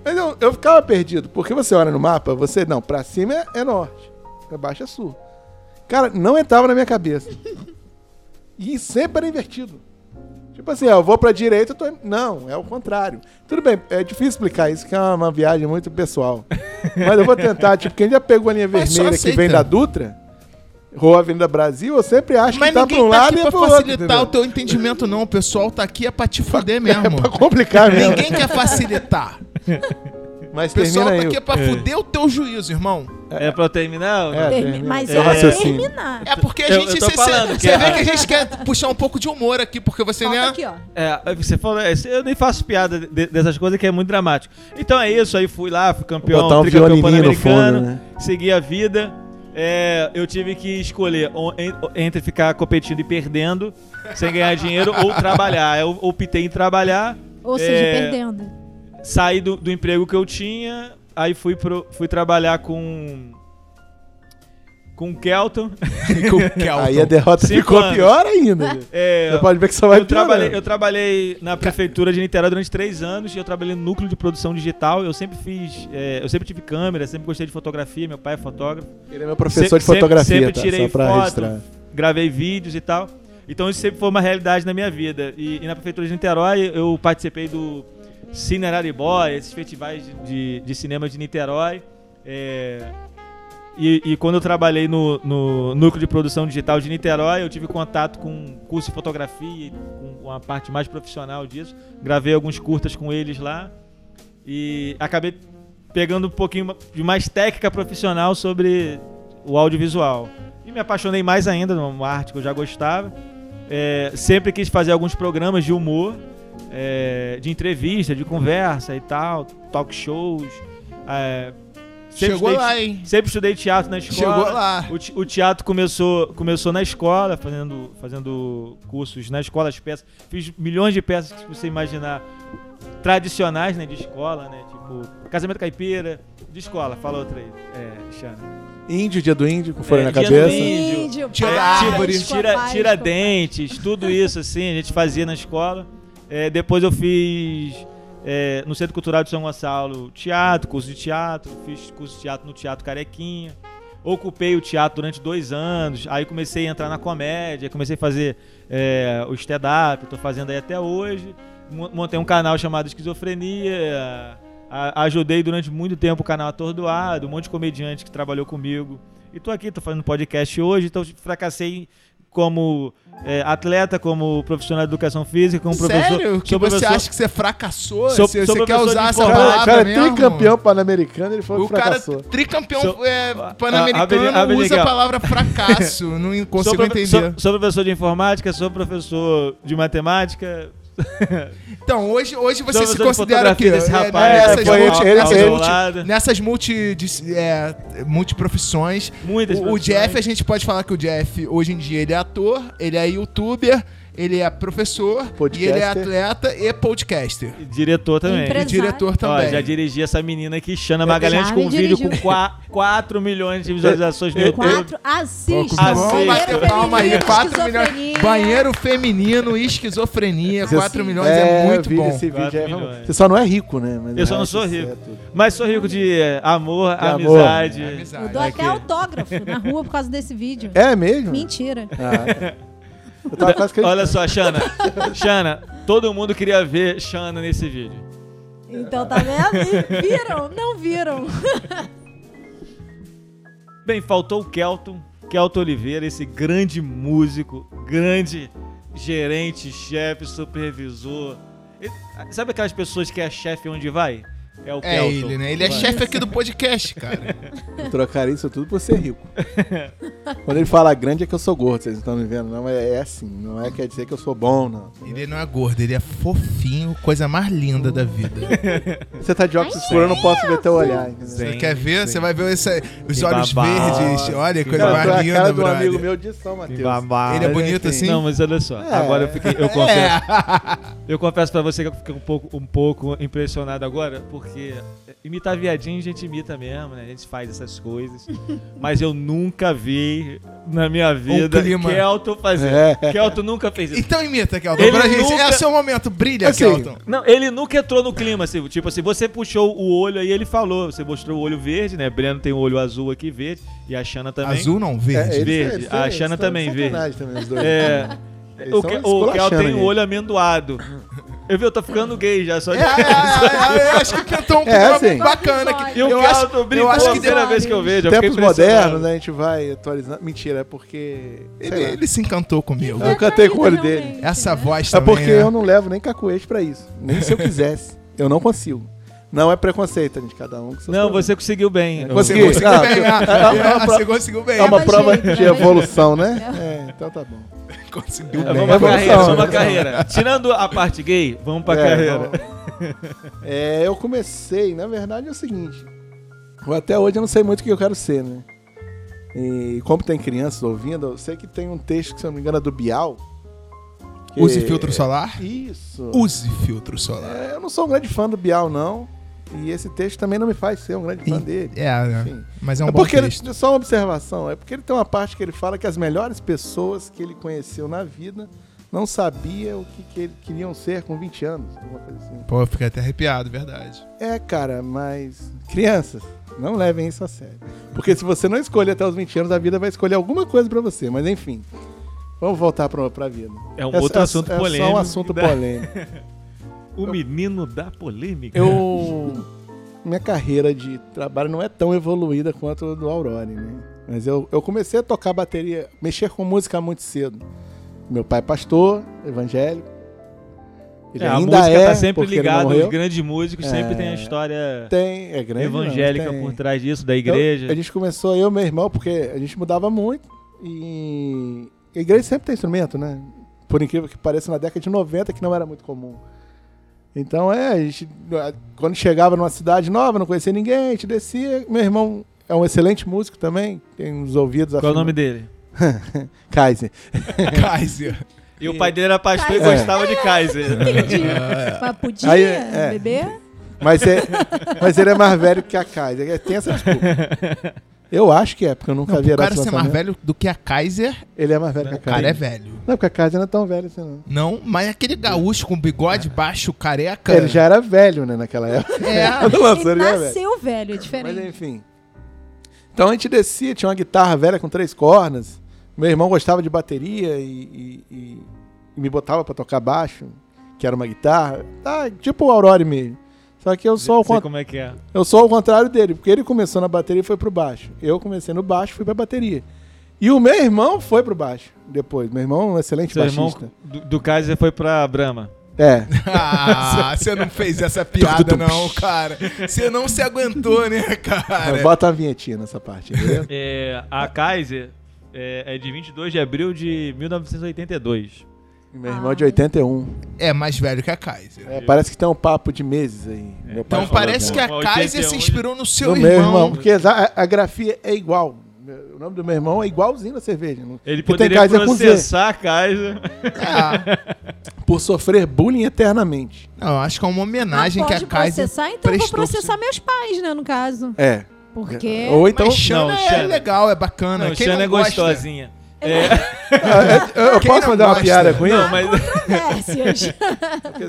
Speaker 2: Mas eu, eu ficava perdido, porque você olha no mapa, você, não, pra cima é, é norte, pra baixo é sul. Cara, não entrava na minha cabeça. E sempre era invertido. Tipo assim, ó, eu vou pra direita, eu tô... em- Não, é o contrário. Tudo bem, é difícil explicar isso, que é uma, uma viagem muito pessoal. Mas eu vou tentar, tipo, quem já pegou a linha
Speaker 4: Mas só
Speaker 2: vermelha que
Speaker 4: aceita.
Speaker 2: vem da Dutra, ou a Avenida Brasil, eu sempre acho que tá pra um lado e é
Speaker 4: pra
Speaker 2: pro outro.
Speaker 4: facilitar
Speaker 2: entendeu? Tá
Speaker 4: o teu entendimento, não. O pessoal tá aqui é pra te fuder mesmo.
Speaker 2: Pra complicar mesmo.
Speaker 4: Ninguém quer facilitar.
Speaker 2: né? Mas
Speaker 4: O pessoal
Speaker 2: termina
Speaker 4: tá
Speaker 2: aí.
Speaker 4: aqui é pra
Speaker 1: É.
Speaker 4: fuder o teu juízo, irmão.
Speaker 1: É pra eu terminar?
Speaker 2: É.
Speaker 3: Termi-
Speaker 2: termina.
Speaker 3: Mas
Speaker 1: É
Speaker 3: eu vou
Speaker 2: raciocínio.
Speaker 3: terminar.
Speaker 4: É porque a
Speaker 1: Eu-
Speaker 4: gente.
Speaker 1: eu tô
Speaker 4: cê- cê-
Speaker 1: falando que
Speaker 4: cê
Speaker 1: é-
Speaker 4: vê que a gente quer puxar um pouco de humor aqui, porque você
Speaker 1: né?
Speaker 4: né?
Speaker 3: Falta
Speaker 4: nem.
Speaker 3: aqui, ó.
Speaker 1: É, você falou, é, eu nem faço piada de- dessas coisas que é muito dramático. Então é isso, aí fui lá, fui campeão,
Speaker 2: Botar um
Speaker 1: tricampeão
Speaker 2: violininho no
Speaker 1: pan-americano,
Speaker 2: fundo, né?
Speaker 1: segui a vida. É, eu tive que escolher o- en- entre ficar competindo e perdendo, sem ganhar dinheiro, ou trabalhar. Eu optei em trabalhar,
Speaker 3: Ou seja,
Speaker 1: É.
Speaker 3: perdendo.
Speaker 1: saí do, do emprego que eu tinha, aí fui, pro, fui trabalhar com. com o Kelton.
Speaker 4: Com o Kelton.
Speaker 2: Aí
Speaker 1: é
Speaker 2: a derrota
Speaker 1: Cinco
Speaker 2: ficou
Speaker 1: anos.
Speaker 2: pior ainda.
Speaker 1: É,
Speaker 2: Você pode ver que só vai
Speaker 1: eu trabalhei,
Speaker 2: piorando.
Speaker 1: eu trabalhei na prefeitura de Niterói durante três anos e eu trabalhei no núcleo de produção digital. Eu sempre fiz. é, eu sempre tive câmera, sempre gostei de fotografia, meu pai é fotógrafo.
Speaker 2: Ele é meu professor
Speaker 1: Sempre-
Speaker 2: de fotografia,
Speaker 1: sempre
Speaker 2: tá?
Speaker 1: tirei
Speaker 2: Só pra
Speaker 1: foto.
Speaker 2: registrar.
Speaker 1: Gravei vídeos e tal. Então isso sempre foi uma realidade na minha vida. E, e na prefeitura de Niterói eu participei do Cine Araribóia, esses festivais de, de, de cinema de Niterói. É, e, e quando eu trabalhei no, no núcleo de produção digital de Niterói, eu tive contato com curso de fotografia, com a parte mais profissional disso. Gravei alguns curtas com eles lá e acabei pegando um pouquinho de mais técnica profissional sobre o audiovisual. E me apaixonei mais ainda numa arte que eu já gostava. É, sempre quis fazer alguns programas de humor, é, de entrevista, de conversa e tal, talk shows. É, sempre
Speaker 4: Chegou
Speaker 1: estudei-
Speaker 4: lá, hein?
Speaker 1: Sempre estudei teatro na escola.
Speaker 4: Chegou lá.
Speaker 1: O, te- o teatro começou, começou na escola, fazendo, fazendo cursos na escola, as peças. Fiz milhões de peças que você imaginar tradicionais, né, de escola, né? Tipo, casamento caipira, de escola. Fala outra aí, é, Xana.
Speaker 2: Índio, dia do índio, com folha
Speaker 1: É,
Speaker 2: na
Speaker 1: dia do
Speaker 2: cabeça.
Speaker 1: índio.
Speaker 4: Tira
Speaker 3: pai,
Speaker 4: a
Speaker 1: Tira,
Speaker 4: árvore.
Speaker 3: desculpa,
Speaker 1: tira,
Speaker 3: pai,
Speaker 1: tira
Speaker 3: desculpa.
Speaker 1: dentes, tudo isso assim, a gente fazia na escola. É, depois eu fiz é, no Centro Cultural de São Gonçalo teatro, curso de teatro, fiz curso de teatro no Teatro Carequinha. Ocupei o teatro durante dois anos, aí comecei a entrar na comédia, comecei a fazer é, o stand-up, tô fazendo aí até hoje. Mo- Montei um canal chamado Esquizofrenia, a- ajudei durante muito tempo o canal Atordoado, um monte de comediante que trabalhou comigo. E tô aqui, tô fazendo podcast hoje, então fracassei como é, atleta, como profissional de educação física, como um professor.
Speaker 4: Sério? Que
Speaker 1: sou
Speaker 4: você
Speaker 1: professor-
Speaker 4: acha que você fracassou?
Speaker 1: Sou-
Speaker 4: você
Speaker 1: sou
Speaker 4: você quer
Speaker 1: professor
Speaker 4: usar
Speaker 1: de
Speaker 4: essa
Speaker 2: O
Speaker 1: informática.
Speaker 2: cara,
Speaker 4: palavra
Speaker 2: o cara é
Speaker 4: mesmo?
Speaker 2: tricampeão pan-americano, ele falou
Speaker 4: O
Speaker 2: que
Speaker 4: cara é
Speaker 2: fracassou.
Speaker 4: tricampeão
Speaker 1: Sou-
Speaker 4: é,
Speaker 1: Ah,
Speaker 4: pan-americano
Speaker 1: ah, Abel-
Speaker 4: usa
Speaker 1: Abel-
Speaker 4: a palavra fracasso. Não
Speaker 1: Sou,
Speaker 4: consigo
Speaker 1: profe-
Speaker 4: entender.
Speaker 1: sou- sou professor de informática, sou professor de matemática.
Speaker 4: Então, hoje, hoje você
Speaker 1: sou
Speaker 4: se
Speaker 1: professor de
Speaker 4: considera que
Speaker 1: fotografia desse
Speaker 4: é,
Speaker 1: rapaz.
Speaker 2: nessas
Speaker 1: que
Speaker 2: foi
Speaker 1: ao-
Speaker 2: ele-
Speaker 1: ao-
Speaker 2: ele-
Speaker 1: ao
Speaker 2: ele-
Speaker 1: meu lado.
Speaker 4: nessas multi, de- é, multiprofissões.
Speaker 1: Muitas
Speaker 4: O, o
Speaker 1: profissões.
Speaker 4: Jeff, a gente pode falar que o Jeff, hoje em dia, ele é ator, ele é youtuber, ele é professor, e ele
Speaker 2: Podcaster.
Speaker 4: é atleta e podcaster.
Speaker 1: E Diretor também.
Speaker 4: E
Speaker 3: Empresário.
Speaker 4: diretor
Speaker 1: Ó,
Speaker 4: também.
Speaker 1: já dirigi essa menina aqui, Xana Magalhães,
Speaker 3: É, já
Speaker 1: com
Speaker 3: me
Speaker 1: um vídeo com
Speaker 3: dirigiu.
Speaker 1: 4 milhões de visualizações no
Speaker 2: Eu-
Speaker 1: YouTube.
Speaker 3: Quatro, assiste.
Speaker 1: Vamos
Speaker 4: Vamos
Speaker 1: Sim.
Speaker 4: bater
Speaker 1: Banheiro
Speaker 4: palma aí, 4 milhões.
Speaker 3: esquizofrenia.
Speaker 4: Banheiro feminino, esquizofrenia,
Speaker 2: Você-
Speaker 4: 4 milhões é,
Speaker 2: eu
Speaker 4: muito
Speaker 2: vi
Speaker 4: bom.
Speaker 2: Esse vídeo,
Speaker 1: Quatro
Speaker 2: é,
Speaker 1: milhões.
Speaker 2: vamos- Você só não é rico, né? Mas,
Speaker 1: Eu só não
Speaker 2: ah,
Speaker 1: sou
Speaker 2: isso
Speaker 1: rico.
Speaker 2: é tudo.
Speaker 1: Mas sou rico de eh, amor,
Speaker 2: De amor.
Speaker 1: amizade.
Speaker 4: É Amizade.
Speaker 3: Eu dou até autógrafo na rua por causa desse vídeo.
Speaker 2: É mesmo?
Speaker 3: Mentira.
Speaker 2: Ah, tá. eu tava quase acreditando.
Speaker 1: Olha só, Xana. Xana, todo mundo queria ver Xana nesse vídeo.
Speaker 3: Então tá vendo? Viram? Não viram.
Speaker 1: Bem, faltou o Kelton, Kelton Oliveira, esse grande músico, grande gerente, chefe, supervisor. E- sabe aquelas pessoas que é chefe onde vai? É o
Speaker 4: É
Speaker 1: Kelton.
Speaker 4: ele, né? Ele é
Speaker 1: Vai.
Speaker 4: chefe aqui do podcast, cara.
Speaker 2: Eu trocaria isso tudo por ser rico. Quando ele fala grande é que eu sou gordo, vocês não estão me vendo, não. É, é assim, não é quer dizer que eu sou bom, não.
Speaker 4: Ele não é gordo, ele é fofinho, coisa mais linda da vida.
Speaker 2: Você tá de óculos escuros, eu não posso ver teu olhar. entendeu?
Speaker 4: Você
Speaker 1: Sim,
Speaker 4: quer ver?
Speaker 1: sim.
Speaker 4: Você vai ver esse- os
Speaker 1: Que
Speaker 4: olhos
Speaker 1: babado.
Speaker 4: verdes. Olha,
Speaker 1: Que
Speaker 4: coisa
Speaker 2: Cara,
Speaker 1: babado.
Speaker 2: tu é
Speaker 4: mais
Speaker 2: a
Speaker 4: linda,
Speaker 2: cara do
Speaker 4: brother.
Speaker 2: amigo meu de São
Speaker 1: Que
Speaker 2: Mateus.
Speaker 1: babado.
Speaker 4: Ele é bonito
Speaker 2: enfim.
Speaker 4: assim?
Speaker 1: Não, mas olha só.
Speaker 2: É.
Speaker 1: Agora eu fiquei. Eu confesso.
Speaker 4: É.
Speaker 1: Eu confesso pra você que eu fiquei um pouco, um pouco impressionado agora, porque imitar viadinho a gente imita mesmo, né? A gente faz essas coisas. Mas eu nunca vi na minha vida
Speaker 4: clima.
Speaker 1: Kelton fazer.
Speaker 2: É.
Speaker 1: Kelton nunca fez isso.
Speaker 4: Então imita, Kelton.
Speaker 1: Ele
Speaker 4: pra gente,
Speaker 1: nunca-
Speaker 4: é seu momento. Brilha,
Speaker 2: Assim,
Speaker 4: Kelton.
Speaker 1: Não, ele nunca entrou no clima, assim, tipo assim, você puxou o olho aí, ele falou, você mostrou o olho verde, né? Breno tem o olho azul aqui, verde, e a Xana também.
Speaker 4: Azul não, verde.
Speaker 1: É, Verde. A Xana também,
Speaker 2: de sacanagem também, os dois.
Speaker 1: É.
Speaker 2: Eles
Speaker 1: O,
Speaker 2: são
Speaker 1: Ke- o Kel
Speaker 2: esculachando
Speaker 1: tem o
Speaker 2: aqui.
Speaker 1: olho amendoado. Eu vi, eu tô ficando gay já, só de...
Speaker 4: É, é, é, é, eu acho que cantou um
Speaker 2: É,
Speaker 4: clima
Speaker 2: assim.
Speaker 4: bacana aqui.
Speaker 1: E o
Speaker 4: eu
Speaker 1: Kel
Speaker 4: acho,
Speaker 1: tô
Speaker 4: eu
Speaker 1: brincou
Speaker 4: acho
Speaker 1: a
Speaker 4: que
Speaker 1: primeira
Speaker 4: deu-
Speaker 1: vez que eu vejo. eu fiquei
Speaker 2: Tempos
Speaker 1: impressionado.
Speaker 2: modernos, né, a gente vai atualizando. Mentira, é porque. sei
Speaker 4: ele,
Speaker 2: lá.
Speaker 4: ele se encantou comigo.
Speaker 2: Eu cantei com o olho dele.
Speaker 3: Realmente,
Speaker 4: Essa
Speaker 3: né?
Speaker 4: voz
Speaker 2: É
Speaker 4: também.
Speaker 2: porque
Speaker 4: né?
Speaker 2: eu não levo nem cacuete pra isso. Nem se eu quisesse. eu não consigo. Não é preconceito, gente. Cada um com seus
Speaker 1: Não,
Speaker 2: problemas.
Speaker 1: você conseguiu bem.
Speaker 2: Eu
Speaker 4: Você
Speaker 2: consegui.
Speaker 4: conseguiu
Speaker 2: Ah,
Speaker 4: bem. ah,
Speaker 2: é uma
Speaker 4: ah,
Speaker 2: prova-
Speaker 4: Você conseguiu bem.
Speaker 2: É uma
Speaker 3: Leva
Speaker 2: prova
Speaker 3: jeito,
Speaker 2: de
Speaker 3: leva
Speaker 2: evolução, né? É, então tá bom.
Speaker 4: Conseguiu
Speaker 1: É,
Speaker 4: bem.
Speaker 1: vamos pra
Speaker 2: Evolução,
Speaker 1: carreira, vamos pra
Speaker 2: evolução.
Speaker 1: carreira. Tirando a parte gay, vamos pra
Speaker 2: É,
Speaker 1: carreira.
Speaker 2: bom. É, eu comecei, na verdade é o seguinte. eu Até hoje eu não sei muito o que eu quero ser, né? E como tem crianças ouvindo, eu sei que tem um texto que, se eu não me engano, é do Bial. que-
Speaker 4: Use filtro solar.
Speaker 2: Isso.
Speaker 4: Use filtro solar.
Speaker 2: É, eu não sou um grande fã do Bial, não. E esse texto também não me faz ser um grande fã dele.
Speaker 4: É, né?
Speaker 2: Enfim.
Speaker 4: mas é um
Speaker 2: é
Speaker 4: bom
Speaker 2: porque ele,
Speaker 4: texto.
Speaker 2: só uma observação, é porque ele tem uma parte que ele fala que as melhores pessoas que ele conheceu na vida não sabia o que, que ele- queriam ser com 20 anos, alguma coisa assim.
Speaker 4: Pô, eu fiquei até arrepiado, verdade.
Speaker 2: É, cara, mas crianças, não levem isso a sério. Porque se você não escolher até os 20 anos, a vida vai escolher alguma coisa pra você, mas enfim. Vamos voltar pra, pra vida.
Speaker 1: É um outro assunto
Speaker 2: é
Speaker 1: polêmico.
Speaker 2: só um assunto polêmico.
Speaker 1: O menino da polêmica.
Speaker 2: Eu. Minha carreira de trabalho não é tão evoluída quanto a do Aurore, né? Mas eu, eu comecei a tocar bateria, mexer com música muito cedo. Meu pai é pastor, evangélico. Ele
Speaker 1: É, a
Speaker 2: ainda
Speaker 1: música
Speaker 2: é,
Speaker 1: tá sempre
Speaker 2: porque ele não
Speaker 1: ligada,
Speaker 2: morreu.
Speaker 1: os grandes músicos sempre
Speaker 2: É.
Speaker 1: tem a história
Speaker 2: Tem, é grande. não,
Speaker 1: evangélica
Speaker 2: tem.
Speaker 1: por trás disso, da
Speaker 2: Então,
Speaker 1: igreja.
Speaker 2: a gente começou, eu e meu irmão, porque a gente mudava muito. E a igreja sempre tem instrumento, né? Por incrível que pareça, na década de 90 que não era muito comum. Então é, a gente, quando chegava numa cidade nova, não conhecia ninguém, a gente descia. Meu irmão é um excelente músico também, tem uns ouvidos
Speaker 1: Qual é o nome dele?
Speaker 2: dele? Kaiser.
Speaker 4: Kaiser.
Speaker 1: E É. o pai dele era pastor e
Speaker 3: Kaiser.
Speaker 1: gostava de Kaiser.
Speaker 3: Entendi. Mas podia
Speaker 2: Aí, é.
Speaker 3: beber?
Speaker 2: Mas, é, mas ele é mais velho que a Kaiser. é- Tem essa desculpa. Eu acho que é, porque eu nunca
Speaker 4: Não,
Speaker 2: vi
Speaker 4: o
Speaker 2: era
Speaker 4: cara ser mais
Speaker 2: lançamento.
Speaker 4: velho do que a Kaiser,
Speaker 2: Ele é mais velho que a
Speaker 4: o cara
Speaker 2: Kaiser.
Speaker 4: é velho.
Speaker 2: Não, porque a Kaiser não é tão velha assim, não.
Speaker 4: Não, mas aquele gaúcho com bigode baixo, careca.
Speaker 2: É. Ele já era velho, né, naquela época.
Speaker 4: É.
Speaker 2: Quando lançou,
Speaker 3: Ele
Speaker 2: ele já era
Speaker 3: nasceu velho, é
Speaker 2: Mas
Speaker 3: diferente.
Speaker 2: enfim. Então a gente descia, tinha uma guitarra velha com três cordas. Meu irmão gostava de bateria e, e- e- e me botava pra tocar baixo, que era uma guitarra. Ah, tipo o Aurore mesmo. Só que eu sou, ao
Speaker 1: Sei
Speaker 2: con-
Speaker 1: como é que é.
Speaker 2: eu sou ao contrário dele, porque ele começou na bateria e foi pro baixo. Eu comecei no baixo e fui pra bateria. E o meu irmão foi pro baixo depois. Meu irmão é um excelente
Speaker 1: Seu irmão
Speaker 2: baixista.
Speaker 1: do, do Kaiser foi pra Brahma.
Speaker 2: É.
Speaker 4: Ah, você não fez essa piada, não, cara. Você não se aguentou, né, cara?
Speaker 2: Bota a vinhetinha nessa parte. beleza?
Speaker 1: É, a Kaiser é, é de 22 de abril de 1982.
Speaker 2: Meu irmão é de 81.
Speaker 4: É mais velho que a Kaiser.
Speaker 2: É, parece que tem um papo de meses aí. Meu pai
Speaker 4: Então
Speaker 2: falou
Speaker 4: parece que
Speaker 2: agora.
Speaker 4: a
Speaker 1: Bom,
Speaker 4: Kaiser
Speaker 1: 81,
Speaker 4: se inspirou no seu
Speaker 2: Do meu irmão,
Speaker 4: irmão.
Speaker 2: porque exa- a, a grafia é igual. O nome do meu irmão é igualzinho da cerveja.
Speaker 1: Ele
Speaker 2: Porque tem
Speaker 1: poderia
Speaker 2: Kaiser é com Z.
Speaker 1: processar a Kaiser.
Speaker 4: Ah,
Speaker 2: Por sofrer bullying eternamente.
Speaker 4: não, acho que é uma homenagem
Speaker 3: Ah,
Speaker 4: que
Speaker 3: pode
Speaker 4: a Kaiser.
Speaker 3: processar, então eu vou
Speaker 4: prestou-
Speaker 3: processar meus pais, né, no caso.
Speaker 2: É.
Speaker 3: Porque...
Speaker 2: Ou então.
Speaker 4: Mas
Speaker 1: Não,
Speaker 4: Xana é
Speaker 1: Xana.
Speaker 4: legal, é bacana.
Speaker 1: Não,
Speaker 4: Quem
Speaker 1: Xana
Speaker 4: não
Speaker 1: é
Speaker 4: gosta?
Speaker 1: gostosinha. É,
Speaker 2: eu é, eu
Speaker 4: Quem
Speaker 2: posso
Speaker 4: não
Speaker 2: mandar uma
Speaker 4: gosta?
Speaker 2: piada com isso?
Speaker 1: não, mas,
Speaker 3: é, Pérsias.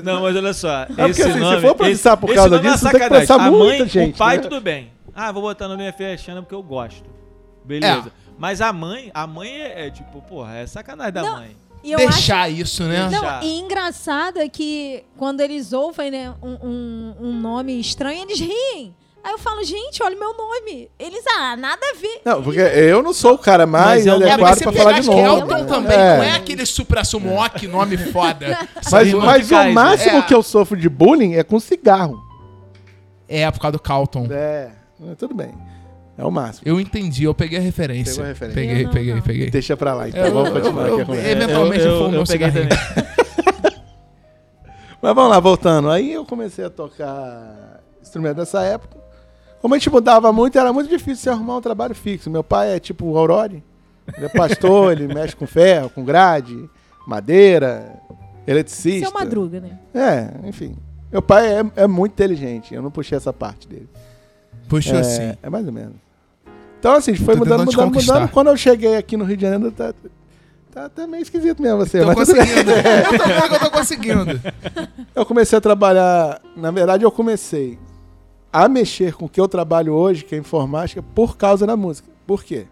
Speaker 1: não, mas olha só.
Speaker 2: porque,
Speaker 1: esse
Speaker 2: assim, se
Speaker 1: nome,
Speaker 2: for processar
Speaker 1: esse-
Speaker 2: por
Speaker 1: esse
Speaker 2: causa
Speaker 1: nome é uma
Speaker 2: disso, tem que
Speaker 1: sacanagem.
Speaker 2: processar
Speaker 1: a mãe,
Speaker 2: muita gente,
Speaker 1: O pai,
Speaker 2: né?
Speaker 1: tudo bem. Ah, vou botar no minha filha Xana porque eu gosto.
Speaker 2: É.
Speaker 1: Beleza. Mas a mãe, a mãe é, é tipo, porra, é sacanagem da
Speaker 3: Não,
Speaker 1: mãe.
Speaker 3: E eu acho
Speaker 4: Deixar isso, né?
Speaker 1: Não.
Speaker 3: Não, e engraçado é que quando eles ouvem né, um, um- um nome estranho, eles riem. Aí eu falo, gente, olha o meu nome. Eles, ah, nada a ver.
Speaker 2: Não, porque eu não sou o cara
Speaker 1: Mas
Speaker 2: mais
Speaker 1: é um-
Speaker 4: É,
Speaker 2: adequado
Speaker 4: mas
Speaker 1: Claro,
Speaker 4: você
Speaker 2: pra falar
Speaker 4: pegar
Speaker 2: de nome.
Speaker 4: Kelton
Speaker 2: né?
Speaker 4: também,
Speaker 2: É.
Speaker 4: não é aquele supra sumo que nome foda.
Speaker 2: Mas,
Speaker 1: Sim,
Speaker 2: mas
Speaker 1: Kaiser.
Speaker 2: o máximo
Speaker 4: É.
Speaker 2: que eu sofro de bullying é com cigarro.
Speaker 4: É, por causa do Calton.
Speaker 2: É, tudo bem. É o máximo.
Speaker 4: Eu entendi, eu peguei a referência.
Speaker 2: Pegou a referência.
Speaker 4: Peguei,
Speaker 3: Eu não,
Speaker 4: peguei,
Speaker 3: não.
Speaker 4: peguei.
Speaker 2: Deixa pra lá, então.
Speaker 4: Eu-
Speaker 2: vamos
Speaker 4: eu-
Speaker 2: continuar aqui a
Speaker 4: eu-
Speaker 2: conversa.
Speaker 4: É, Eventualmente
Speaker 1: eu,
Speaker 4: eu fumo
Speaker 1: eu, eu
Speaker 4: um
Speaker 1: peguei
Speaker 4: cigarrinho.
Speaker 1: também.
Speaker 2: Mas vamos lá, voltando. Aí eu comecei a tocar instrumento nessa época. Como a gente mudava muito, era muito difícil você arrumar um trabalho fixo. Meu pai é tipo o Aurori. Ele é pastor, ele mexe com ferro, com grade, madeira, eletricista.
Speaker 3: Seu Madruga, né?
Speaker 2: É, enfim. Meu pai é, é muito inteligente. Eu não puxei essa parte dele.
Speaker 4: Puxou
Speaker 2: é,
Speaker 4: sim.
Speaker 2: é mais ou menos. Então, assim, foi
Speaker 4: Tô
Speaker 2: mudando,
Speaker 4: tentando te
Speaker 2: mudando,
Speaker 4: conquistar.
Speaker 2: mudando. Quando eu cheguei aqui no Rio de Janeiro, tá, tá, tá meio esquisito mesmo você.
Speaker 4: Tô
Speaker 2: mas tudo bem.
Speaker 4: conseguindo. Eu tô vendo que eu tô conseguindo.
Speaker 2: Eu comecei a trabalhar, na verdade eu comecei a mexer com o que eu trabalho hoje, que é informática, por causa da música. Por quê?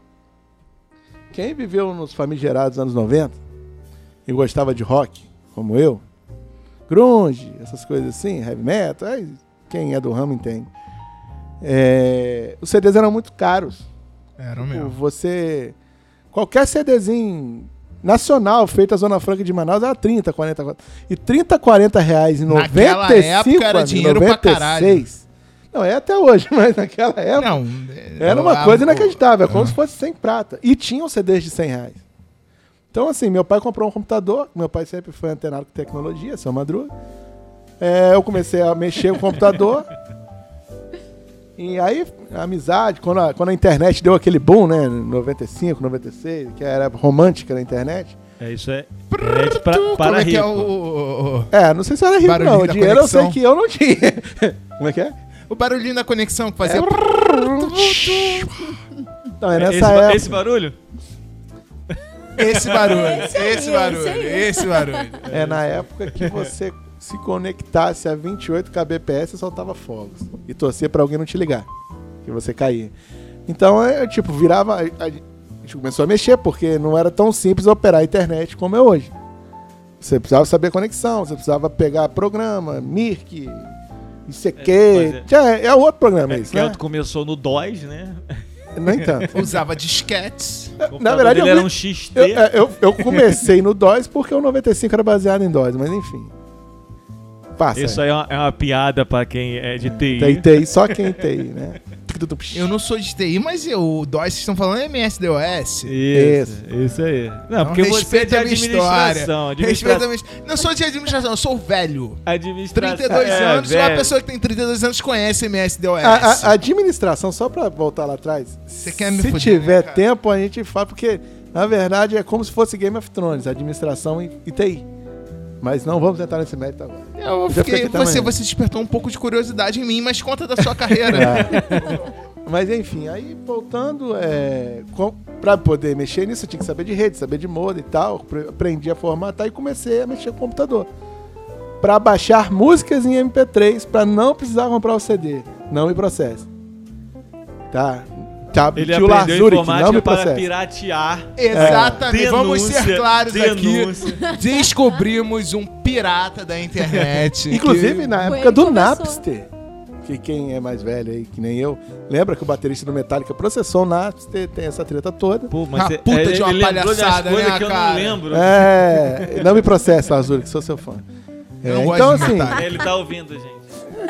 Speaker 2: Quem viveu nos famigerados anos 90 e gostava de rock, como eu, grunge, essas coisas assim, heavy metal, aí quem é do ramo entende. É, os CDs eram muito caros.
Speaker 4: Era o
Speaker 2: Tipo,
Speaker 4: meu.
Speaker 2: Você. Qualquer CDzinho nacional feito na Zona Franca de Manaus é era 30, 40. 40. E 30, 40 reais em 95.
Speaker 4: Naquela época era
Speaker 2: amigo,
Speaker 4: dinheiro pra caralho.
Speaker 2: 96. Não, é até hoje, mas naquela época
Speaker 4: Não,
Speaker 2: era uma
Speaker 4: a-
Speaker 2: coisa inacreditável. É como
Speaker 4: Ah.
Speaker 2: se fosse 100 prata. E tinham CDs de 100 reais. Então, assim, meu pai comprou um computador. Meu pai sempre foi antenado com tecnologia, seu Madruga. É, eu comecei a mexer com o computador. E aí, a amizade, quando a, quando a internet deu aquele boom, né? 95, 96, que era romântica na internet.
Speaker 1: É isso é. é pra, para
Speaker 4: Como é que é
Speaker 1: rico.
Speaker 4: o- o, o-
Speaker 2: É, não sei se era rico,
Speaker 4: Barulhinho
Speaker 2: não. O
Speaker 4: da
Speaker 2: dinheiro eu sei
Speaker 4: conexão.
Speaker 2: que eu não tinha. Como é que é?
Speaker 4: o barulhinho da conexão que fazia.
Speaker 2: Então, é
Speaker 1: Esse,
Speaker 2: nessa
Speaker 1: ba-
Speaker 2: época.
Speaker 1: esse barulho?
Speaker 4: Esse barulho,
Speaker 3: Esse aí,
Speaker 4: esse barulho,
Speaker 3: esse aí.
Speaker 4: esse barulho.
Speaker 2: É na época que você se conectasse a 28 kbps e soltava fogos. E torcia pra alguém não te ligar. Que você caía. Então, eu, tipo, virava. A, a gente começou a mexer, porque não era tão simples operar a internet como é hoje. Você precisava saber conexão, você precisava pegar programa, Mirk, ICQ.
Speaker 1: É, pois é.
Speaker 2: Tinha- É, é outro programa
Speaker 1: É,
Speaker 2: isso,
Speaker 1: que
Speaker 2: né?
Speaker 1: ela começou no DOS, né?
Speaker 2: No entanto.
Speaker 4: Usava disquetes.
Speaker 1: O
Speaker 2: Na
Speaker 1: computador
Speaker 2: verdade,
Speaker 1: dele
Speaker 2: eu
Speaker 1: era
Speaker 2: vi-
Speaker 1: um XT.
Speaker 2: Eu, é, eu- eu comecei no DOS porque o 95 era baseado em DOS, mas enfim. Passa.
Speaker 1: Isso aí é uma, é uma piada pra quem é
Speaker 4: Hum.
Speaker 1: de TI.
Speaker 2: Tem TI, só quem tem, né?
Speaker 4: Eu não sou de TI, mas eu, o DOS vocês estão falando é MS-DOS.
Speaker 1: Isso, isso aí. Não, porque você é de
Speaker 4: Então, respeita a minha
Speaker 1: administração.
Speaker 4: história.
Speaker 1: Administra...
Speaker 4: Respeita a minha... Não eu sou de administração, eu sou velho.
Speaker 1: administração.
Speaker 4: 32
Speaker 1: é,
Speaker 4: anos, uma
Speaker 1: velho.
Speaker 4: pessoa que tem 32 anos conhece MS-DOS.
Speaker 2: A, a- a administração, só pra voltar lá atrás,
Speaker 4: Você quer me
Speaker 2: se
Speaker 4: fuder, né,
Speaker 2: tiver
Speaker 4: cara?
Speaker 2: tempo a gente fala, porque na verdade é como se fosse Game of Thrones, administração e, e TI. Mas não vamos entrar nesse mérito agora. Já
Speaker 4: Eu fiquei,
Speaker 2: fiquei aqui
Speaker 4: você,
Speaker 2: também.
Speaker 4: você despertou um pouco de curiosidade em mim, mas conta da sua carreira.
Speaker 2: É. Mas enfim, aí voltando, é, com- pra poder mexer nisso, eu tinha que saber de rede, saber de moda e tal. Pre- Aprendi a formatar e comecei a mexer com o computador. Pra baixar músicas em MP3, pra não precisar comprar o CD. Não me processe. Tá? tá
Speaker 1: Ele
Speaker 2: tio
Speaker 1: aprendeu
Speaker 2: Lazuric, não
Speaker 1: informática
Speaker 2: me
Speaker 1: para
Speaker 2: processe. É.
Speaker 1: piratear.
Speaker 4: É. Exatamente, vamos ser
Speaker 1: Denúncia,
Speaker 4: claros
Speaker 1: denúncia.
Speaker 4: aqui. Descobrimos um pirata da internet.
Speaker 2: Inclusive
Speaker 4: que-
Speaker 2: na
Speaker 3: Foi
Speaker 2: época
Speaker 3: ele que
Speaker 2: do
Speaker 3: começou.
Speaker 2: Napster. Que quem é mais velho aí, que nem eu, lembra que o baterista do Metallica processou o Napster, tem essa treta toda.
Speaker 1: Pô, mas
Speaker 4: Uma
Speaker 1: você-
Speaker 4: puta
Speaker 1: ele-
Speaker 4: de uma
Speaker 1: ele lembrou das
Speaker 4: palhaçada,
Speaker 1: coisas
Speaker 4: né,
Speaker 1: que eu
Speaker 4: cara?
Speaker 1: não lembro.
Speaker 2: É, não me processa, Azul, que sou seu fã.
Speaker 4: Eu
Speaker 2: É,
Speaker 4: não gosto
Speaker 2: então,
Speaker 4: de
Speaker 2: assim,
Speaker 4: Metallica.
Speaker 1: Ele tá ouvindo a gente.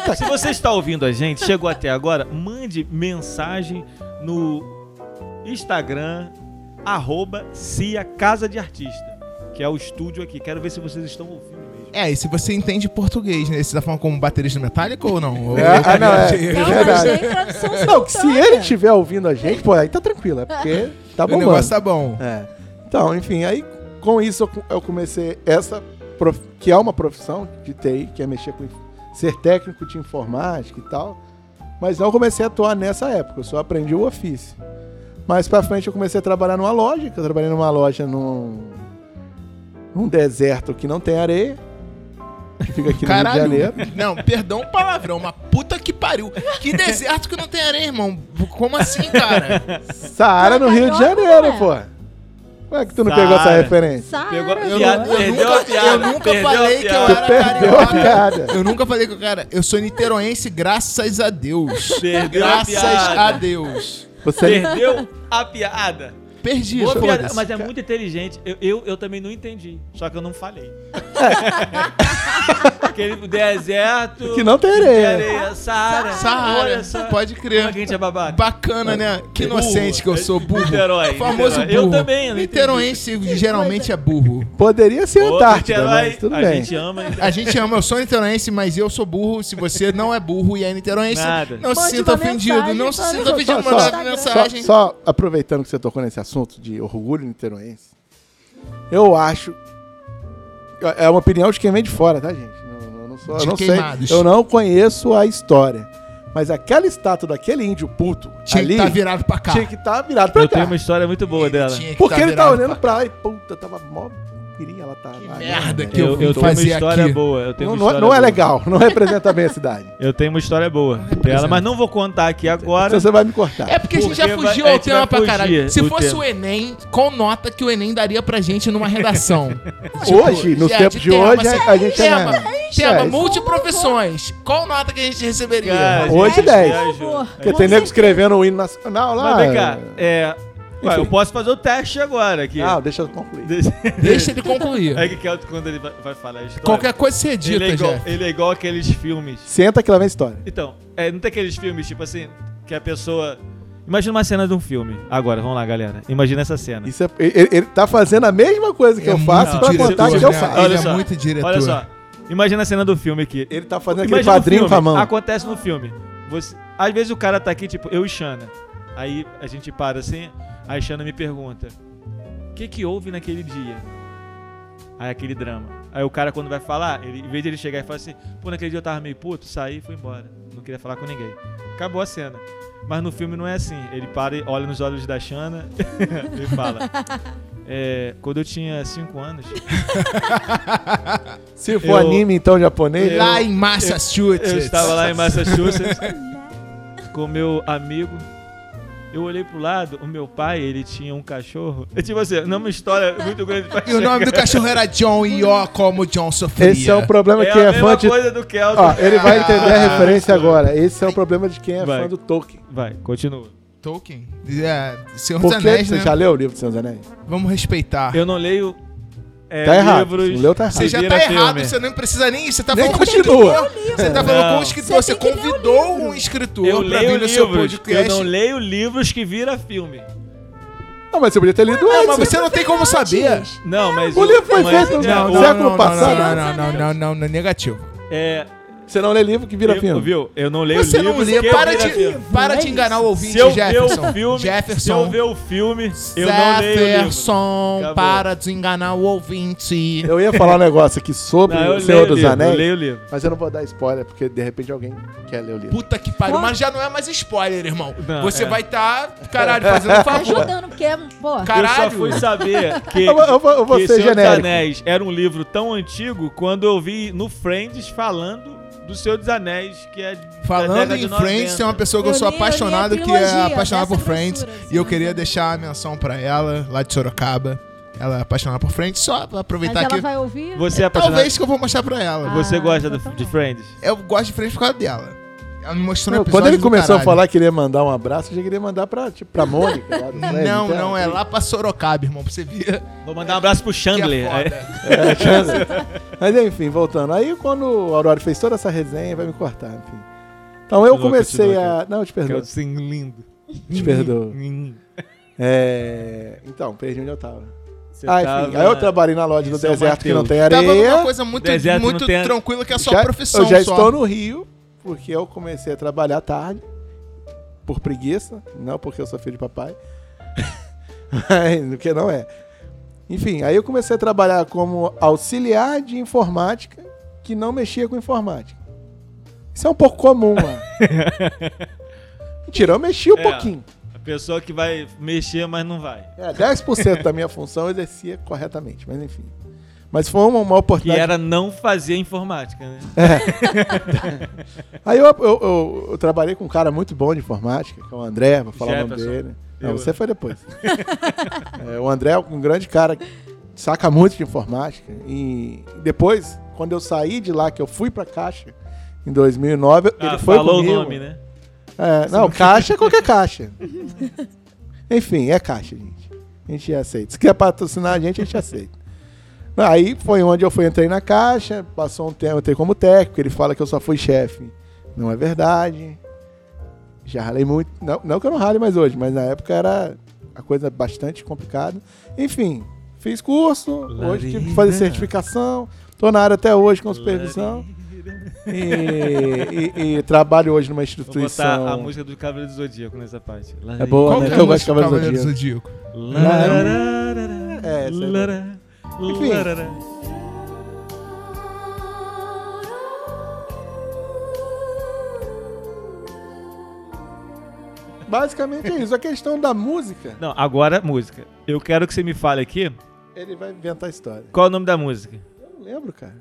Speaker 2: Tá.
Speaker 1: Se você está ouvindo a gente, chegou até agora, mande mensagem no Instagram, arroba Cia Casa de Artista, que é o estúdio aqui. Quero ver se vocês estão ouvindo mesmo.
Speaker 4: É, e se você entende português, né? Você tá falando como baterista metálico ou não? Ou-
Speaker 2: É, ah, não, é.
Speaker 4: Eu-
Speaker 3: Não, Então, mas
Speaker 2: verdade.
Speaker 3: tem tradução
Speaker 2: não, se
Speaker 3: simultânea.
Speaker 2: ele estiver ouvindo a gente, pô, aí tá tranquilo, é porque tá
Speaker 4: o
Speaker 2: bom,
Speaker 4: negócio tá bom.
Speaker 2: É. Então, enfim, aí com isso eu co- eu comecei essa, prof- que é uma profissão de TI, que é mexer com inf- ser técnico de informática e tal, mas não comecei a atuar nessa época, eu só aprendi o ofício. Mais pra frente eu comecei a trabalhar numa loja, que eu trabalhei numa loja num, num deserto que não tem areia, que fica aqui no Rio de Janeiro.
Speaker 4: Caralho. Não, perdão o palavrão, mas puta que pariu. Que deserto que não tem areia, irmão. Como assim, cara?
Speaker 2: Saara no Rio de
Speaker 3: Carioca,
Speaker 2: Janeiro,
Speaker 3: não é?
Speaker 2: pô. Como é que tu não pegou essa
Speaker 1: Saara.
Speaker 2: referência?
Speaker 3: Saara,
Speaker 1: Pegou a
Speaker 3: gente.
Speaker 1: piada, perdeu a piada.
Speaker 4: eu nunca
Speaker 1: perdeu
Speaker 4: falei
Speaker 1: a
Speaker 4: que eu
Speaker 1: piada.
Speaker 4: era
Speaker 2: Perdeu a
Speaker 4: carioca.
Speaker 2: piada.
Speaker 4: Eu nunca falei que, cara, eu sou niteroense, graças a Deus.
Speaker 1: Perdeu a
Speaker 4: Graças
Speaker 1: piada.
Speaker 4: a Deus.
Speaker 2: Você
Speaker 1: Perdeu a piada.
Speaker 4: Perdi,
Speaker 1: Boa piada, é
Speaker 4: foda-se.
Speaker 1: mas é muito inteligente. Eu, eu, eu também não entendi, só que eu não falei. Aquele deserto.
Speaker 2: É. Que não tem
Speaker 1: tem
Speaker 2: areia.
Speaker 1: areia. Saara.
Speaker 4: Saara,
Speaker 1: Olha só.
Speaker 4: pode
Speaker 1: Como é que a
Speaker 4: crer.
Speaker 1: gente é babaca?
Speaker 4: Bacana, né? Que inocente que eu sou, burro.
Speaker 1: Niterói,
Speaker 4: Famoso
Speaker 1: Niterói. Eu
Speaker 4: burro.
Speaker 1: também, eu não entendi.
Speaker 4: Niteroense geralmente é burro.
Speaker 2: Poderia ser
Speaker 1: Ô,
Speaker 2: Antártida,
Speaker 1: Niterói,
Speaker 2: mas tudo
Speaker 1: a
Speaker 2: bem.
Speaker 1: gente ama. Niterói.
Speaker 4: A gente ama, eu sou niteroense, mas eu sou burro. Se você não é burro e é niteroense,
Speaker 1: Nada.
Speaker 4: não se
Speaker 3: Mande
Speaker 4: sinta
Speaker 3: uma mensagem
Speaker 4: ofendido. Não
Speaker 3: para
Speaker 4: se
Speaker 3: o
Speaker 4: sinta
Speaker 3: nosso
Speaker 4: ofendido,
Speaker 2: só-
Speaker 4: mandar
Speaker 3: só-
Speaker 2: Só,
Speaker 4: mensagem.
Speaker 2: só aproveitando que você tocou nesse assunto de orgulho niteroense, eu acho. É uma opinião de quem vem de fora, tá, gente? Eu, eu não, sou, eu
Speaker 4: De
Speaker 2: não sei.
Speaker 4: queimados.
Speaker 2: Eu não conheço a história. Mas aquela estátua daquele índio puto
Speaker 4: Tinha que
Speaker 2: ali
Speaker 4: estar virado pra cá.
Speaker 2: tinha que estar virado É pra
Speaker 1: Eu
Speaker 2: cá.
Speaker 1: tenho uma história muito boa dela.
Speaker 4: Tinha que
Speaker 2: Porque
Speaker 4: tá
Speaker 2: ele tá
Speaker 4: virado
Speaker 2: olhando
Speaker 4: cá.
Speaker 2: pra lá e puta, tava mó pirinha lá, tá.
Speaker 4: Que
Speaker 2: lá,
Speaker 4: merda
Speaker 2: né?
Speaker 4: que eu-
Speaker 1: Eu, eu tenho uma
Speaker 4: fazia
Speaker 1: história
Speaker 4: aqui.
Speaker 1: boa. Eu tenho
Speaker 2: Não,
Speaker 1: uma
Speaker 2: não,
Speaker 1: história
Speaker 2: não é
Speaker 1: boa.
Speaker 2: legal, é não representa bem a cidade.
Speaker 1: Eu tenho uma história boa dela,
Speaker 4: representa.
Speaker 1: mas não vou contar aqui agora.
Speaker 2: Então você vai me cortar.
Speaker 4: É porque a gente
Speaker 1: Porque
Speaker 4: já
Speaker 1: vai-
Speaker 4: fugiu
Speaker 1: a
Speaker 4: ao
Speaker 1: gente
Speaker 4: tema
Speaker 1: vai
Speaker 4: pra
Speaker 1: fugir
Speaker 4: caralho. Se
Speaker 1: do
Speaker 4: fosse
Speaker 1: tema.
Speaker 4: o Enem, qual nota que o Enem daria pra gente numa redação? Um
Speaker 2: Hoje, nos
Speaker 4: é,
Speaker 2: tempos de
Speaker 4: tema,
Speaker 2: hoje,
Speaker 4: assim,
Speaker 2: a gente é
Speaker 4: tema,
Speaker 2: nada. Isso é
Speaker 4: tema,
Speaker 3: um
Speaker 2: isso.
Speaker 4: multiprofissões. Qual nota que a gente receberia?
Speaker 1: Cara,
Speaker 2: Hoje é
Speaker 1: gente,
Speaker 2: 10.
Speaker 1: viajou.
Speaker 2: Porque tem nego
Speaker 3: escrever.
Speaker 2: escrevendo o hino nacional lá.
Speaker 1: Mas vem cá, é. Ué, eu
Speaker 2: Enfim.
Speaker 1: posso fazer o teste agora aqui.
Speaker 2: Ah, deixa eu concluir.
Speaker 4: Deixa ele concluir.
Speaker 1: É que Kelto, quando ele vai, vai falar a história.
Speaker 4: Qualquer coisa você
Speaker 1: ele,
Speaker 4: edita,
Speaker 1: é igual,
Speaker 4: Jeff.
Speaker 1: ele é igual aqueles filmes.
Speaker 2: Senta que lá vem a história.
Speaker 1: Então, é, não tem aqueles filmes, tipo assim, que a pessoa. Imagina uma cena de um filme. Agora, vamos lá, galera. Imagina essa cena.
Speaker 2: Isso é- ele, ele tá fazendo a mesma coisa que
Speaker 4: É
Speaker 2: eu faço
Speaker 4: muito
Speaker 2: pra
Speaker 4: diretor,
Speaker 2: contar que eu
Speaker 4: né?
Speaker 2: faço.
Speaker 4: Ele é muito diretor.
Speaker 1: Olha só. Imagina a cena do filme aqui.
Speaker 2: Ele tá fazendo aquele
Speaker 1: Imagina o
Speaker 2: quadrinho
Speaker 1: filme,
Speaker 2: com a mão.
Speaker 1: Acontece no filme. Você- às vezes o cara tá aqui, tipo, eu e Xana. Aí a gente para assim, aí Xana me pergunta: O que que houve naquele dia? Aí aquele drama. Aí o cara, quando vai falar, ele, em vez de ele chegar e falar assim: Pô, naquele dia eu tava meio puto, saí e fui embora. Não queria falar com ninguém. Acabou a cena. Mas no filme não é assim. Ele para e olha nos olhos da Xana e fala: "É, Quando eu tinha 5 anos,
Speaker 2: Se for
Speaker 1: eu-
Speaker 2: anime, então, japonês.
Speaker 1: eu-
Speaker 4: lá em Massachusetts.
Speaker 1: Eu estava lá em Massachusetts com meu amigo. Eu olhei pro lado, o meu pai, ele tinha um cachorro. É tipo assim, não é uma história muito grande pra
Speaker 4: E o nome do cachorro era John e ó como John sofria.
Speaker 2: Esse é um problema
Speaker 1: é
Speaker 2: que
Speaker 1: a
Speaker 2: é
Speaker 1: mesma
Speaker 2: fã de.
Speaker 1: coisa do Kelton.
Speaker 2: Ó, ele vai entender a
Speaker 4: Ah.
Speaker 2: referência agora. Esse é o problema de quem é
Speaker 1: Vai.
Speaker 2: fã do Tolkien.
Speaker 1: Vai, continua.
Speaker 4: Tolkien. É, Senhor dos
Speaker 2: Porque
Speaker 4: Anéis,
Speaker 2: você
Speaker 4: né?
Speaker 2: já leu o livro de Senhor dos Anéis?
Speaker 4: Vamos respeitar.
Speaker 1: Eu não leio é,
Speaker 2: Tá errado.
Speaker 1: livros.
Speaker 2: O Leo tá errado.
Speaker 4: Você já
Speaker 1: vira
Speaker 4: tá errado,
Speaker 1: filme.
Speaker 4: você não precisa nem. Você tá
Speaker 2: Nem
Speaker 4: falando com o
Speaker 2: continua.
Speaker 4: escritor. Você tá falando com
Speaker 1: Não.
Speaker 4: o escritor. Você
Speaker 3: Você tem que ler o
Speaker 4: convidou
Speaker 3: livro.
Speaker 4: um escritor
Speaker 1: Eu
Speaker 4: pra
Speaker 1: leio
Speaker 4: vir no seu
Speaker 1: livros. Eu
Speaker 4: podcast.
Speaker 1: não leio livros que vira filme.
Speaker 2: Não, mas você podia ter lido
Speaker 4: Não,
Speaker 3: é
Speaker 2: antes.
Speaker 4: mas você não tem como saber.
Speaker 1: Não, mas.
Speaker 2: O livro foi
Speaker 1: mas-
Speaker 2: feito no-
Speaker 1: é,
Speaker 2: não,
Speaker 1: o-
Speaker 2: não. Século passado.
Speaker 4: Não, não, não, não, não, não, negativo.
Speaker 1: É,
Speaker 2: Você não lê livro que vira
Speaker 1: eu-
Speaker 2: filme.
Speaker 1: Viu? Eu não leio
Speaker 4: Você
Speaker 1: livros
Speaker 4: não lê.
Speaker 1: que
Speaker 4: Para
Speaker 1: vira
Speaker 4: de,
Speaker 1: filme.
Speaker 4: para
Speaker 3: Não é
Speaker 4: de enganar o ouvinte,
Speaker 1: Se eu ver
Speaker 4: Jefferson.
Speaker 1: o filme, se eu
Speaker 4: Jefferson.
Speaker 1: ver o filme, eu não leio o livro.
Speaker 4: Jefferson,
Speaker 1: Acabou.
Speaker 4: para de enganar o ouvinte.
Speaker 2: Eu ia falar um negócio aqui sobre
Speaker 1: Não, eu
Speaker 2: o Senhor
Speaker 1: leio o
Speaker 2: dos
Speaker 1: livro,
Speaker 2: Anéis,
Speaker 1: Eu leio o livro.
Speaker 2: mas eu não vou dar spoiler, porque de repente alguém quer ler o livro.
Speaker 4: Puta que pariu,
Speaker 3: Ó.
Speaker 4: mas já não é mais spoiler, irmão.
Speaker 1: Não,
Speaker 4: Você
Speaker 1: é.
Speaker 4: vai estar, caralho, fazendo um
Speaker 3: Tá
Speaker 4: favor.
Speaker 3: ajudando, porque, pô...
Speaker 1: Eu só fui
Speaker 4: Caralho.
Speaker 1: saber que,
Speaker 2: Eu vou- eu vou- eu vou
Speaker 1: que
Speaker 2: ser
Speaker 1: Senhor dos
Speaker 2: genérico.
Speaker 1: Anéis era um livro tão antigo quando eu vi no Friends falando do Senhor dos Anéis, que é de- da
Speaker 4: Falando
Speaker 1: década de
Speaker 4: em Friends,
Speaker 1: 90.
Speaker 4: tem uma pessoa que eu,
Speaker 3: Eu
Speaker 4: sou
Speaker 3: li- eu li a
Speaker 4: apaixonado, que é
Speaker 3: trilogia,
Speaker 4: apaixonada por
Speaker 3: dessa
Speaker 4: Friends.
Speaker 3: grossura,
Speaker 4: e eu
Speaker 3: assim.
Speaker 4: queria deixar a menção pra ela, lá de Sorocaba. Ela é apaixonada por Friends, só pra
Speaker 3: Mas
Speaker 4: aproveitar
Speaker 3: ela
Speaker 4: tá aqui.
Speaker 3: vai ouvir...
Speaker 1: Você é apaixonado?
Speaker 4: Talvez que eu vou mostrar pra ela.
Speaker 1: Você
Speaker 3: Ah,
Speaker 1: gosta
Speaker 3: então
Speaker 1: do-
Speaker 3: tá
Speaker 1: de
Speaker 3: bom.
Speaker 1: Friends?
Speaker 4: Eu gosto de Friends por causa dela. Ela me
Speaker 1: é
Speaker 4: mostrou um
Speaker 2: Não,
Speaker 4: episódio
Speaker 2: quando ele
Speaker 4: do
Speaker 2: começou a
Speaker 4: caralho.
Speaker 2: falar que ele ia mandar um abraço, eu já queria mandar pra, tipo, pra Mônica. lá do Fred,
Speaker 4: Não,
Speaker 2: então,
Speaker 4: não, é
Speaker 2: assim.
Speaker 4: lá pra Sorocaba, irmão, pra você ver.
Speaker 1: Vou mandar um abraço pro Chandler.
Speaker 4: Que é foda.
Speaker 2: É, Chandler. Mas enfim, voltando. Aí quando o Aurora fez toda essa resenha, vai me cortar, enfim. Então eu
Speaker 1: Continua,
Speaker 2: comecei
Speaker 1: continua,
Speaker 2: a. Não, eu te
Speaker 1: que é
Speaker 2: perdoo.
Speaker 1: o sim lindo.
Speaker 2: Te perdoo.
Speaker 1: Hum.
Speaker 2: É, Então, perdi onde eu tava.
Speaker 1: Você tá
Speaker 2: Ah, enfim.
Speaker 1: tava- é
Speaker 2: Aí eu trabalhei na loja
Speaker 1: em
Speaker 2: do
Speaker 1: São
Speaker 2: deserto que não
Speaker 1: Mateus.
Speaker 2: tem
Speaker 4: Tava numa
Speaker 2: areia.
Speaker 4: coisa muito,
Speaker 1: Deserto não
Speaker 4: muito
Speaker 1: tem-
Speaker 4: tranquila que é só
Speaker 2: Já-
Speaker 4: profissão.
Speaker 2: Eu já
Speaker 4: só.
Speaker 2: estou no Rio, porque eu comecei a trabalhar tarde, por preguiça, não porque eu sou filho de papai. Mas, o que não é. Enfim, aí eu comecei a trabalhar como auxiliar de informática que não mexia com informática. Isso é um pouco comum lá. Mentira, eu mexi um
Speaker 1: É.
Speaker 2: pouquinho.
Speaker 1: A pessoa que vai mexer, mas não vai.
Speaker 2: É, 10% da minha função eu exercia corretamente, mas enfim. Mas foi uma, uma
Speaker 1: Que
Speaker 2: oportunidade.
Speaker 1: era não fazer informática, né?
Speaker 2: Aí eu, eu- eu- eu trabalhei com um cara muito bom de informática, que é o André, vou falar o nome
Speaker 1: Jefferson.
Speaker 2: dele. Não,
Speaker 1: Eu- né?
Speaker 2: você foi depois. É, o André é um grande cara, que saca muito de informática. E depois, quando eu saí de lá, que eu fui pra Caixa, em 2009, ele
Speaker 1: Ah,
Speaker 2: foi
Speaker 1: falou
Speaker 2: comigo.
Speaker 1: o nome, né?
Speaker 2: É, não, Caixa é qualquer Caixa. é Enfim, é Caixa, gente. A gente aceita. Se quer patrocinar a gente, a gente aceita. Aí foi onde eu fui, entrei na caixa, passou um tempo, eu entrei como técnico, ele fala que eu só fui chefe. Não é verdade. Já ralei muito. Não, não que eu não rale mais hoje, mas na época era a coisa bastante complicada. Enfim, fiz curso, hoje tive que fazer
Speaker 1: Laringa.
Speaker 2: certificação, tô na área até hoje com supervisão. E, e- e trabalho hoje numa
Speaker 1: Vou botar a
Speaker 2: instituição.
Speaker 1: música do Cavaleiro do Zodíaco nessa parte. é?
Speaker 2: É boa,
Speaker 4: Qual
Speaker 2: né?
Speaker 4: que é
Speaker 2: Que eu
Speaker 4: a
Speaker 2: gosto de
Speaker 4: música do
Speaker 2: Cavaleiro
Speaker 4: Cavaleiro
Speaker 2: do
Speaker 4: Zodíaco?
Speaker 1: Lararara,
Speaker 2: É, essa é boa.
Speaker 1: lará,
Speaker 2: Enfim.
Speaker 1: larará.
Speaker 2: Basicamente é isso. A questão da música,
Speaker 1: Não, agora música. Eu quero que você me fale aqui
Speaker 2: ele vai inventar a história.
Speaker 1: qual é o nome da música.
Speaker 2: Eu não lembro, cara.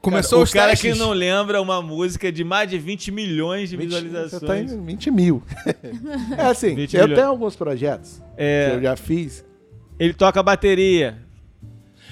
Speaker 4: Começou
Speaker 1: o
Speaker 4: os
Speaker 1: cara
Speaker 4: testes.
Speaker 1: que não lembra uma música de mais de 20 milhões de
Speaker 2: Você tá
Speaker 1: visualizações.
Speaker 2: em 20 mil. é assim,
Speaker 1: 20
Speaker 2: eu
Speaker 1: milhões.
Speaker 2: tenho alguns projetos que
Speaker 1: É,
Speaker 2: eu já fiz.
Speaker 1: ele toca bateria.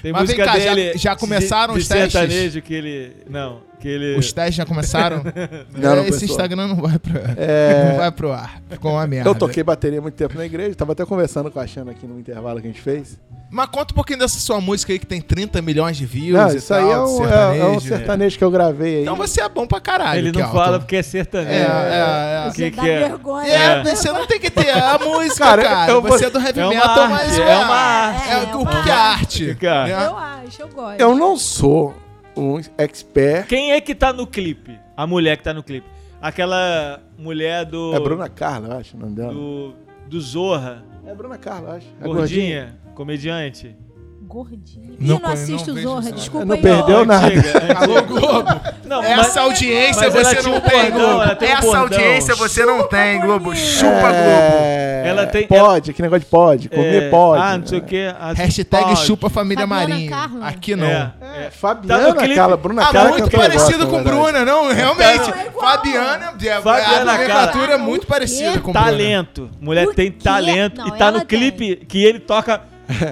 Speaker 1: Tem
Speaker 4: Mas vem
Speaker 1: música
Speaker 4: cá, já-
Speaker 1: dele.
Speaker 4: já
Speaker 1: de-
Speaker 4: começaram
Speaker 1: de
Speaker 4: os testes?
Speaker 1: sertanejo que ele. Não, que ele.
Speaker 4: Os testes já começaram?
Speaker 2: Não, não
Speaker 4: Esse
Speaker 2: começou. É.
Speaker 4: Instagram não vai, pro... não vai pro ar. Ficou uma merda.
Speaker 2: Eu toquei bateria há muito tempo na igreja, tava até conversando com a Xana aqui no intervalo que a gente fez.
Speaker 4: Mas conta um pouquinho dessa sua música aí que tem 30 milhões de views
Speaker 2: Não,
Speaker 4: e
Speaker 2: isso
Speaker 4: tal,
Speaker 2: aí é
Speaker 4: de
Speaker 2: um é-
Speaker 4: sertanejo. né?
Speaker 2: é um sertanejo que eu gravei aí.
Speaker 4: Então você é bom pra caralho,
Speaker 1: ele não
Speaker 4: Kelton.
Speaker 1: fala porque é
Speaker 4: É,
Speaker 1: sertanejo.
Speaker 4: é, é.
Speaker 1: que
Speaker 3: Você
Speaker 1: que
Speaker 3: dá
Speaker 1: é?
Speaker 4: É,
Speaker 3: vergonha.
Speaker 4: você não tem que ter a música, cara.
Speaker 2: Cara, eu vou-
Speaker 4: Você é do heavy
Speaker 1: É uma
Speaker 4: metal,
Speaker 1: arte,
Speaker 4: mas
Speaker 1: é uma arte.
Speaker 4: É,
Speaker 3: É
Speaker 4: o
Speaker 3: uma
Speaker 4: que é arte.
Speaker 1: Cara.
Speaker 4: né?
Speaker 3: Eu acho, eu gosto.
Speaker 2: Eu não sou um expert.
Speaker 1: Quem é que tá no clipe? A mulher que tá no clipe. Aquela mulher do.
Speaker 2: É Bruna Carla, eu acho, o nome dela.
Speaker 1: Do, do Zorra.
Speaker 2: É Bruna Carla, eu acho. A
Speaker 1: Gordinha, comediante.
Speaker 3: Gordinho.
Speaker 4: Não
Speaker 3: Ih, não
Speaker 4: conhe-
Speaker 3: assisto
Speaker 4: não vejo
Speaker 3: Zorra,
Speaker 4: Zorra.
Speaker 3: desculpa
Speaker 2: Não
Speaker 3: aí.
Speaker 2: perdeu
Speaker 3: ó.
Speaker 2: nada.
Speaker 1: Antiga,
Speaker 4: Alô,
Speaker 1: antiga.
Speaker 4: Globo. É
Speaker 1: Não, mas,
Speaker 4: Essa audiência
Speaker 1: mas ela
Speaker 4: você
Speaker 1: tinha
Speaker 4: não
Speaker 1: um
Speaker 4: tem,
Speaker 1: bordão,
Speaker 4: Globo.
Speaker 1: ela tem um
Speaker 4: Essa
Speaker 1: bordão.
Speaker 4: audiência você não tem, Globo.
Speaker 3: bonito.
Speaker 4: Chupa, Globo.
Speaker 2: É,
Speaker 1: Ela tem-
Speaker 2: Pode, que negócio de pode. Comer
Speaker 1: é,
Speaker 2: pode.
Speaker 1: Ah, não sei
Speaker 2: né?
Speaker 1: o que. as-
Speaker 4: Hashtag
Speaker 1: pode.
Speaker 4: chupa família
Speaker 3: Fabiana
Speaker 4: Marinho.
Speaker 3: Carla.
Speaker 4: Aqui
Speaker 1: É,
Speaker 4: não.
Speaker 2: É,
Speaker 1: é. Tá
Speaker 2: Fabiana
Speaker 1: no clipe.
Speaker 2: Carla, Bruna Carla.
Speaker 4: Ah,
Speaker 2: que é o
Speaker 4: muito
Speaker 2: que eu gosto, na
Speaker 4: parecido com
Speaker 2: verdade.
Speaker 4: Bruna, não, realmente.
Speaker 3: Não, é igual.
Speaker 4: Fabiana, é,
Speaker 1: Fabiana
Speaker 4: a nomenclatura
Speaker 3: Carla.
Speaker 4: é muito parecida com Bruna.
Speaker 1: Talento. Mulher
Speaker 3: Por
Speaker 1: tem
Speaker 3: quê?
Speaker 1: talento.
Speaker 3: Não,
Speaker 1: e tá
Speaker 3: ela
Speaker 1: no clipe que ele toca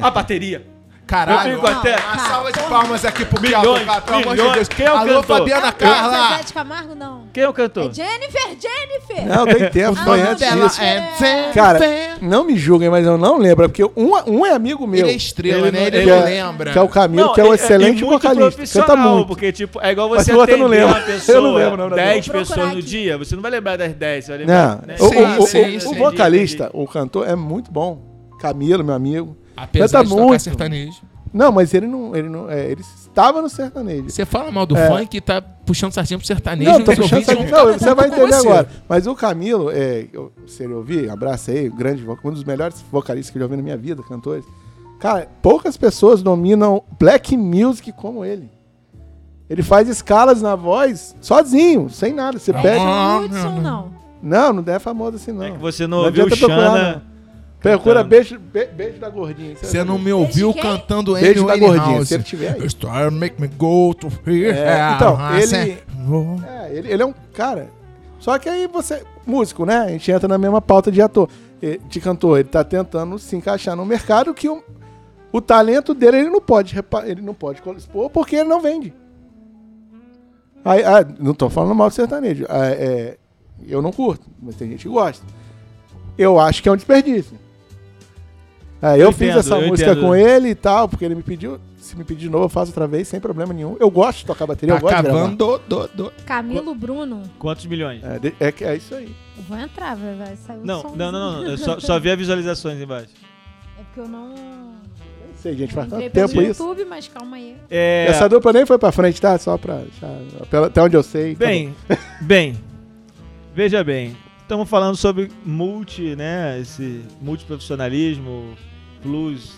Speaker 1: a bateria.
Speaker 4: Caralho,
Speaker 1: Eu fico até-
Speaker 4: uma salva de palmas aqui pro
Speaker 1: Milhões,
Speaker 4: Kelton, cara, pelo amor de
Speaker 1: milhões.
Speaker 4: Deus.
Speaker 1: Quem é o
Speaker 4: Alô,
Speaker 1: cantor?
Speaker 4: Fabiana
Speaker 3: Não, não é
Speaker 4: Carla.
Speaker 3: Zé de Camargo, não.
Speaker 1: Quem é o cantor?
Speaker 3: É Jennifer, Jennifer!
Speaker 2: Não, tem tempo,
Speaker 3: Ah,
Speaker 2: foi
Speaker 3: não,
Speaker 2: antes
Speaker 3: dela
Speaker 2: disso.
Speaker 3: é
Speaker 4: fé,
Speaker 2: Cara, não me julguem, mas eu não lembro. é Porque um, um é amigo meu.
Speaker 4: é- Ele é estrela,
Speaker 1: Ele
Speaker 4: né?
Speaker 1: não-
Speaker 4: Ele,
Speaker 2: que,
Speaker 4: não
Speaker 2: é,
Speaker 4: lembra.
Speaker 2: que é o Camilo, que é um
Speaker 1: e-
Speaker 2: excelente
Speaker 1: e muito
Speaker 2: vocalista. Canta
Speaker 1: profissional,
Speaker 2: muito.
Speaker 1: Porque, tipo, é igual
Speaker 2: Mas
Speaker 1: você
Speaker 2: o outro eu não
Speaker 1: atender uma
Speaker 2: lembro.
Speaker 1: pessoa,
Speaker 2: Eu não lembro, não, não, não.
Speaker 1: 10
Speaker 3: Vou procurar
Speaker 1: pessoas no
Speaker 3: aqui.
Speaker 1: dia, você não vai lembrar das 10, você vai lembrar...
Speaker 2: Não,
Speaker 1: né?
Speaker 2: É. o,
Speaker 4: Sim,
Speaker 2: o- o-
Speaker 4: sim,
Speaker 2: o
Speaker 4: sim.
Speaker 2: vocalista, o cantor, é muito bom. Camilo, meu amigo.
Speaker 4: Apesar
Speaker 2: Canta
Speaker 4: de tocar
Speaker 2: muito.
Speaker 4: sertanejo.
Speaker 2: Não, mas ele não. Ele, não, é, ele estava no sertanejo.
Speaker 4: Você fala mal do
Speaker 2: É.
Speaker 4: funk e tá puxando sardinha pro sertanejo.
Speaker 2: Não, tô
Speaker 4: os
Speaker 2: puxando
Speaker 4: ouvintes
Speaker 2: essa...
Speaker 4: vão
Speaker 2: Não,
Speaker 4: ficar
Speaker 2: você vai
Speaker 4: um com
Speaker 2: entender
Speaker 4: você.
Speaker 2: agora. Mas o Camilo, é, eu, se ele ouvir, abraça aí, grande, vo- um dos melhores vocalistas que eu já ouvi na minha vida, cantores. Cara, poucas pessoas dominam black music como ele. Ele faz escalas na voz sozinho, sem nada. Você
Speaker 4: Não,
Speaker 2: pega.
Speaker 4: Ah,
Speaker 3: Hudson,
Speaker 4: não,
Speaker 3: não.
Speaker 2: Não, não é famoso assim, não.
Speaker 1: É que você não,
Speaker 2: Não
Speaker 1: ouviu
Speaker 2: adianta procurar, né?
Speaker 1: Xana...
Speaker 2: não. Procura
Speaker 1: cantando.
Speaker 2: beijo, Be- beijo da gordinha.
Speaker 4: Você não me
Speaker 3: Beijo
Speaker 4: ouviu
Speaker 3: quem?
Speaker 4: cantando
Speaker 2: Beijo da
Speaker 4: Amy
Speaker 2: gordinha,
Speaker 4: Winehouse.
Speaker 2: se ele tiver aí.
Speaker 4: Star make me go to here.
Speaker 2: É, então,
Speaker 4: Ah,
Speaker 2: ele-
Speaker 4: cê-
Speaker 2: É, ele, ele é um cara. Só que aí você. Músico, né? A gente entra na mesma pauta de ator. E- De cantor. Ele tá tentando se encaixar no mercado que o, o talento dele ele não pode repa- ele não pode expor porque ele não vende. Aí, ah, não tô falando mal do sertanejo. Ah, é, eu não curto, mas tem gente que gosta. Eu acho que é um desperdício. Ah, eu,
Speaker 1: Eu
Speaker 2: fiz
Speaker 1: entendo,
Speaker 2: essa
Speaker 1: eu
Speaker 2: música
Speaker 1: entendo.
Speaker 2: com ele e tal, porque ele me pediu. Se me pedir de novo, eu faço outra vez, sem problema nenhum. Eu gosto de tocar bateria,
Speaker 4: Tá
Speaker 2: eu gosto de gravar.
Speaker 4: cavando do, do, do.
Speaker 3: Camilo Bruno.
Speaker 1: Quantos milhões?
Speaker 2: É, de- é, que- é isso aí.
Speaker 3: Eu vou entrar, vai, vai sair o
Speaker 1: Não, não,
Speaker 3: somzinho.
Speaker 1: não, não, eu só, só vi as visualizações embaixo.
Speaker 3: É porque eu não.
Speaker 2: Não sei, É gente, faz tanto
Speaker 3: entrei
Speaker 2: tempo
Speaker 3: pelo
Speaker 2: isso.
Speaker 3: YouTube, mas calma aí.
Speaker 1: É,
Speaker 2: Essa dupla nem foi pra frente, tá? Só pra. já- pela- até onde eu sei. tá
Speaker 1: bem, bem, veja bem, estamos falando sobre multi, né, esse multiprofissionalismo, plus...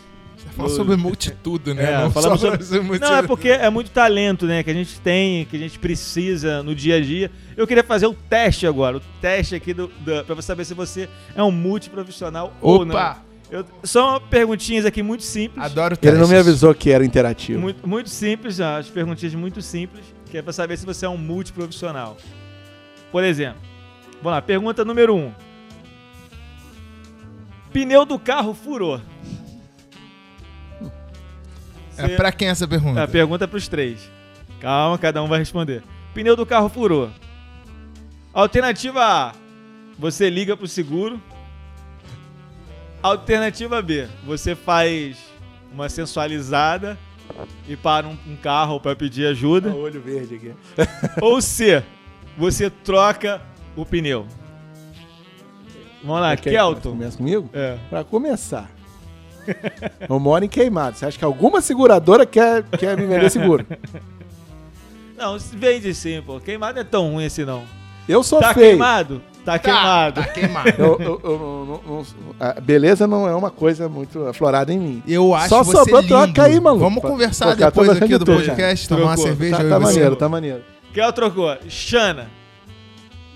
Speaker 4: Fala sobre multitudo, né?
Speaker 1: É,
Speaker 4: Não
Speaker 1: falamos
Speaker 4: só
Speaker 1: sobre-
Speaker 4: multitudo.
Speaker 1: Não, é porque é muito talento, né, que a gente tem, que a gente precisa no dia a dia. Eu queria fazer o teste agora, o teste aqui do, da- pra você saber se você é um multiprofissional ou não.
Speaker 4: Opa,
Speaker 1: Eu, são perguntinhas aqui muito simples.
Speaker 4: adoro
Speaker 2: bom. Ele não me
Speaker 4: testes.
Speaker 2: avisou que era interativo.
Speaker 1: Muito, muito simples, ó, as perguntinhas muito simples, que é pra saber se você é um multiprofissional. Por exemplo, vamos lá, pergunta número 1. Um. Pneu do carro furou.
Speaker 4: É pra quem essa pergunta?
Speaker 1: A pergunta é pros três. Calma, cada um vai responder. Pneu do carro furou. Alternativa A. Você liga pro seguro. Alternativa B. Você faz uma sensualizada e para um, um carro para pedir ajuda.
Speaker 2: olho verde aqui.
Speaker 1: Ou C, você troca o pneu. Vamos lá,
Speaker 2: Quer-
Speaker 1: Ah, Kelton.
Speaker 2: É Começa comigo?
Speaker 1: É.
Speaker 2: Pra começar, eu moro em Queimado. Você acha que alguma seguradora quer, quer me vender seguro?
Speaker 1: Não, vende sim, pô. Queimado não é tão ruim assim, não.
Speaker 2: Eu sou
Speaker 1: Tá
Speaker 2: feio.
Speaker 1: queimado? Tá,
Speaker 4: Tá,
Speaker 1: queimado.
Speaker 4: Tá queimado.
Speaker 2: Eu- eu- eu não- não- não- a beleza não é uma coisa muito aflorada em mim.
Speaker 4: Eu acho
Speaker 2: Só
Speaker 4: você
Speaker 2: sobrou
Speaker 4: lindo.
Speaker 2: troca aí, maluco.
Speaker 4: Vamos conversar
Speaker 2: Pô, cara,
Speaker 4: depois
Speaker 2: tô gostando
Speaker 4: aqui
Speaker 2: de
Speaker 4: do
Speaker 2: tudo,
Speaker 4: podcast,
Speaker 1: cara.
Speaker 4: tomar uma
Speaker 1: Trocou.
Speaker 4: cerveja.
Speaker 2: Tá,
Speaker 4: eu e
Speaker 2: tá
Speaker 4: você.
Speaker 2: maneiro, tá maneiro.
Speaker 1: Kel trocou. Xana.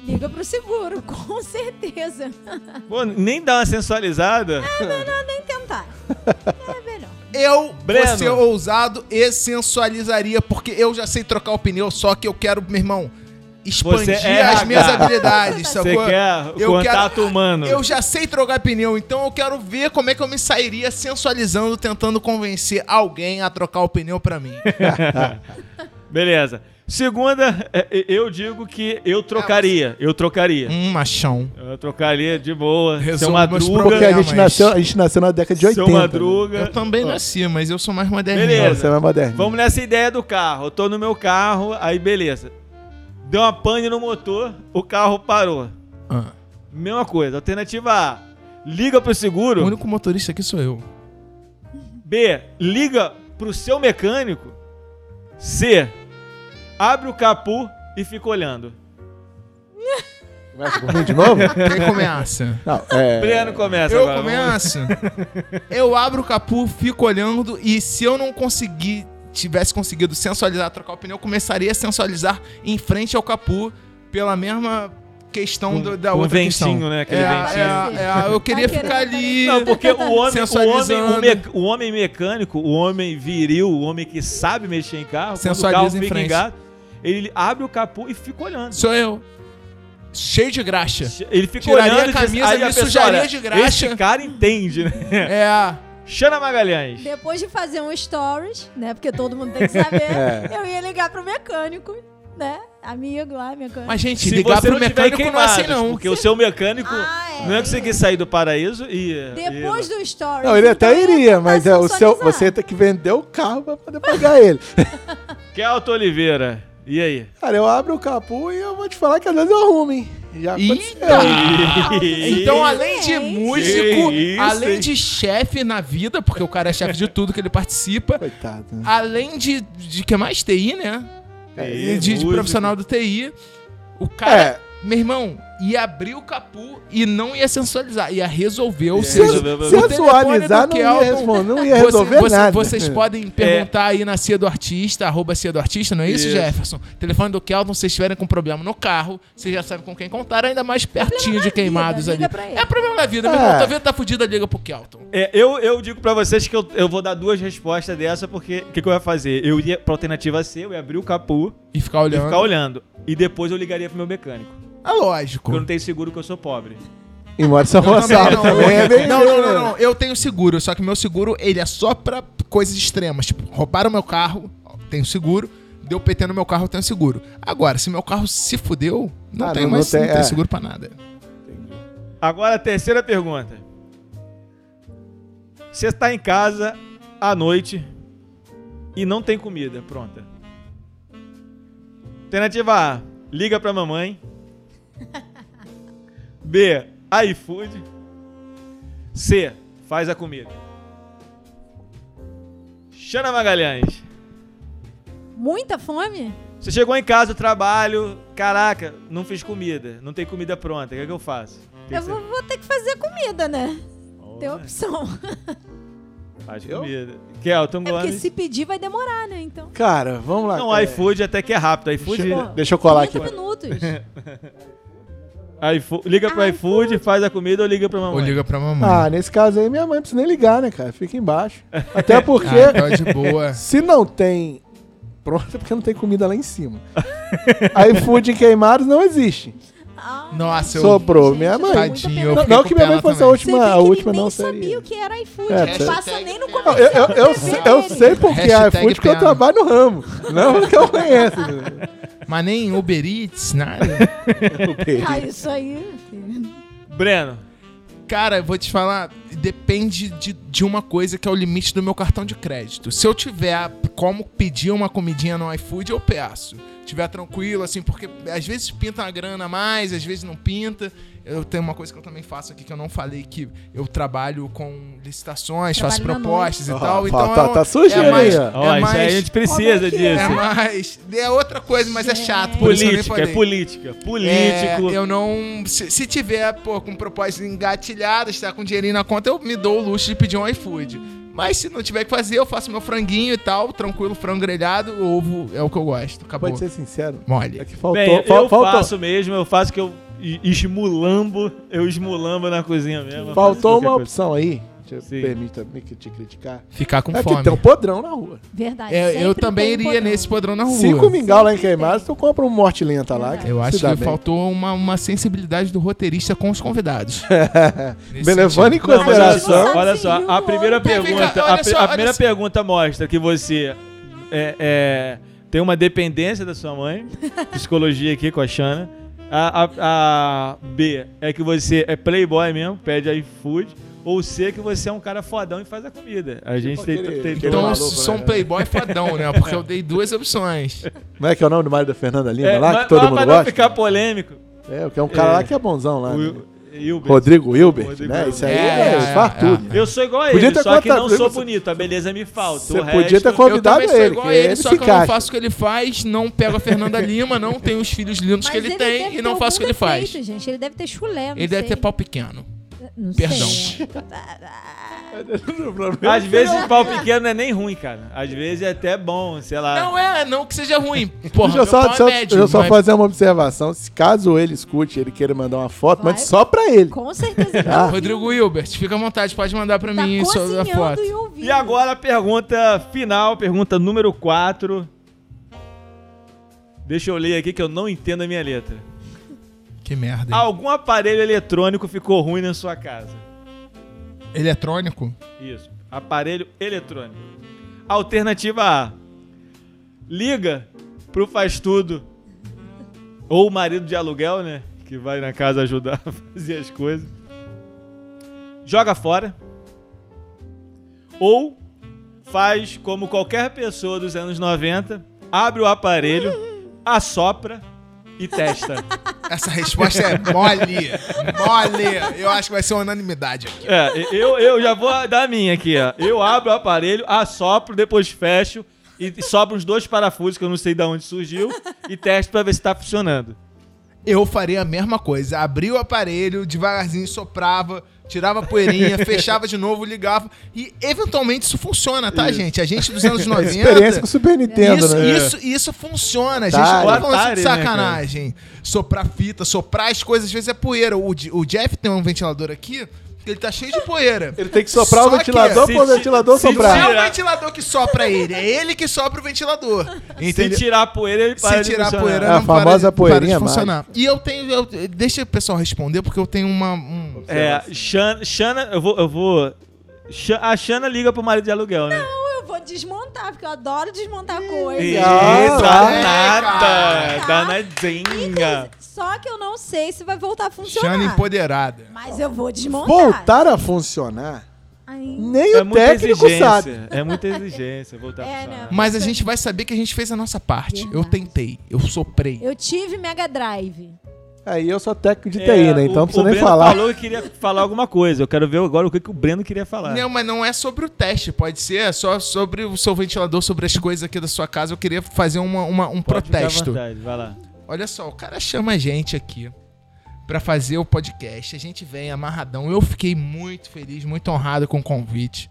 Speaker 3: Liga pro seguro, com certeza.
Speaker 2: É.
Speaker 1: Pô, nem dá uma sensualizada.
Speaker 4: É,
Speaker 3: Nem tentar. É melhor.
Speaker 4: Eu
Speaker 1: Breno.
Speaker 4: vou ser ousado e sensualizaria, porque eu já sei trocar o pneu, só que eu quero, meu irmão, expandir
Speaker 1: Você é
Speaker 4: as
Speaker 1: RH.
Speaker 4: minhas habilidades,
Speaker 1: Você
Speaker 4: sacou?
Speaker 1: quer o contato humano.
Speaker 4: é? Eu já sei trocar pneu, então eu quero ver como é que eu me sairia sensualizando, tentando convencer alguém a trocar o pneu pra mim.
Speaker 1: Beleza. Segunda, é, é, eu digo que eu trocaria. Eu trocaria.
Speaker 4: hum, machão.
Speaker 1: Eu trocaria de boa. Seu
Speaker 4: Resolve meus
Speaker 1: Madruga.
Speaker 2: Porque a
Speaker 4: Não,
Speaker 2: gente,
Speaker 4: mas- é
Speaker 2: nasceu, a gente nasceu na década de 80.
Speaker 4: né?
Speaker 1: Seu Madruga.
Speaker 4: Eu também nasci, mas eu sou mais moderninho.
Speaker 2: Né?
Speaker 1: Beleza.
Speaker 2: Você é mais moderno.
Speaker 1: Vamos nessa ideia do carro. Eu tô no meu carro, aí beleza. Deu uma pane no motor, o carro parou.
Speaker 4: Ah,
Speaker 1: Mesma coisa. Alternativa A, liga pro
Speaker 4: o
Speaker 1: seguro.
Speaker 4: único motorista aqui sou eu.
Speaker 1: B, liga pro seu mecânico. C, abre o capô e fica olhando.
Speaker 2: Começa comigo de novo?
Speaker 4: Quem começa?
Speaker 2: Não, é...
Speaker 1: Breno começa
Speaker 4: eu
Speaker 1: agora. vamos lá.
Speaker 4: começo. eu abro o capu, fico olhando e se eu não conseguir, tivesse conseguido sensualizar, trocar o pneu, eu começaria a sensualizar em frente ao capu pela mesma questão do- da
Speaker 1: com
Speaker 4: outra
Speaker 1: ventinho,
Speaker 4: questão.
Speaker 1: né? Aquele
Speaker 4: É,
Speaker 1: ventinho.
Speaker 4: é, é, eu queria
Speaker 3: Tá
Speaker 4: ficar
Speaker 3: querendo
Speaker 4: ali.
Speaker 1: Não, porque o homem, o, homem, o,
Speaker 4: Sensualizando.
Speaker 1: mec- o homem mecânico, o homem viril, o homem que sabe mexer em carro, quando o
Speaker 4: Sensualiza
Speaker 1: carro
Speaker 4: em
Speaker 1: fica
Speaker 4: frente.
Speaker 1: engato, ele abre o capô e fica olhando.
Speaker 4: Sou eu. Cheio de graxa.
Speaker 1: Ele fica
Speaker 4: Tiraria
Speaker 1: olhando
Speaker 4: a
Speaker 1: e diz-
Speaker 4: camisa,
Speaker 1: aí
Speaker 4: me
Speaker 1: a pessoa,
Speaker 4: sujaria
Speaker 1: olha,
Speaker 4: de graxa.
Speaker 1: Esse cara entende, né?
Speaker 4: É.
Speaker 1: Xana Magalhães.
Speaker 3: Depois de fazer um stories, né? Porque todo mundo tem que saber,
Speaker 2: É.
Speaker 3: eu ia ligar pro mecânico, né? Amigo lá, mecânico.
Speaker 4: Mas, gente, ligar pro
Speaker 1: tiver
Speaker 4: mecânico não é assim,
Speaker 1: queimadas,
Speaker 4: não.
Speaker 1: Porque o seu mecânico
Speaker 3: Ah, é.
Speaker 1: não é conseguir sair do paraíso e...
Speaker 3: Depois do stories.
Speaker 2: Não, ele
Speaker 3: então
Speaker 2: até
Speaker 3: eu ia
Speaker 2: iria,
Speaker 3: tentar
Speaker 2: mas é, o seu,
Speaker 3: sensualizar.
Speaker 2: você tem que vender o carro pra poder pagar ele.
Speaker 1: e... Kelto Oliveira. E aí?
Speaker 2: Cara, eu abro o capô e eu vou te falar que às vezes eu arrumo, hein? Já aconteceu.
Speaker 4: Eita! Então,
Speaker 3: Ih,
Speaker 4: além de
Speaker 3: gente.
Speaker 4: músico,
Speaker 1: Que isso,
Speaker 4: além
Speaker 1: hein?
Speaker 4: de chefe na vida, porque o cara é chefe de tudo que ele participa,
Speaker 2: Coitado. né?
Speaker 4: além de, de que mais TI, né?
Speaker 1: Ih,
Speaker 2: É,
Speaker 4: De, de
Speaker 1: músico.
Speaker 4: profissional do TI, o cara, meu irmão, ia abrir o capu e não ia sensualizar, ia resolver o
Speaker 2: Se,
Speaker 1: Vocês-
Speaker 4: seja.
Speaker 1: resolver-
Speaker 2: se
Speaker 1: o
Speaker 2: atualizar, não
Speaker 4: telefone do
Speaker 2: ia,
Speaker 4: Kelton-
Speaker 2: responder, não ia
Speaker 4: você-
Speaker 2: resolver
Speaker 4: você-
Speaker 2: nada. É.
Speaker 4: Vocês podem
Speaker 3: É.
Speaker 4: perguntar aí na Cia do Artista, arroba Cia do Artista, não é isso,
Speaker 1: Isso.
Speaker 4: Jefferson? Telefone do Kelton, se vocês estiverem com problema no carro, vocês já sabem com quem contar, ainda mais pertinho de queimados
Speaker 3: liga
Speaker 4: ali.
Speaker 3: pra ele.
Speaker 4: É problema da vida, meu
Speaker 2: É.
Speaker 4: irmão. Tô vendo que tá fudido, liga pro Kelton.
Speaker 1: É, eu, eu digo pra vocês que eu, eu vou dar duas respostas dessa, porque o que, que eu ia fazer? Eu ia pra alternativa C, eu ia abrir o capô
Speaker 4: E ficar
Speaker 1: e
Speaker 4: olhando.
Speaker 1: ficar olhando. E depois eu ligaria pro meu mecânico.
Speaker 4: Ah, lógico.
Speaker 1: Porque eu não tenho seguro que eu sou pobre.
Speaker 2: E mora em São Gonçalo também. É bem
Speaker 4: não, não, não, não. Eu tenho seguro, só que meu seguro, ele é só pra coisas extremas. Tipo, roubaram meu carro, ó, tenho seguro. Deu PT no meu carro, eu tenho seguro. Agora, se meu carro se fudeu, não
Speaker 2: Ah,
Speaker 4: tenho
Speaker 2: não-
Speaker 4: mais
Speaker 2: não tem-
Speaker 4: não tenho
Speaker 2: é.
Speaker 4: seguro pra nada.
Speaker 1: Agora a terceira pergunta. Você está em casa à noite e não tem comida pronta. Alternativa A, liga pra mamãe. B, iFood. C, faz a comida. Xana Magalhães,
Speaker 3: Muita fome?
Speaker 1: você chegou em casa do trabalho, caraca, não fiz comida, não tem comida pronta, o que, é que eu faço? O que que
Speaker 3: Eu
Speaker 1: você-
Speaker 3: vou, vou ter que fazer comida, né? Tem
Speaker 1: Olha.
Speaker 3: opção.
Speaker 1: Faz
Speaker 2: Eu?
Speaker 1: comida. Kelton
Speaker 3: É porque
Speaker 1: Gomes.
Speaker 3: se pedir vai demorar, né? Então.
Speaker 2: Cara, vamos lá.
Speaker 1: Não,
Speaker 2: é,
Speaker 1: iFood até que é rápido. iFood,
Speaker 3: Pô,
Speaker 2: Deixa eu colar
Speaker 3: 30
Speaker 2: aqui.
Speaker 3: minutos.
Speaker 1: iFood- liga pro iFood, faz a comida ou liga pra
Speaker 4: Ou
Speaker 1: mamãe.
Speaker 4: liga pra mamãe.
Speaker 2: Ah, nesse caso aí, minha mãe não precisa nem ligar, né, cara? Fica embaixo. Até porque,
Speaker 4: Ah, então é de boa.
Speaker 2: se não tem... Pronto, é porque não tem comida lá em cima. iFood em Queimados não existe.
Speaker 3: Ah,
Speaker 4: Nossa, eu...
Speaker 2: Sobrou
Speaker 3: gente,
Speaker 2: minha
Speaker 3: eu tô
Speaker 2: mãe.
Speaker 3: muito
Speaker 4: Tadinho, eu
Speaker 3: apertada.
Speaker 4: fiquei
Speaker 2: Não
Speaker 4: com
Speaker 2: que minha mãe
Speaker 4: pena
Speaker 2: fosse a
Speaker 4: também.
Speaker 3: Você
Speaker 2: última,
Speaker 3: vê
Speaker 2: a
Speaker 3: que ele
Speaker 2: última
Speaker 3: nem
Speaker 2: não
Speaker 3: sabia
Speaker 2: seria.
Speaker 3: o que era iFood.
Speaker 2: É,
Speaker 3: não
Speaker 2: você-
Speaker 3: passa nem no
Speaker 2: Não,
Speaker 3: comercial.
Speaker 2: eu, eu, eu, sei- eu sei porque é
Speaker 4: Hashtag
Speaker 2: iFood porque eu
Speaker 4: piada.
Speaker 2: trabalho no ramo. Não porque eu conheço.
Speaker 4: Mas nem Uber Eats, nada.
Speaker 3: Ah, isso aí. filho.
Speaker 1: Breno,
Speaker 4: Cara, eu vou te falar, depende de, de uma coisa que é o limite do meu cartão de crédito. Se eu tiver como pedir uma comidinha no iFood, eu peço. Tiver tranquilo, assim, porque às vezes pinta uma grana a mais, às vezes não pinta. Eu tenho uma coisa que eu também faço aqui que eu não falei, que eu trabalho com licitações,
Speaker 3: Trabalho
Speaker 4: faço
Speaker 3: na noite.
Speaker 4: propostas e
Speaker 2: Ó,
Speaker 4: tal.
Speaker 2: tá-
Speaker 4: Então
Speaker 2: tá-
Speaker 4: é um-
Speaker 2: tá surgindo
Speaker 4: é mais,
Speaker 2: aí, ó.
Speaker 4: é
Speaker 1: Ó, isso aí a
Speaker 4: mais-
Speaker 1: gente precisa
Speaker 3: Como é que é?
Speaker 1: disso.
Speaker 4: é mais. É outra coisa, mas é chato. por isso eu nem
Speaker 1: Política, é
Speaker 4: falei.
Speaker 1: política.
Speaker 4: É,
Speaker 1: Político.
Speaker 4: eu não. Se, se tiver, pô, com um propostas engatilhadas, tá com dinheirinho na conta, eu me dou o luxo de pedir um iFood. Mas se não tiver o que fazer, eu faço meu franguinho e tal, tranquilo, frango grelhado, ovo é o que eu gosto. Acabou.
Speaker 2: Pode ser sincero.
Speaker 4: Mole.
Speaker 2: É que faltou.
Speaker 1: Bem,
Speaker 2: fal-
Speaker 1: eu
Speaker 2: faltou.
Speaker 1: faço mesmo, eu faço que eu e- esmulambo, eu esmulambo na cozinha mesmo. eu faço
Speaker 2: faltou
Speaker 1: qualquer
Speaker 2: uma
Speaker 1: coisa.
Speaker 2: opção aí. Te
Speaker 1: Sim.
Speaker 2: permita me que- te criticar.
Speaker 4: Ficar com
Speaker 2: É que
Speaker 4: fome.
Speaker 2: tem um podrão na rua.
Speaker 3: Verdade.
Speaker 4: É, eu
Speaker 3: Ah, sempre
Speaker 4: também
Speaker 3: tem um
Speaker 4: iria
Speaker 3: podrão.
Speaker 4: nesse padrão na rua.
Speaker 2: Cinco mingau lá em
Speaker 3: Sempre
Speaker 2: Queimados, tu compra um morte lenta lá.
Speaker 3: Verdade.
Speaker 4: Eu acho
Speaker 2: se dá
Speaker 4: que
Speaker 2: bem.
Speaker 4: faltou uma, uma sensibilidade do roteirista com os convidados.
Speaker 1: Não,
Speaker 2: Bem, levando em
Speaker 4: Nesse sentido.
Speaker 1: mas olha
Speaker 2: consideração.
Speaker 1: só, olha só, a primeira
Speaker 4: Fica,
Speaker 1: pergunta, a,
Speaker 4: olha
Speaker 1: pri-
Speaker 4: só,
Speaker 1: a
Speaker 4: olha
Speaker 1: primeira
Speaker 4: só.
Speaker 1: pergunta mostra que você é- é, tem uma dependência da sua mãe, psicologia aqui com a Xana. A, a- a B é que você é playboy mesmo, pede iFood. Ou C que você é um cara fodão e faz a comida. A gente tem,
Speaker 2: Tipo aquele-
Speaker 1: tem- tem-
Speaker 2: aquele
Speaker 4: Então eu
Speaker 2: maluco,
Speaker 4: sou um
Speaker 2: né?
Speaker 4: playboy fadão, né? Porque eu dei duas opções.
Speaker 2: Não é que é o nome do Mário da Fernanda Lima
Speaker 1: É,
Speaker 2: lá,
Speaker 1: mas-
Speaker 2: que todo
Speaker 1: mas
Speaker 2: mundo
Speaker 1: pra não
Speaker 2: gosta?
Speaker 1: ficar polêmico,
Speaker 2: É, que é um cara
Speaker 1: É.
Speaker 2: lá que é bonzão lá.
Speaker 1: o
Speaker 2: né?
Speaker 1: Il- Hilbert.
Speaker 2: Rodrigo Hilbert,
Speaker 1: Rodrigo
Speaker 2: né?
Speaker 1: Hilbert.
Speaker 2: Isso aí
Speaker 4: É,
Speaker 2: é,
Speaker 4: é,
Speaker 2: faz
Speaker 4: é,
Speaker 2: tudo.
Speaker 1: Eu sou igual a
Speaker 2: Podia
Speaker 1: ele,
Speaker 2: ter
Speaker 1: só que não
Speaker 2: contratado-
Speaker 1: sou bonito. A beleza me falta.
Speaker 2: Você
Speaker 1: o resto...
Speaker 2: podia ter
Speaker 4: Eu
Speaker 2: convidado
Speaker 4: também sou
Speaker 2: ele,
Speaker 4: igual
Speaker 2: que
Speaker 4: a ele,
Speaker 2: ele
Speaker 4: só
Speaker 2: se
Speaker 4: que eu não
Speaker 2: encaixa.
Speaker 4: faço o que ele faz, não pego a Fernanda Lima, não tenho os filhos lindos
Speaker 3: Mas
Speaker 4: que ele,
Speaker 3: deve
Speaker 4: tem e não
Speaker 3: ter
Speaker 4: faço o que ele
Speaker 3: algum
Speaker 4: faz.
Speaker 3: defeito, gente. Ele deve ter chulé, não
Speaker 4: Ele deve
Speaker 3: sei.
Speaker 4: ter pau pequeno.
Speaker 3: Não
Speaker 4: Perdão.
Speaker 3: sei.
Speaker 1: Às vezes pau pequeno não é nem ruim, cara. Às vezes é até bom, sei lá.
Speaker 4: Não é, não que seja ruim. Porra,
Speaker 2: Deixa eu
Speaker 4: meu
Speaker 2: só,
Speaker 4: pau é
Speaker 2: só-
Speaker 4: médio.
Speaker 2: deixa eu só
Speaker 4: mas-
Speaker 2: fazer uma observação. Se caso ele escute, ele queira mandar uma foto,
Speaker 3: Vai.
Speaker 2: mas só pra ele.
Speaker 3: Com certeza. ele
Speaker 2: Ah,
Speaker 4: Rodrigo Hilbert, fica à vontade, pode mandar pra
Speaker 3: tá
Speaker 4: mim isso, a
Speaker 3: cozinhando
Speaker 4: foto.
Speaker 3: e ouvindo.
Speaker 1: E agora a pergunta final, pergunta número 4. Deixa eu ler aqui que eu não entendo a minha letra.
Speaker 4: Que merda. hein?
Speaker 1: Algum aparelho eletrônico ficou ruim na sua casa?
Speaker 4: é Eletrônico?
Speaker 1: Isso. Aparelho eletrônico. Alternativa A. Liga pro faz tudo. Ou o marido de aluguel, né? Que vai na casa ajudar a fazer as coisas. Joga fora. Ou faz como qualquer pessoa dos anos 90. Abre o aparelho, assopra e testa.
Speaker 4: Essa resposta é mole. Mole. Eu acho que vai ser uma unanimidade aqui.
Speaker 1: É, eu, eu já vou dar a minha aqui, ó. Eu abro o aparelho, assopro, depois fecho e sobra uns dois parafusos que eu não sei de onde surgiu e testo pra ver se tá funcionando.
Speaker 4: Eu faria a mesma coisa. Abria o aparelho, devagarzinho soprava, tirava a poeirinha, fechava de novo, ligava. E eventualmente isso funciona, tá, gente? A gente dos anos 90.
Speaker 2: experiência com o Super Nintendo,
Speaker 4: isso,
Speaker 2: né?
Speaker 4: isso, isso funciona, a gente.
Speaker 2: Atari.
Speaker 4: Não tá falando assim
Speaker 1: Atari,
Speaker 4: de
Speaker 1: né, cara?
Speaker 4: sacanagem. soprar fita, soprar as coisas, às vezes é poeira. O, Je- o Jeff tem um ventilador aqui, que ele tá cheio de poeira.
Speaker 2: Ele tem que soprar
Speaker 4: Só
Speaker 2: o ventilador
Speaker 1: que-
Speaker 2: para o
Speaker 1: se-
Speaker 2: ventilador
Speaker 1: se-
Speaker 4: Não é
Speaker 2: soprar.
Speaker 1: se-
Speaker 4: o ventilador que sopra ele, é ele que sopra o ventilador.
Speaker 1: Se
Speaker 4: Entendeu?
Speaker 1: tirar a poeira, ele para
Speaker 4: Se
Speaker 1: de
Speaker 4: tirar a
Speaker 1: funcionar.
Speaker 4: poeira,
Speaker 2: É a
Speaker 4: não para-
Speaker 2: famosa
Speaker 4: para,
Speaker 2: poeirinha
Speaker 4: de funcionar. E eu tenho. eu- deixa o pessoal responder, porque eu tenho uma. um-
Speaker 1: É, Xana, Xana, eu vou. Eu vou Xa- a Xana liga pro marido de aluguel, né?
Speaker 3: Eu vou desmontar, porque eu adoro desmontar coisas.
Speaker 1: Ih,
Speaker 2: Ah, Legal.
Speaker 1: danada!
Speaker 3: Tá.
Speaker 1: Danadinha!
Speaker 3: Só que eu não sei se vai voltar a funcionar.
Speaker 4: Xana empoderada.
Speaker 3: Mas eu vou desmontar.
Speaker 2: Voltar a funcionar,
Speaker 3: Ai,
Speaker 2: nem
Speaker 1: É
Speaker 2: o
Speaker 1: muita
Speaker 2: técnico sabe.
Speaker 1: exigência. É muita exigência voltar
Speaker 3: É,
Speaker 1: pra
Speaker 3: né?
Speaker 1: funcionar.
Speaker 4: Mas a gente vai saber que a gente fez a nossa parte. Eu
Speaker 3: Verdade.
Speaker 4: tentei, eu soprei.
Speaker 3: Eu tive Mega Drive.
Speaker 2: Aí eu sou técnico de TI,
Speaker 1: É,
Speaker 2: né?
Speaker 1: o-
Speaker 2: Então não precisa
Speaker 1: o
Speaker 2: nem
Speaker 1: Breno
Speaker 2: falar.
Speaker 1: falou que queria falar alguma coisa. Eu quero ver agora o que, que o Breno queria falar.
Speaker 4: Não, mas não é sobre o teste, pode ser é só sobre o seu ventilador, sobre as coisas aqui da sua casa. Eu queria fazer uma- uma- um
Speaker 1: Pode ficar à
Speaker 4: protesto.
Speaker 1: vontade, vai lá.
Speaker 4: Olha só, o cara chama a gente aqui pra fazer o podcast. A gente vem amarradão. Eu fiquei muito feliz, muito honrado com o convite.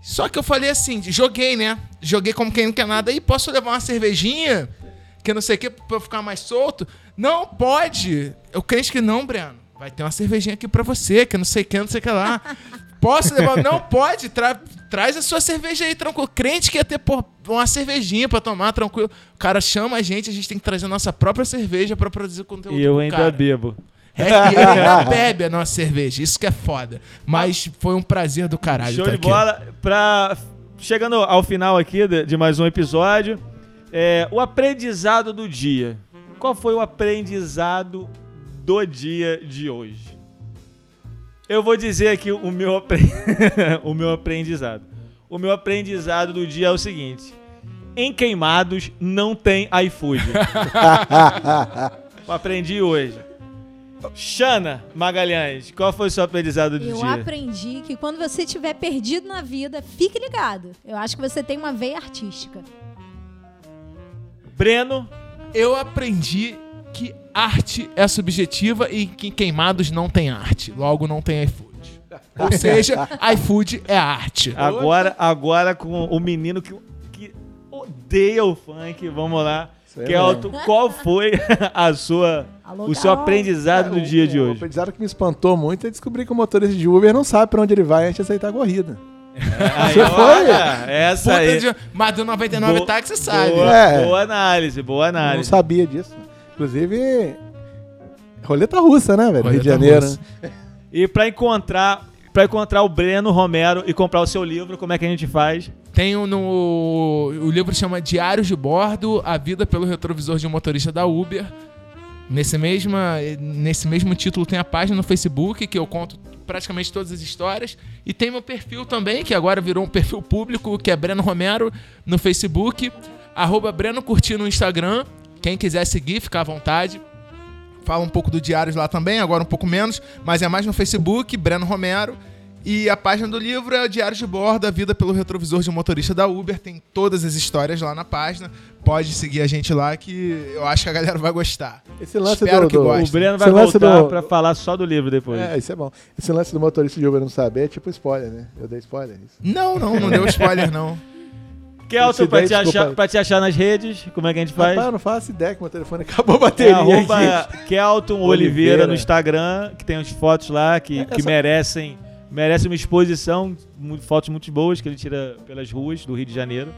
Speaker 4: Só que eu falei assim, joguei, né? Joguei como quem não quer nada. E posso levar uma cervejinha? Que não sei o que, pra eu ficar mais solto? Não, pode. Eu creio que não, Breno. Vai ter uma cervejinha aqui pra você, que não sei o que, não sei o que lá. Posso levar? Não, pode. Tra- traz a sua cerveja aí, tranquilo. Crente que ia ter pô, uma cervejinha pra tomar, tranquilo. O cara chama a gente, a gente tem que trazer a nossa própria cerveja pra produzir conteúdo.
Speaker 1: E Então, eu
Speaker 4: pro
Speaker 1: ainda
Speaker 4: tipo, cara.
Speaker 1: bebo.
Speaker 4: É que ele ainda bebe a nossa cerveja. Isso que é foda. Mas foi um prazer do caralho.
Speaker 1: Show
Speaker 4: tá
Speaker 1: de
Speaker 4: aqui.
Speaker 1: bola. Pra... Chegando ao final aqui de, de mais um episódio, é, o aprendizado do dia. Qual foi o aprendizado do dia de hoje? Eu vou dizer aqui o meu, apre- o meu aprendizado. O meu aprendizado do dia é o seguinte: em queimados não tem iFood. Eu Aprendi hoje. Xana Magalhães, qual foi o seu aprendizado do
Speaker 3: Eu
Speaker 1: dia?
Speaker 3: aprendi que quando você estiver perdido na vida, fique ligado. Eu acho que você tem uma veia artística.
Speaker 1: Breno,
Speaker 4: Eu aprendi que arte é subjetiva e que queimados não tem arte. Logo, não tem iFood. Ou seja, iFood é arte.
Speaker 1: agora, agora com o menino que, que odeia o funk, vamos lá.
Speaker 2: Sei
Speaker 1: Kelto, qual foi a sua,
Speaker 3: Alô,
Speaker 1: o seu
Speaker 3: Carol.
Speaker 1: aprendizado do
Speaker 2: É, O-
Speaker 1: dia de
Speaker 2: o
Speaker 1: hoje?
Speaker 2: aprendizado que me espantou muito é descobrir que o motorista de Uber não sabe pra onde ele vai antes de aceitar a corrida.
Speaker 1: Aí,
Speaker 2: Você foi?
Speaker 1: olha, Essa
Speaker 4: Puta
Speaker 1: aí.
Speaker 4: de- Mas do 99
Speaker 1: Boa-
Speaker 4: táxi tá sabe.
Speaker 1: Boa,
Speaker 2: É.
Speaker 1: boa análise, boa
Speaker 2: Não
Speaker 1: análise.
Speaker 2: sabia disso. Inclusive, roleta russa, né, velho? Rio
Speaker 4: Roleta
Speaker 2: de Janeiro.
Speaker 4: russa.
Speaker 1: E pra encontrar, para encontrar o Breno Romero e comprar o seu livro, como é que a gente faz?
Speaker 4: Tenho um no. O livro chama Diários de Bordo: A Vida pelo Retrovisor de um Motorista da Uber. Nesse, mesma, nesse mesmo título tem a página no Facebook, que eu conto praticamente todas as histórias. E tem meu perfil também, que agora virou um perfil público, que é Breno Romero no Facebook. Arroba Breno Curti no Instagram. Quem quiser seguir, fica à vontade. Fala um pouco do Diários lá também, agora um pouco menos, mas é mais no Facebook, Breno Romero. E a página do livro é o Diário de Bordo, a vida pelo retrovisor de um motorista da Uber. Tem todas as histórias lá na página. Pode seguir a gente lá que eu acho que a galera vai gostar.
Speaker 2: Esse lance
Speaker 4: Espero
Speaker 2: do,
Speaker 4: que
Speaker 2: do-
Speaker 4: goste.
Speaker 1: O Breno vai
Speaker 2: esse lance
Speaker 1: voltar
Speaker 2: do-
Speaker 1: pra falar só do livro depois.
Speaker 2: É, isso é bom. Esse lance do motorista de Uber não saber é tipo spoiler, né? Eu dei spoiler. Isso.
Speaker 4: Não, não, não deu spoiler, não.
Speaker 1: Kelton, pra te,
Speaker 2: Desculpa
Speaker 1: achar,
Speaker 2: aí.
Speaker 1: pra te achar nas redes, como é que a gente faz?
Speaker 2: Rapaz, eu não faço ideia que meu telefone acabou a
Speaker 1: É
Speaker 2: bateria.
Speaker 1: arroba
Speaker 2: aqui.
Speaker 1: Kelton Oliveira
Speaker 2: Oliveira.
Speaker 1: no Instagram, que tem as fotos lá que,
Speaker 2: É,
Speaker 1: que merecem merece uma exposição, mu- fotos muito boas que ele tira pelas ruas do Rio de Janeiro.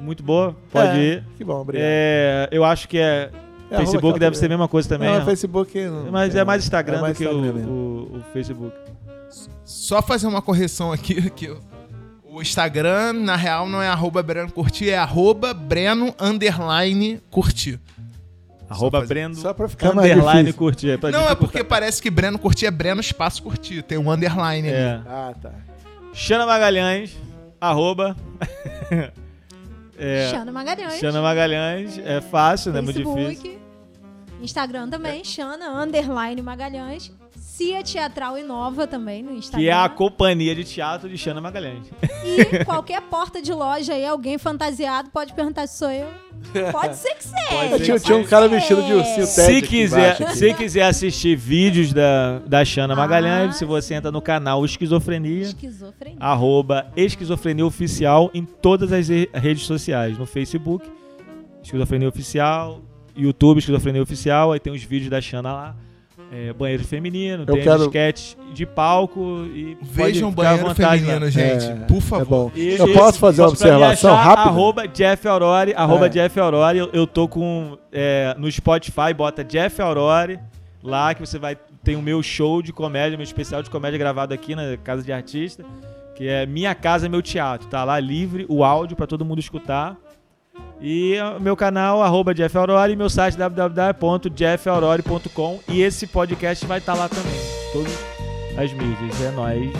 Speaker 1: Muito boa, pode
Speaker 2: É,
Speaker 1: ir.
Speaker 2: Que bom, obrigado.
Speaker 1: É, eu acho que é,
Speaker 2: É, arroba
Speaker 1: Facebook
Speaker 2: Kelton
Speaker 1: deve ser a mesma coisa
Speaker 2: Não,
Speaker 1: também.
Speaker 2: é
Speaker 1: né?
Speaker 2: Facebook. não
Speaker 1: Mas
Speaker 2: tem-
Speaker 1: é mais Instagram
Speaker 2: é mais
Speaker 1: do que
Speaker 2: Instagram
Speaker 1: o,
Speaker 2: mesmo.
Speaker 1: o- o Facebook.
Speaker 4: Só fazer uma correção aqui, que eu- o Instagram, na real, não é arroba Breno Curti, é arroba Breno underline Curti.
Speaker 1: Arroba
Speaker 4: fazer-
Speaker 1: Breno
Speaker 2: Só pra ficar mais
Speaker 1: underline
Speaker 2: difícil.
Speaker 1: curtir. pra
Speaker 4: Não, é
Speaker 1: dificultar.
Speaker 4: porque parece que Breno Curti é Breno espaço Curti, tem um underline ali.
Speaker 1: É.
Speaker 2: Ah, tá.
Speaker 1: Xana Magalhães, arroba. é,
Speaker 3: Xana Magalhães.
Speaker 1: Xana Magalhães, é fácil, né? Muito difícil. É.
Speaker 3: Instagram também, Xana, underline Magalhães. Cia Teatral Inova também no Instagram.
Speaker 1: Que é a companhia de teatro de Xana Magalhães.
Speaker 2: É,
Speaker 3: E qualquer porta de loja aí, alguém fantasiado pode perguntar se sou eu. Pode ser que seja.
Speaker 1: Pode ser
Speaker 2: Tinha,
Speaker 1: que
Speaker 2: tinha um
Speaker 1: seja.
Speaker 2: cara vestido de ursinho
Speaker 1: Se
Speaker 2: Ted aqui
Speaker 1: quiser,
Speaker 2: embaixo, aqui.
Speaker 1: se quiser assistir vídeos da, da Xana
Speaker 3: Ah,
Speaker 1: Magalhães, se você entra no canal Esquizofrenia,
Speaker 3: Esquizofrenia.
Speaker 1: arroba Esquizofrenia Oficial em todas as re- redes sociais, no Facebook, Esquizofrenia Oficial, YouTube, Esquizofrenia Oficial, aí tem os vídeos da Xana lá, é, banheiro feminino, tem
Speaker 2: quero-
Speaker 1: os sketches de palco e
Speaker 4: Vejam o
Speaker 1: pode ficar à
Speaker 4: um banheiro
Speaker 1: vontade lá.
Speaker 4: feminino, gente,
Speaker 2: É,
Speaker 4: por
Speaker 2: É
Speaker 4: favor.
Speaker 2: bom.
Speaker 1: E-
Speaker 2: eu
Speaker 1: e-
Speaker 2: posso fazer uma
Speaker 1: posso pra me
Speaker 2: observação
Speaker 1: achar,
Speaker 2: rápida?
Speaker 1: Arroba Jeff Aurori, arroba
Speaker 2: É.
Speaker 1: Jeff Aurori. Eu, eu tô com. é, no Spotify, bota Jeff Aurori lá, que você vai. Tem o meu show de comédia, meu especial de comédia gravado aqui na Casa de Artista, que é Minha Casa Meu Teatro. Tá lá livre o áudio pra todo mundo escutar. E o meu canal, arroba Jeff Aurori, e meu site www.jeffaurori.com. E esse podcast vai estar lá também. Todas as mídias. É nóis. é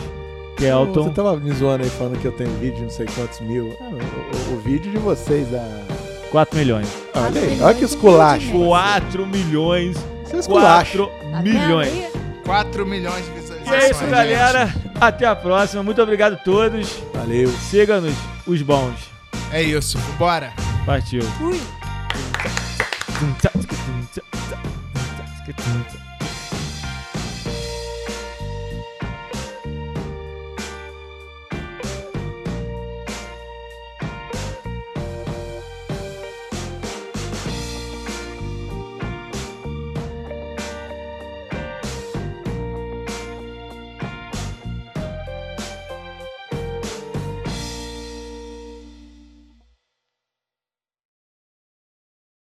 Speaker 1: Kelton.
Speaker 2: Você tava me zoando aí falando que eu tenho vídeo de não sei quantos mil. Ah, o- o, o vídeo de vocês da. tá-
Speaker 1: 4 milhões.
Speaker 2: Olha aí, olha que esculacho.
Speaker 1: 4 milhões.
Speaker 2: Isso é esculacho.
Speaker 1: 4 milhões.
Speaker 3: Tá vendo aí?
Speaker 4: 4 milhões de
Speaker 1: E
Speaker 4: visualizações.
Speaker 1: é isso,
Speaker 4: gente.
Speaker 1: galera. Até a próxima. Muito obrigado a todos.
Speaker 2: Valeu.
Speaker 1: Siga-nos, os bons.
Speaker 4: É isso, bora.
Speaker 1: Partiu.
Speaker 3: Fui.
Speaker 1: Tum, tsa, tsa, tum, tsa, tsa, tum, tsa, tsa, tum, tsa.